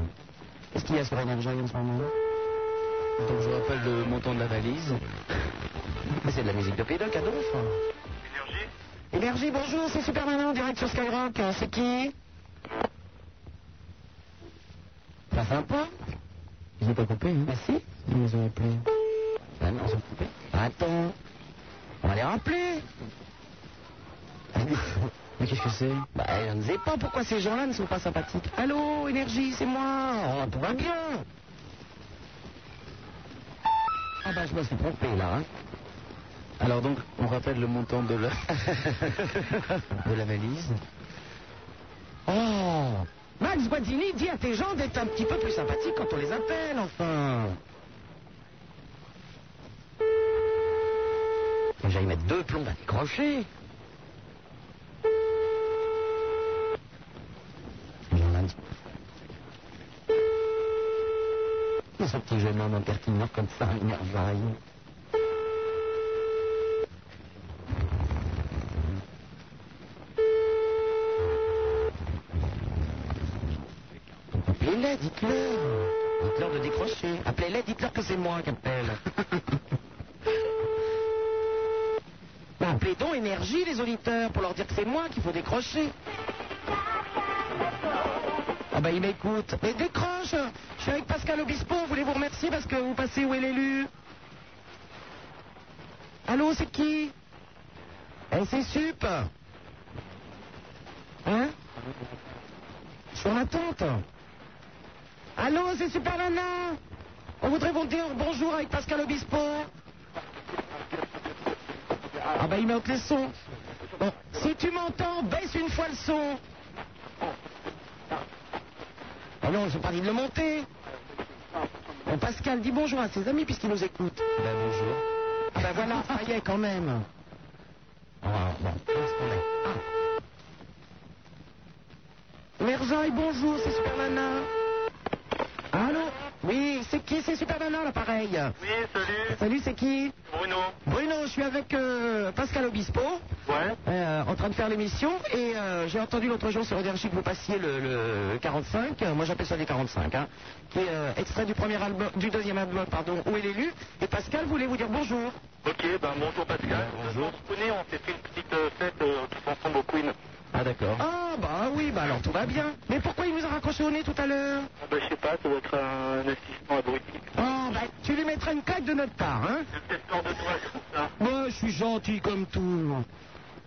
Qu'est-ce qu'il y a sur Energy en ce moment
Donc je vous rappelle le montant de la valise.
Mais c'est de la musique de pédoc, Adolphe. Énergie, bonjour, c'est Super Nana en direct sur Skyrock. Euh, C'est qui Pas sympa Ils n'ont pas coupé, hein Bah si. Ils nous ont appelés. Ah non, ils ont coupé. Attends. On va les rappeler. Mais qu'est-ce que c'est Bah, je ne sais pas pourquoi ces gens-là ne sont pas sympathiques. Allô, énergie, c'est moi. Oh, tout va bien. Ah bah, je me suis trompé là. hein.
Alors donc, on rappelle le montant de
(laughs)
la, de la valise.
Oh Max Guadini dit à tes gens d'être un petit peu plus sympathiques quand on les appelle, enfin Faut que J'allais mettre deux plombs à décrocher. Il y en a un petit- Mais Ce petit jeune homme impertinent comme ça, il merveille. dites-leur. Dites-leur de décrocher. Appelez-les, dites-leur que c'est moi qui appelle. Bon, Appelez donc énergie les auditeurs pour leur dire que c'est moi qu'il faut décrocher. Ah bah ils m'écoutent. Mais décroche Je suis avec Pascal Obispo, je voulais vous remercier parce que vous passez où est l'élu Allô, c'est qui Eh, c'est Sup Hein Je suis en attente. Allô, c'est Super Nana On voudrait vous dire bonjour avec Pascal Obispo. Ah bah il monte les sons. Bon, si tu m'entends, baisse une fois le son. Oh non, je pas dit de le monter. Bon, Pascal, dis bonjour à ses amis puisqu'ils nous écoutent. Ben bonjour. Ah ben voilà, ça y est quand même. Ah, bon, où est-ce qu'on est Ah. Mergeaille, bonjour, c'est Super Nana. Allô Oui, c'est qui C'est Super Nana l'appareil
Oui, salut.
Salut, c'est qui
Bruno.
Bruno, je suis avec euh, Pascal Obispo.
Ouais.
Euh, en train de faire l'émission et euh, j'ai entendu l'autre jour sur Énergie que vous passiez le, le 45, euh, moi j'appelle ça les 45, hein, qui est euh, extrait du premier album, du deuxième album, pardon, où est l'élu. Et Pascal voulait vous dire bonjour.
Ok, ben bonjour Pascal. Bonjour. On se connaît, on s'est fait une petite euh, fête euh, tous ensemble au Queen.
Ah d'accord. Ah bah oui, bah alors tout va bien. Mais pourquoi il vous a raccroché au nez tout à l'heure
Ah, Ben, je sais pas, ça doit être un assistant abruti.
Oh bah tu lui mettras une claque de notre part, hein Moi je suis gentil comme tout.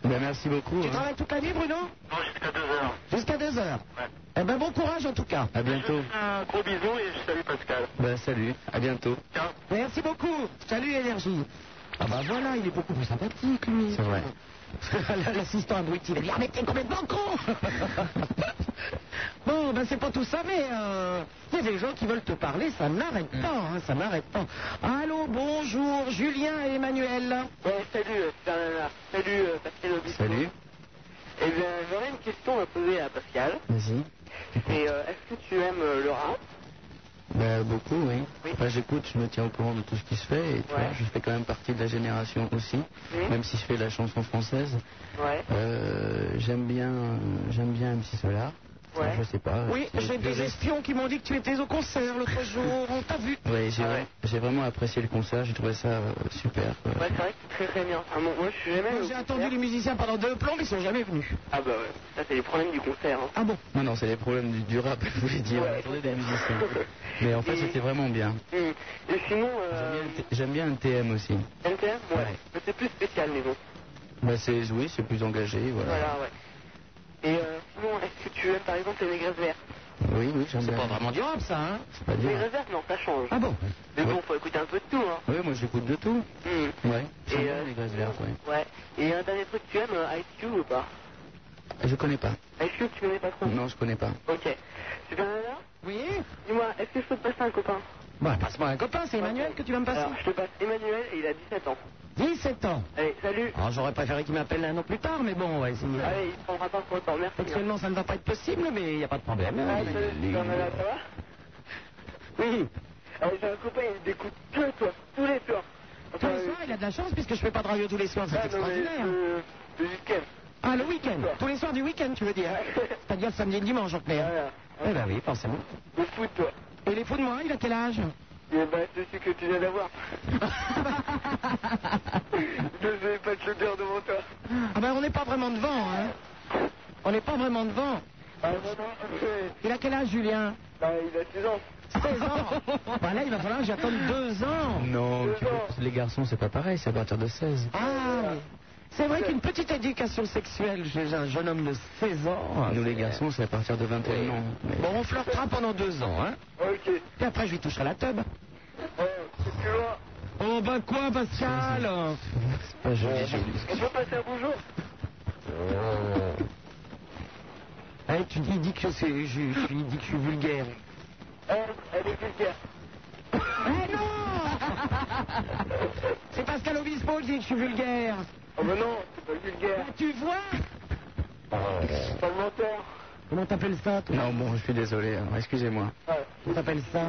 Ben, merci beaucoup.
Tu
hein.
travailles toute la nuit Bruno
Non,
Jusqu'à
jusqu'à 2h.
2h. Eh ben bon courage en tout cas. Bah,
À bientôt.
Un gros bisou et je salue Pascal.
Ben, salut. À bientôt.
Merci beaucoup. Salut Énergie. Ah bah voilà, il est beaucoup plus sympathique lui. C'est vrai. L'assistant abruti, il a dit, Ah, mais t'es complètement (laughs) con Bon, ben c'est pas tout ça, mais euh, il y a des gens qui veulent te parler, ça n'arrête pas, hein, ça n'arrête pas. Allô, bonjour, Julien et Emmanuel.
Ouais, salut, euh, Super Nana. Salut, euh, Pascal Obispo.
Salut.
Eh bien, j'aurais une question à poser à Pascal.
Vas-y.
C'est euh, est-ce que tu aimes euh, le rap
Ben, beaucoup, oui. Enfin, j'écoute, je me tiens au courant de tout ce qui se fait. Et tu vois, je fais quand même partie de la génération aussi, même si je fais de la chanson française.
Ouais.
Euh, j'aime bien, euh, j'aime bien MC Solar. Enfin, Je sais pas.
Oui,
c'est-
j'ai des espions qui m'ont dit que tu étais au concert l'autre jour, on t'a vu.
Oui, j'ai j'ai vraiment apprécié le concert, j'ai trouvé ça euh, super. quoi.
Ouais, c'est vrai que c'est très très bien. Enfin, moi, moi, je suis jamais.
J'ai attendu les musiciens pendant deux plombs, ils sont jamais venus.
Ah bah ouais, ça c'est les problèmes du concert. hein.
Ah bon
Non, non, c'est les problèmes du, du rap, (laughs) je voulais dire. On attendait des musiciens. Mais en fait, c'était vraiment bien.
Hum. Et sinon, euh,
J'aime bien NTM aussi.
NTM, ouais. Mais c'est plus spécial, mais bon.
Bah, c'est oui, c'est plus engagé, voilà.
Voilà, ouais. Et euh, sinon, est-ce que tu aimes par exemple les négresses vertes
Oui, oui, j'aime bien.
C'est pas vraiment du rap ça, hein
C'est pas
Les
du rap.
négresses vertes, non, ça change.
Ah bon
Mais bon, faut écouter un peu de tout, hein.
Oui, moi j'écoute de tout.
Hum.
Ouais. J'aime
Et,
bien
Ah,
euh,
les graisses vertes, ouais.
Ouais. Et un dernier truc, tu aimes euh, Ice Cube ou pas
Je connais pas.
Ice Cube, tu connais pas trop
Non, je connais pas.
Ok. Super Nana
Euh, Oui
Dis-moi, est-ce que je peux te passer un copain
Bah, passe-moi un copain, c'est Emmanuel que tu vas me passer.
Alors, je te passe Emmanuel et il a 17 ans.
17 ans.
Allez, salut
Alors, Ah, j'aurais préféré qu'il m'appelle un an plus tard, mais bon, on va essayer.
Allez, il prendra pas trop de temps, merci. hein.
Actuellement, ça ne va pas être possible, mais il n'y a pas de problème.
Allez, salut, Super Nana, ça va
Oui.
Allez, j'ai un copain, il m'écoute tous les soirs, tous les soirs. Ah,
Tous les soirs, il a de la chance puisque je fais pas de radio tous les soirs, c'est extraordinaire.
euh, Le week-end.
Ah, le week-end Tous les soirs du week-end, tu veux dire C'est-à-dire le samedi et le dimanche, en clair. Eh ben oui, forcément.
Le foot, toi.
Et les fous de moi, il a quel âge
Eh ben, c'est ce que tu
(laughs)
viens d'avoir. Je ne vais pas te le dire devant toi.
Ah ben, on n'est pas vraiment devant, hein On n'est pas vraiment devant.
Ah, non, non, c'est-
Il a quel âge, Julien
bah, il a
(laughs)
6 ans.
16 (laughs) ans Bah là, il va falloir que j'attende deux ans
Non, mais tu vois, les garçons, c'est pas pareil, c'est à partir de 16.
Ah oui. C'est vrai qu'une petite éducation sexuelle chez un jeune homme de 16 ans.
Nous, les garçons, c'est à partir de 21 ans. Mais-
Bon, on flirtera pendant deux ans, hein
Ok.
Et après, je lui toucherai la teub.
C'est plus loin.
Oh, bah quoi, Pascal
C'est
Ah,
pas joli, joli.
On peut passer un bonjour
Eh, tu dis, dis que c'est, je, je- il dit que je suis vulgaire.
Elle, elle est vulgaire.
Eh non C'est Pascal Obispo qui dit que je suis vulgaire.
Oh, bah non, c'est pas vulgaire.
Tu vois
C'est pas le menteur.
Comment t'appelles ça, toi
Non, bon, je suis désolé, hein, excusez-moi. Ben, euh,
Comment t'appelles ça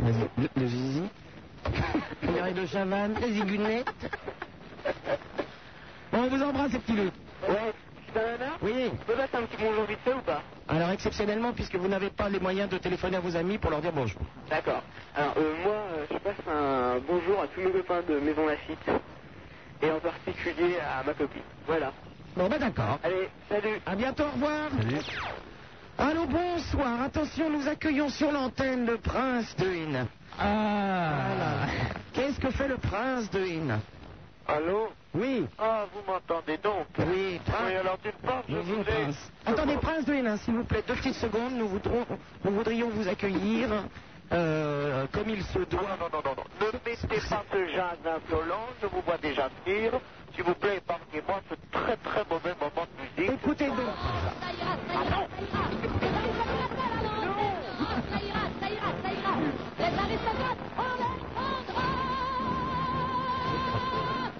Vas-y, le, le zizi
On dirait de Chavannes, les zigounettes. Bon, on vous embrasse, les petits loups.
Ouais, c'est un nana
Oui
On peut passer un petit bonjour vite fait ou pas
Alors exceptionnellement, puisque vous n'avez pas les moyens de téléphoner à vos amis pour leur dire bonjour.
D'accord. Alors, euh, moi, euh, je passe un bonjour à tous mes copains de Maison Lafitte. Et en particulier à ma copine. Voilà.
Bon, ben d'accord.
Allez, salut.
À bientôt, au revoir. Allô, bonsoir. Attention, nous accueillons sur l'antenne le prince de Hine. Ah. Qu'est-ce que fait le prince de Hine
Allô
Oui.
Ah, vous m'entendez donc
Oui, prince.
Oui, alors d'une part, je
Bonjour,
voulais...
prince. Attendez, prince de Hénin, s'il vous plaît, deux petites secondes, nous voudrons, nous voudrions vous accueillir euh, comme il se doit.
Non, non, non, non, non. Ne mettez pas ce jazz insolent, je vous vois déjà venir. S'il vous plaît, épargnez-moi ce très très mauvais moment de musique.
Écoutez donc.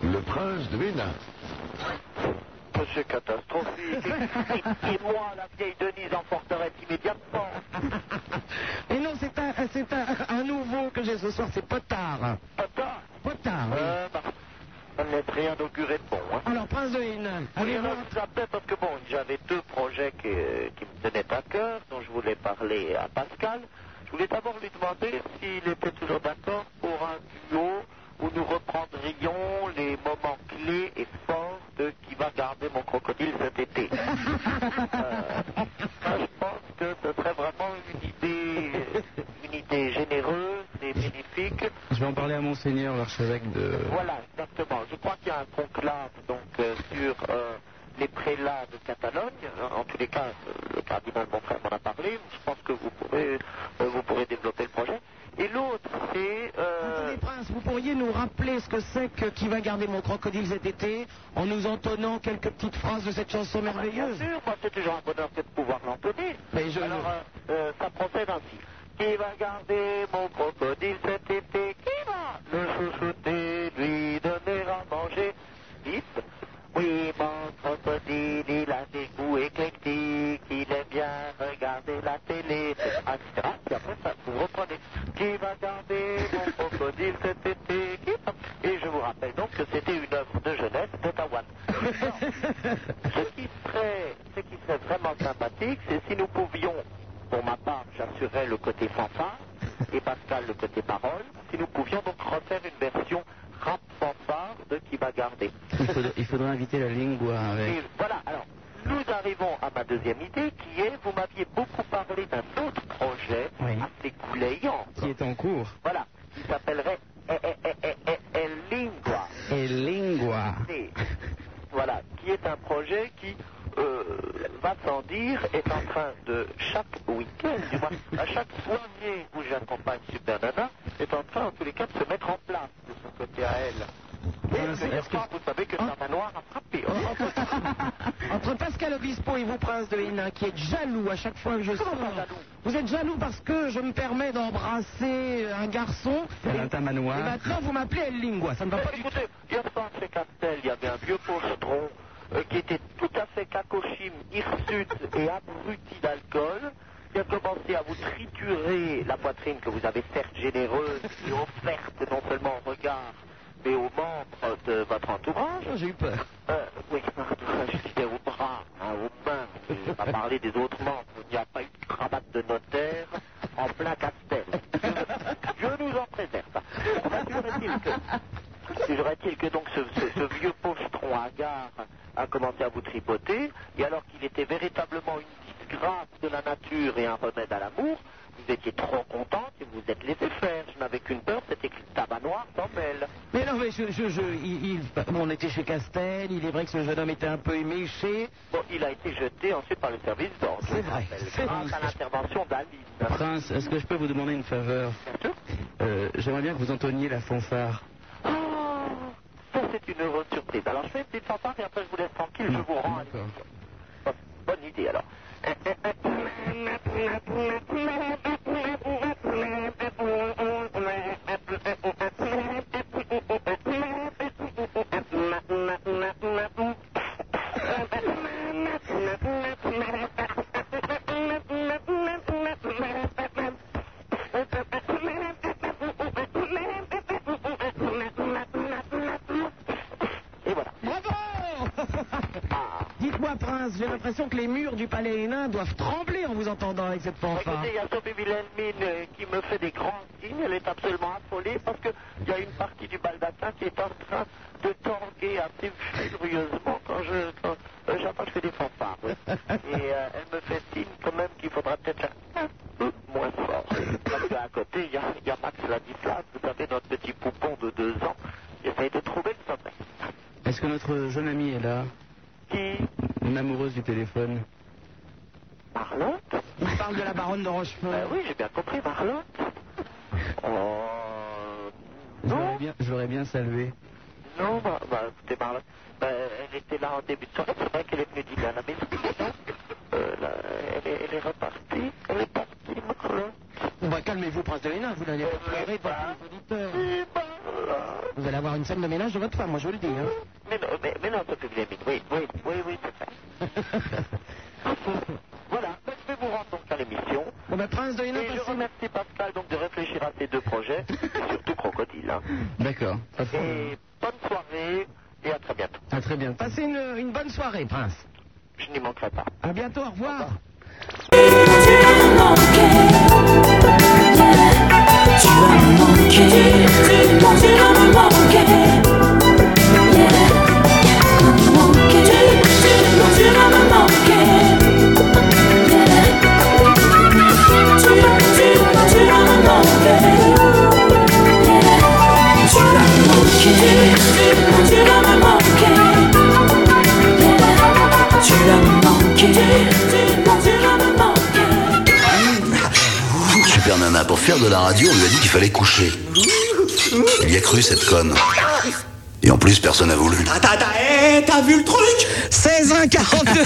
Le prince de Hénin.
C'est catastrophique. Et moi, la vieille Denise emporterait
(laughs)
immédiatement.
Et non, c'est un, c'est un, un nouveau que j'ai ce soir, c'est Potard.
Potard
Potard, oui.
Euh, bah, ça n'est rien d'auguré de bon. Hein.
Alors, prince de Hénin,
Oui,
avez-vous...
alors, je vous appelais parce que bon, j'avais deux projets qui, euh, qui me tenaient à cœur, dont je voulais parler à Pascal. Je voulais d'abord lui demander s'il était toujours d'accord pour un duo où nous reprendrions les moments clés et forts de qui va garder mon crocodile
(laughs)
cet été. Euh, ça, je pense que ce serait vraiment une idée, une idée généreuse et bénéfique.
Je vais en parler à Monseigneur, l'archevêque de.
Voilà, exactement. Je crois qu'il y a un conclave donc, euh, sur euh, les prélats de Catalogne. En tous les cas, euh, le cardinal mon frère m'en a parlé. Je pense que vous pourrez, euh, vous pourrez développer le projet. Et l'autre, c'est... euh,
Attendez, prince, vous pourriez nous rappeler ce que c'est que Qui va garder mon crocodile cet été en nous entonnant quelques petites phrases de cette chanson merveilleuse
Bien sûr, moi c'est toujours un bonheur que de pouvoir l'entonner. Alors, euh, euh, ça procède ainsi. Qui va garder mon crocodile cet été Qui va le chouchouter, lui donner à manger Vite Oui, mon crocodile, il a des goûts éclectiques, il aime bien regarder la télé, etc. Puis après ça, vous reprenez. Qui va garder mon crocodile cet été Qui va Et je vous rappelle donc que c'était une œuvre de jeunesse de Tawane. Ce qui serait, ce qui serait vraiment sympathique, c'est si nous pouvions, pour ma part, j'assurais le côté fanfare et Pascal le côté parole, si nous pouvions donc refaire une version rap fanfare de qui va garder.
Il faudrait, il faudrait inviter la lingua
Et
avec.
voilà, alors, nous arrivons à ma deuxième idée qui est, vous m'aviez beaucoup parlé d'un autre projet assez goulayant,
Qui est en cours.
voilà, qui s'appellerait Eh, eh, eh, eh, eh, eh, Lingua.
Et lingua.
Et voilà, qui est un projet qui euh, va sans dire, est en train de chaque week-end, du moins à chaque soirée où j'accompagne Super Nana, est en train en tous les cas de se mettre en place de son côté à elle. Et le meilleur soir, vous savez que Sarah Noir a frappé. Oh, oh,
(laughs)
oh,
Entre Pascal Obispo et vous, prince de Hénin, qui êtes jaloux à chaque fois que je sors. Vous êtes jaloux parce que je me permets d'embrasser euh, un garçon.
Valentin Manoir.
Et maintenant, vous m'appelez El Lingua. Ça ne va pas du tout.
Écoutez, hier soir chez Castel, il y avait un vieux pochetron euh, qui était tout à fait cacochime, hirsute et abruti d'alcool, qui a commencé à vous triturer la poitrine que vous avez certes généreuse et offerte non seulement au regard, mais aux membres de votre entourage.
J'ai eu peur.
Euh, oui, pardon, (laughs) je disais aux bras, hein, aux mains, je vais pas parler des autres membres, il n'y a pas eu de cravate de notaire en plein Castel. Je, je nous en préserve. Enfin, Toujours-est-il que, toujours-est-il que donc ce, ce- ce vieux pochetron hagard a commencé à vous tripoter, et alors qu'il était véritablement une disgrâce de la nature et un remède à l'amour, vous étiez trop contente et vous vous êtes laissé faire. Je n'avais qu'une peur, c'était que le tabac noir s'en mêle.
Mais non, mais je, je, je- il, il- on était chez Castel. Il est vrai que ce jeune homme était un peu éméché.
Bon, il a été jeté ensuite par le service d'ordre.
C'est vrai,
je rappelle,
c'est
Grâce
vrai.
à l'intervention d'Aline.
Prince, est-ce que je peux vous demander une faveur Euh, J'aimerais bien que vous entonniez la fanfare.
Ça, c'est une heureuse surprise. Alors, je fais une petite fanfare et après, je vous laisse tranquille. Je vous rends à l'émission. Bon, Bonne idée, alors. Ah.
Bravo Dites-moi, prince,
Reims. J'ai l'impression que les murs du palais Hénin doivent trembler en vous entendant avec cette fanfare.
Bah,
Écoutez, il y a Sophie Wilhelmine euh, qui me fait des grands signes. Elle est absolument affolée parce qu'il y a une partie du baldaquin qui est en train de tanguer assez furieusement quand je quand, euh, j'entends que je fais des fanfares. oui. Et euh, elle me fait signe quand même qu'il faudra peut-être faire un peu moins fort. Parce qu'à côté, il y a, il y a Max Ladislas, vous savez, notre petit poupon de deux ans, qui essaye de trouver le sommeil.
Est-ce que notre jeune amie est là Qui Une amoureuse du téléphone.
Marlotte
Il parle de la baronne de Rochefort.
Bah
oui, j'ai bien compris, Marlotte.
Je l'aurais bien, je l'aurais bien salué.
Non, bah, bah, écoutez, Marlotte, bah, elle était là en début de soirée, c'est vrai qu'elle est venue dîner à la maison. Euh, là, elle, est, elle est repartie, elle est partie, Marlotte.
Bon, bah, calmez-vous, Prince de Hénin, vous n'allez pas pleurer devant tous les auditeurs. Vous allez avoir une scène de ménage de votre femme, moi je vous le dis. Hein.
Mais, non, mais, mais non, Sophie Wilhelmine, oui, oui, oui, oui, c'est vrai. voilà, bah, je vais vous rendre donc à l'émission.
Bon, bah, Prince de Hénin,
Et je remercie Pascal donc de réfléchir à ces deux projets, (laughs) et surtout Crocodile. hein.
D'accord.
Et bonne soirée, et à très bientôt.
À très bientôt.
Passez une, une bonne soirée, Prince.
Je n'y manquerai pas.
À bientôt, au revoir.
Tu vas me manquer, tellement tu vas me manquer. Yeah. Me manquer, tellement tu vas me manquer. Yeah. Tu vas, tu vas, tu vas me manquer. Yeah. Tu vas me manquer, tellement tu vas me manquer. Yeah. Tu vas me manquer, tellement tu vas me manquer.
Super Nana, pour faire de la radio, on lui a dit qu'il fallait coucher. Il y a cru, cette conne. Et en plus, personne n'a voulu.
Attends, attends, hé, eh, t'as vu le truc 16 1 (laughs) 42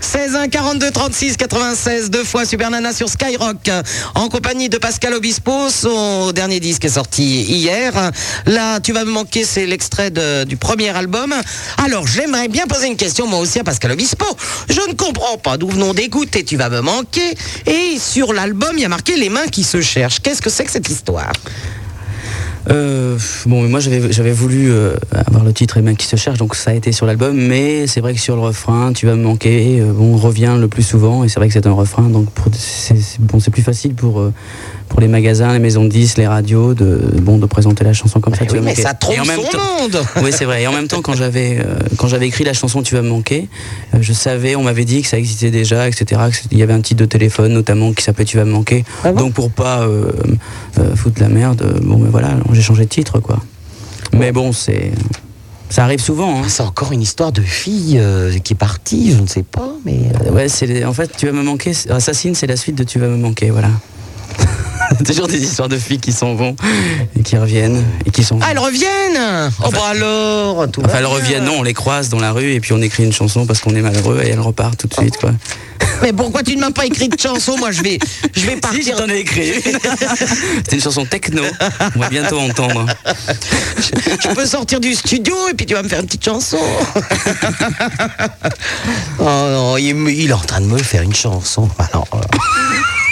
16 1 42 36 96 deux fois Super Nana sur Skyrock en compagnie de Pascal Obispo son dernier disque est sorti hier là tu vas me manquer c'est l'extrait de- du premier album alors j'aimerais bien poser une question moi aussi à Pascal Obispo je ne comprends pas d'où venons d'écouter tu vas me manquer et sur l'album il y a marqué les mains qui se cherchent qu'est-ce que c'est que cette histoire
Euh, bon, mais moi j'avais j'avais voulu euh, avoir le titre et même qui se cherche, donc ça a été sur l'album, mais c'est vrai que sur le refrain, tu vas me manquer, euh, bon, reviens le plus souvent, et c'est vrai que c'est un refrain, donc pour- c'est c'est- bon, c'est plus facile pour, euh, pour les magasins, les maisons de 10, les radios, de, bon, de présenter la chanson comme ça.
Eh
tu
Bah oui,
vas me manquer.
mais ça trompe
Et en même
son
temps-
monde
(laughs) Oui, c'est vrai. Et en même temps, quand j'avais euh, quand j'avais écrit la chanson Tu vas me manquer, euh, je savais, on m'avait dit que ça existait déjà, etc. que c'était- Il y avait un titre de téléphone notamment qui s'appelait Tu vas me manquer.
Ah
Donc pour pas euh, euh, foutre la merde, euh, bon, mais voilà, j'ai changé de titre, quoi. Mais bon, c'est ça arrive souvent. hein.
Ah, C'est encore une histoire de fille euh, qui est partie, je ne sais pas, mais. euh,
Ouais, c'est les- en fait Tu vas me manquer. c'est- Assassine, c'est la suite de Tu vas me manquer, voilà.
(laughs)
Toujours des histoires de filles qui s'en vont et qui reviennent et qui sont.
ah elles reviennent oh bah alors tout
Enfin,
va
elles
bien.
reviennent, non, on les croise dans la rue et puis on écrit une chanson parce qu'on est malheureux et elles repartent tout de suite, quoi.
Mais pourquoi tu ne m'as pas écrit de chanson Moi, je vais, je vais partir.
je t'en ai
(laughs)
écrit. C'est une chanson techno, on va bientôt
bah.
entendre.
je peux sortir du studio et puis tu vas me faire une petite chanson.
(laughs) Oh non, il, me- il est en train de me faire
(laughs)
une chanson. Alors,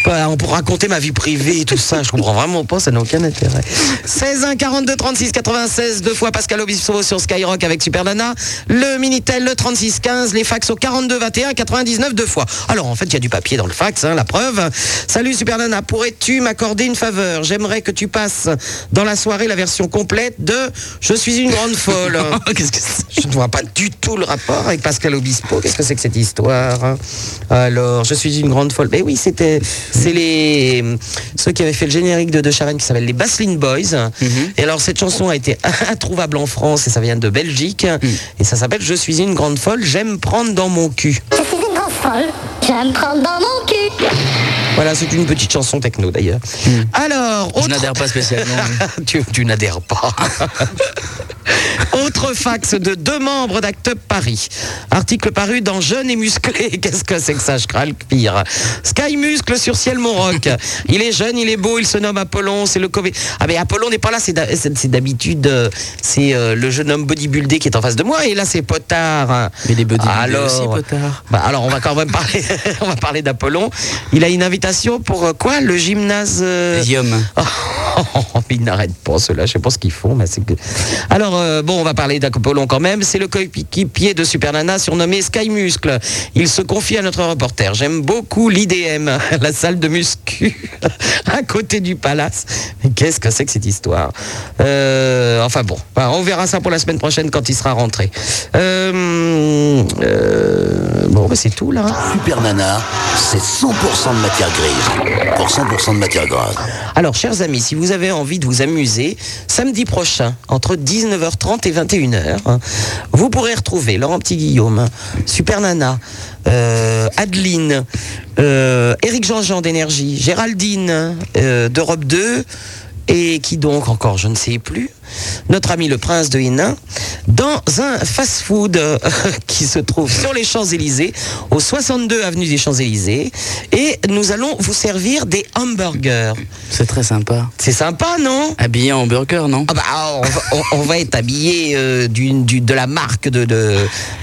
Bah, euh, on pourra raconter ma vie privée et tout ça. Je comprends vraiment pas, ça n'a aucun intérêt. 16 1 42 36 96 deux fois Pascal Obispo sur Skyrock avec Super Nana, le Minitel le 36 15, les fax au 42 21 99 deux fois. Alors en fait, il y a du papier dans le fax, hein, la preuve. Salut Super Nana, pourrais-tu m'accorder une faveur J'aimerais que tu passes dans la soirée la version complète de Je suis une grande folle.
Oh, Qu'est-ce que
Je ne vois pas du tout le rapport avec Pascal Obispo. Qu'est-ce que c'est que cette histoire hein Alors, je suis une grande folle. Mais oui, c'était c'est les ceux qui avaient fait le générique de De Chavannes qui s'appelle les Baseline Boys.
Mhm.
Et alors cette chanson a été (laughs) introuvable en France et ça vient de Belgique
Mhm.
et ça s'appelle Je suis une grande folle, j'aime prendre dans mon cul.
Je suis une grande folle, je vais me prendre dans mon cul.
Voilà, c'est une petite chanson techno d'ailleurs.
Mhm.
Alors, autre... je n'adhère
pas spécialement.
(laughs) tu tu
(laughs)
n'adhères pas. autre fax de deux membres d'Act Up Paris. Article paru dans Jeune et musclé. (laughs) Qu'est-ce que c'est que ça Je crale que pire. Sky Muscle sur
(laughs)
ciel Montroc. Il est jeune, il est beau, il se nomme Apollon. C'est le Covid. Ah mais Apollon n'est pas là. C'est d'ha- c'est- c'est d'habitude. euh, C'est euh, le jeune homme bodybuildé qui est en face de moi. Et là, c'est Potard.
Mais les bodybuildés
alors,
aussi, Potard.
bah, alors on va quand même parler, (laughs) on va parler d'Apollon. Il a une invitation pour euh, quoi Le gymnase. euh,
Yum.
Oh, mais ils n'arrêtent pas ceux-là, je sais pas ce qu'ils font. Mais c'est que- Alors, euh, bon, on va parler d'Apollon quand même. C'est le coéquipier de Super Nana surnommé Sky Muscle. Il se confie à notre reporter. J'aime beaucoup l'IDM, (laughs) la salle de muscu, (laughs) à côté du palace. Mais qu'est-ce que c'est que cette histoire Euh, Enfin bon, enfin, on verra ça pour la semaine prochaine quand il sera rentré. Euh, euh, bon, bah, c'est tout là.
Super Nana, c'est 100% de matière grise pour 100% de matière grasse.
Alors, chers amis, si vous avez envie de vous amuser, samedi prochain, entre 19h30 et 21h, hein, vous pourrez retrouver Laurent Petit-Guillaume, Super Nana, euh, Adeline, euh, Eric Jean-Jean d'Énergie, Géraldine euh, d'Europe 2, et qui donc encore, je ne sais plus, notre ami le prince de Hénin, dans un fast-food euh, (laughs) qui se trouve sur les Champs-Élysées, au 62 avenue des Champs-Élysées, et nous allons vous servir des hamburgers.
C'est très sympa.
C'est sympa, non
Habillé en burger, non
Ah bah, ah, on, va, on- on va être habillé euh, d'une- du- de la marque de, de,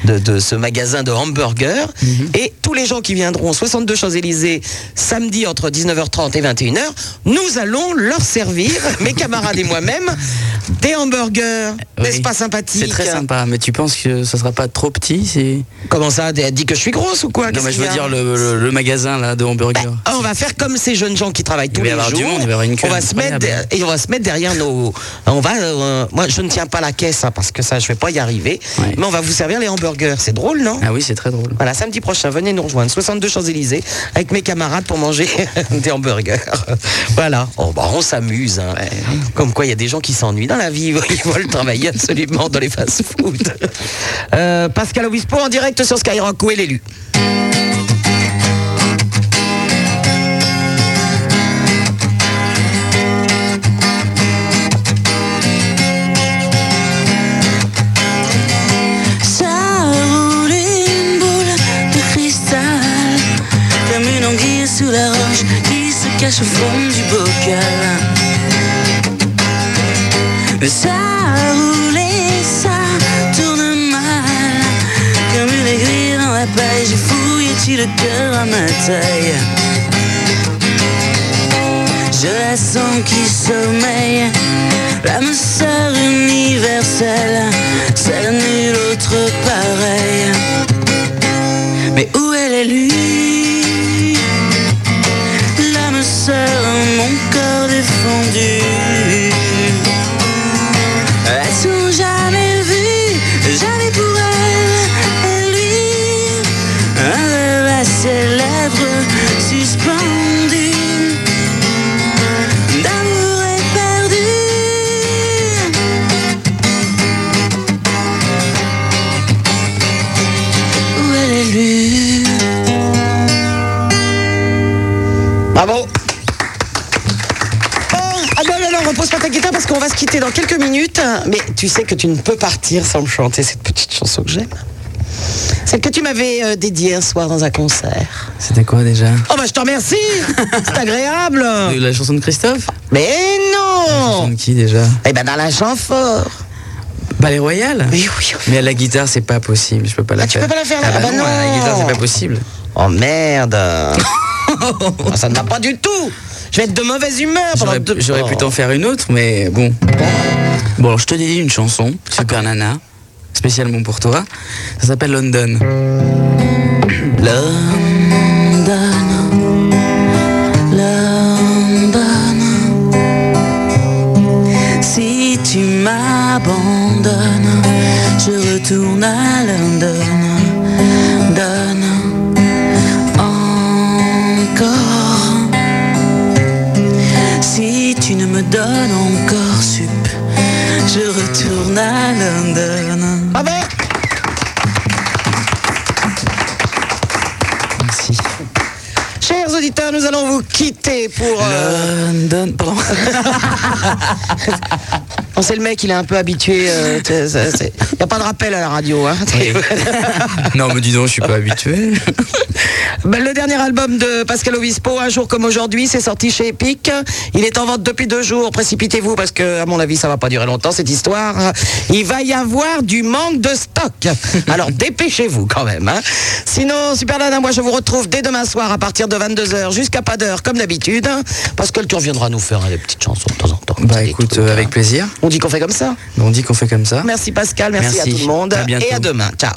de- de ce magasin de hamburgers.
Mhm.
Et tous les gens qui viendront au 62 Champs-Élysées samedi entre 19h30 et 21h, nous allons leur
(laughs)
servir, mes camarades et moi-même, des hamburgers. N'est-ce pas sympathique
C'est très sympa, mais tu penses que ça sera pas trop petit si...
Comment ça Dis que je suis grosse ou quoi
Non,
Qu'est-ce
mais je
qu'il y
veux
a
dire le, le- le magasin là de hamburger.
Ah, on va faire comme ces jeunes gens qui travaillent tous
va y
les
avoir
jours.
du monde, il va y avoir une queue
on va se mettre
incroyable.
de- et on va se mettre derrière nos. On va. euh, moi, je ne tiens pas la caisse hein, parce que ça, je vais pas y arriver. Mais on va vous servir les hamburgers. C'est drôle, non
Ah oui, c'est très drôle.
Voilà, samedi prochain, venez nous rejoindre 62 Champs Élysées avec mes camarades pour manger (laughs) des hamburgers. voilà. Oh, bah, on s'amuse. hein. Comme quoi, il y a des gens qui s'ennuient dans la vie. (laughs) Ils veulent travailler absolument dans les fast-food. Euh, Pascal Obispo en direct sur Skyrock. Où est l'élu
Ça roule une boule de cristal Comme une anguille sous la roche qui se cache au fond du bocal Ça roule et ça tourne mal Comme une aiguille dans la paille J'ai fouillé tu le cœur à ma taille Je la sens qui sommeille L'âme sœur universelle, celle nulle autre pareille. Mais où elle est lui L'âme sœur, mon corps défendu. Elles sont jamais vues, jamais pour elle et lui. Un verre à ses lèvres suspendu d'amour est perdu. Où elle est lue
Bravo Bon, Ah non, non, non, repose pas ta guitare parce qu'on va se quitter dans quelques minutes. Mais tu sais que tu ne peux partir sans me chanter cette petite chanson que j'aime. Celle que tu m'avais euh, dédiée un soir dans un concert.
C'était quoi déjà
Oh bah je te remercie (laughs) C'est agréable
De La chanson de Christophe
Mais non
De qui déjà
Eh ben dans la chanfort
Ballet Royal
Mais oui
Mais à la guitare c'est pas possible, je peux pas la
tu
faire.
peux pas la faire, là
ah bah
Ah bah
non, à la
non.
guitare c'est pas possible.
Oh
(laughs)
merde Ah, Ça ne va pas du tout Je vais être de mauvaise humeur pendant
J'aurais-
deux-
J'aurais pu
Oh.
t'en faire une autre, mais bon. Bon, alors je te dédie une chanson, Super Nana, spécialement pour toi. Ça s'appelle London.
London, London. Si tu m'abandonnes, je retourne à London. Donne encore. Si tu ne me donnes encore sup, je retourne à London.
Ah ben
Merci.
Chers auditeurs, nous allons vous quitter pour... euh,
London, pardon.
(laughs) On sait le mec, il est un peu habitué. euh, Il n'y a pas de rappel à la radio. Hein. (laughs)
non, mais dis donc, je suis pas habitué.
Ben, le dernier album de Pascal Obispo, Un jour comme aujourd'hui, c'est sorti chez Epic. Il est en vente depuis deux jours. Précipitez-vous parce que, à mon avis, ça va pas durer longtemps cette histoire. Il va y avoir du manque de
(laughs)
stock. Alors dépêchez-vous quand même. hein. Sinon, Super Nana, moi je vous retrouve dès demain soir à partir de 22h jusqu'à pas d'heure comme d'habitude. Pascal, tu reviendras nous faire hein, des petites chansons de temps en temps.
Bah écoute, euh, avec plaisir.
On dit qu'on fait comme ça
Hein
On dit qu'on fait comme ça.
Merci Pascal, merci,
Merci.
à tout le monde
À bientôt.
et à demain. Ciao.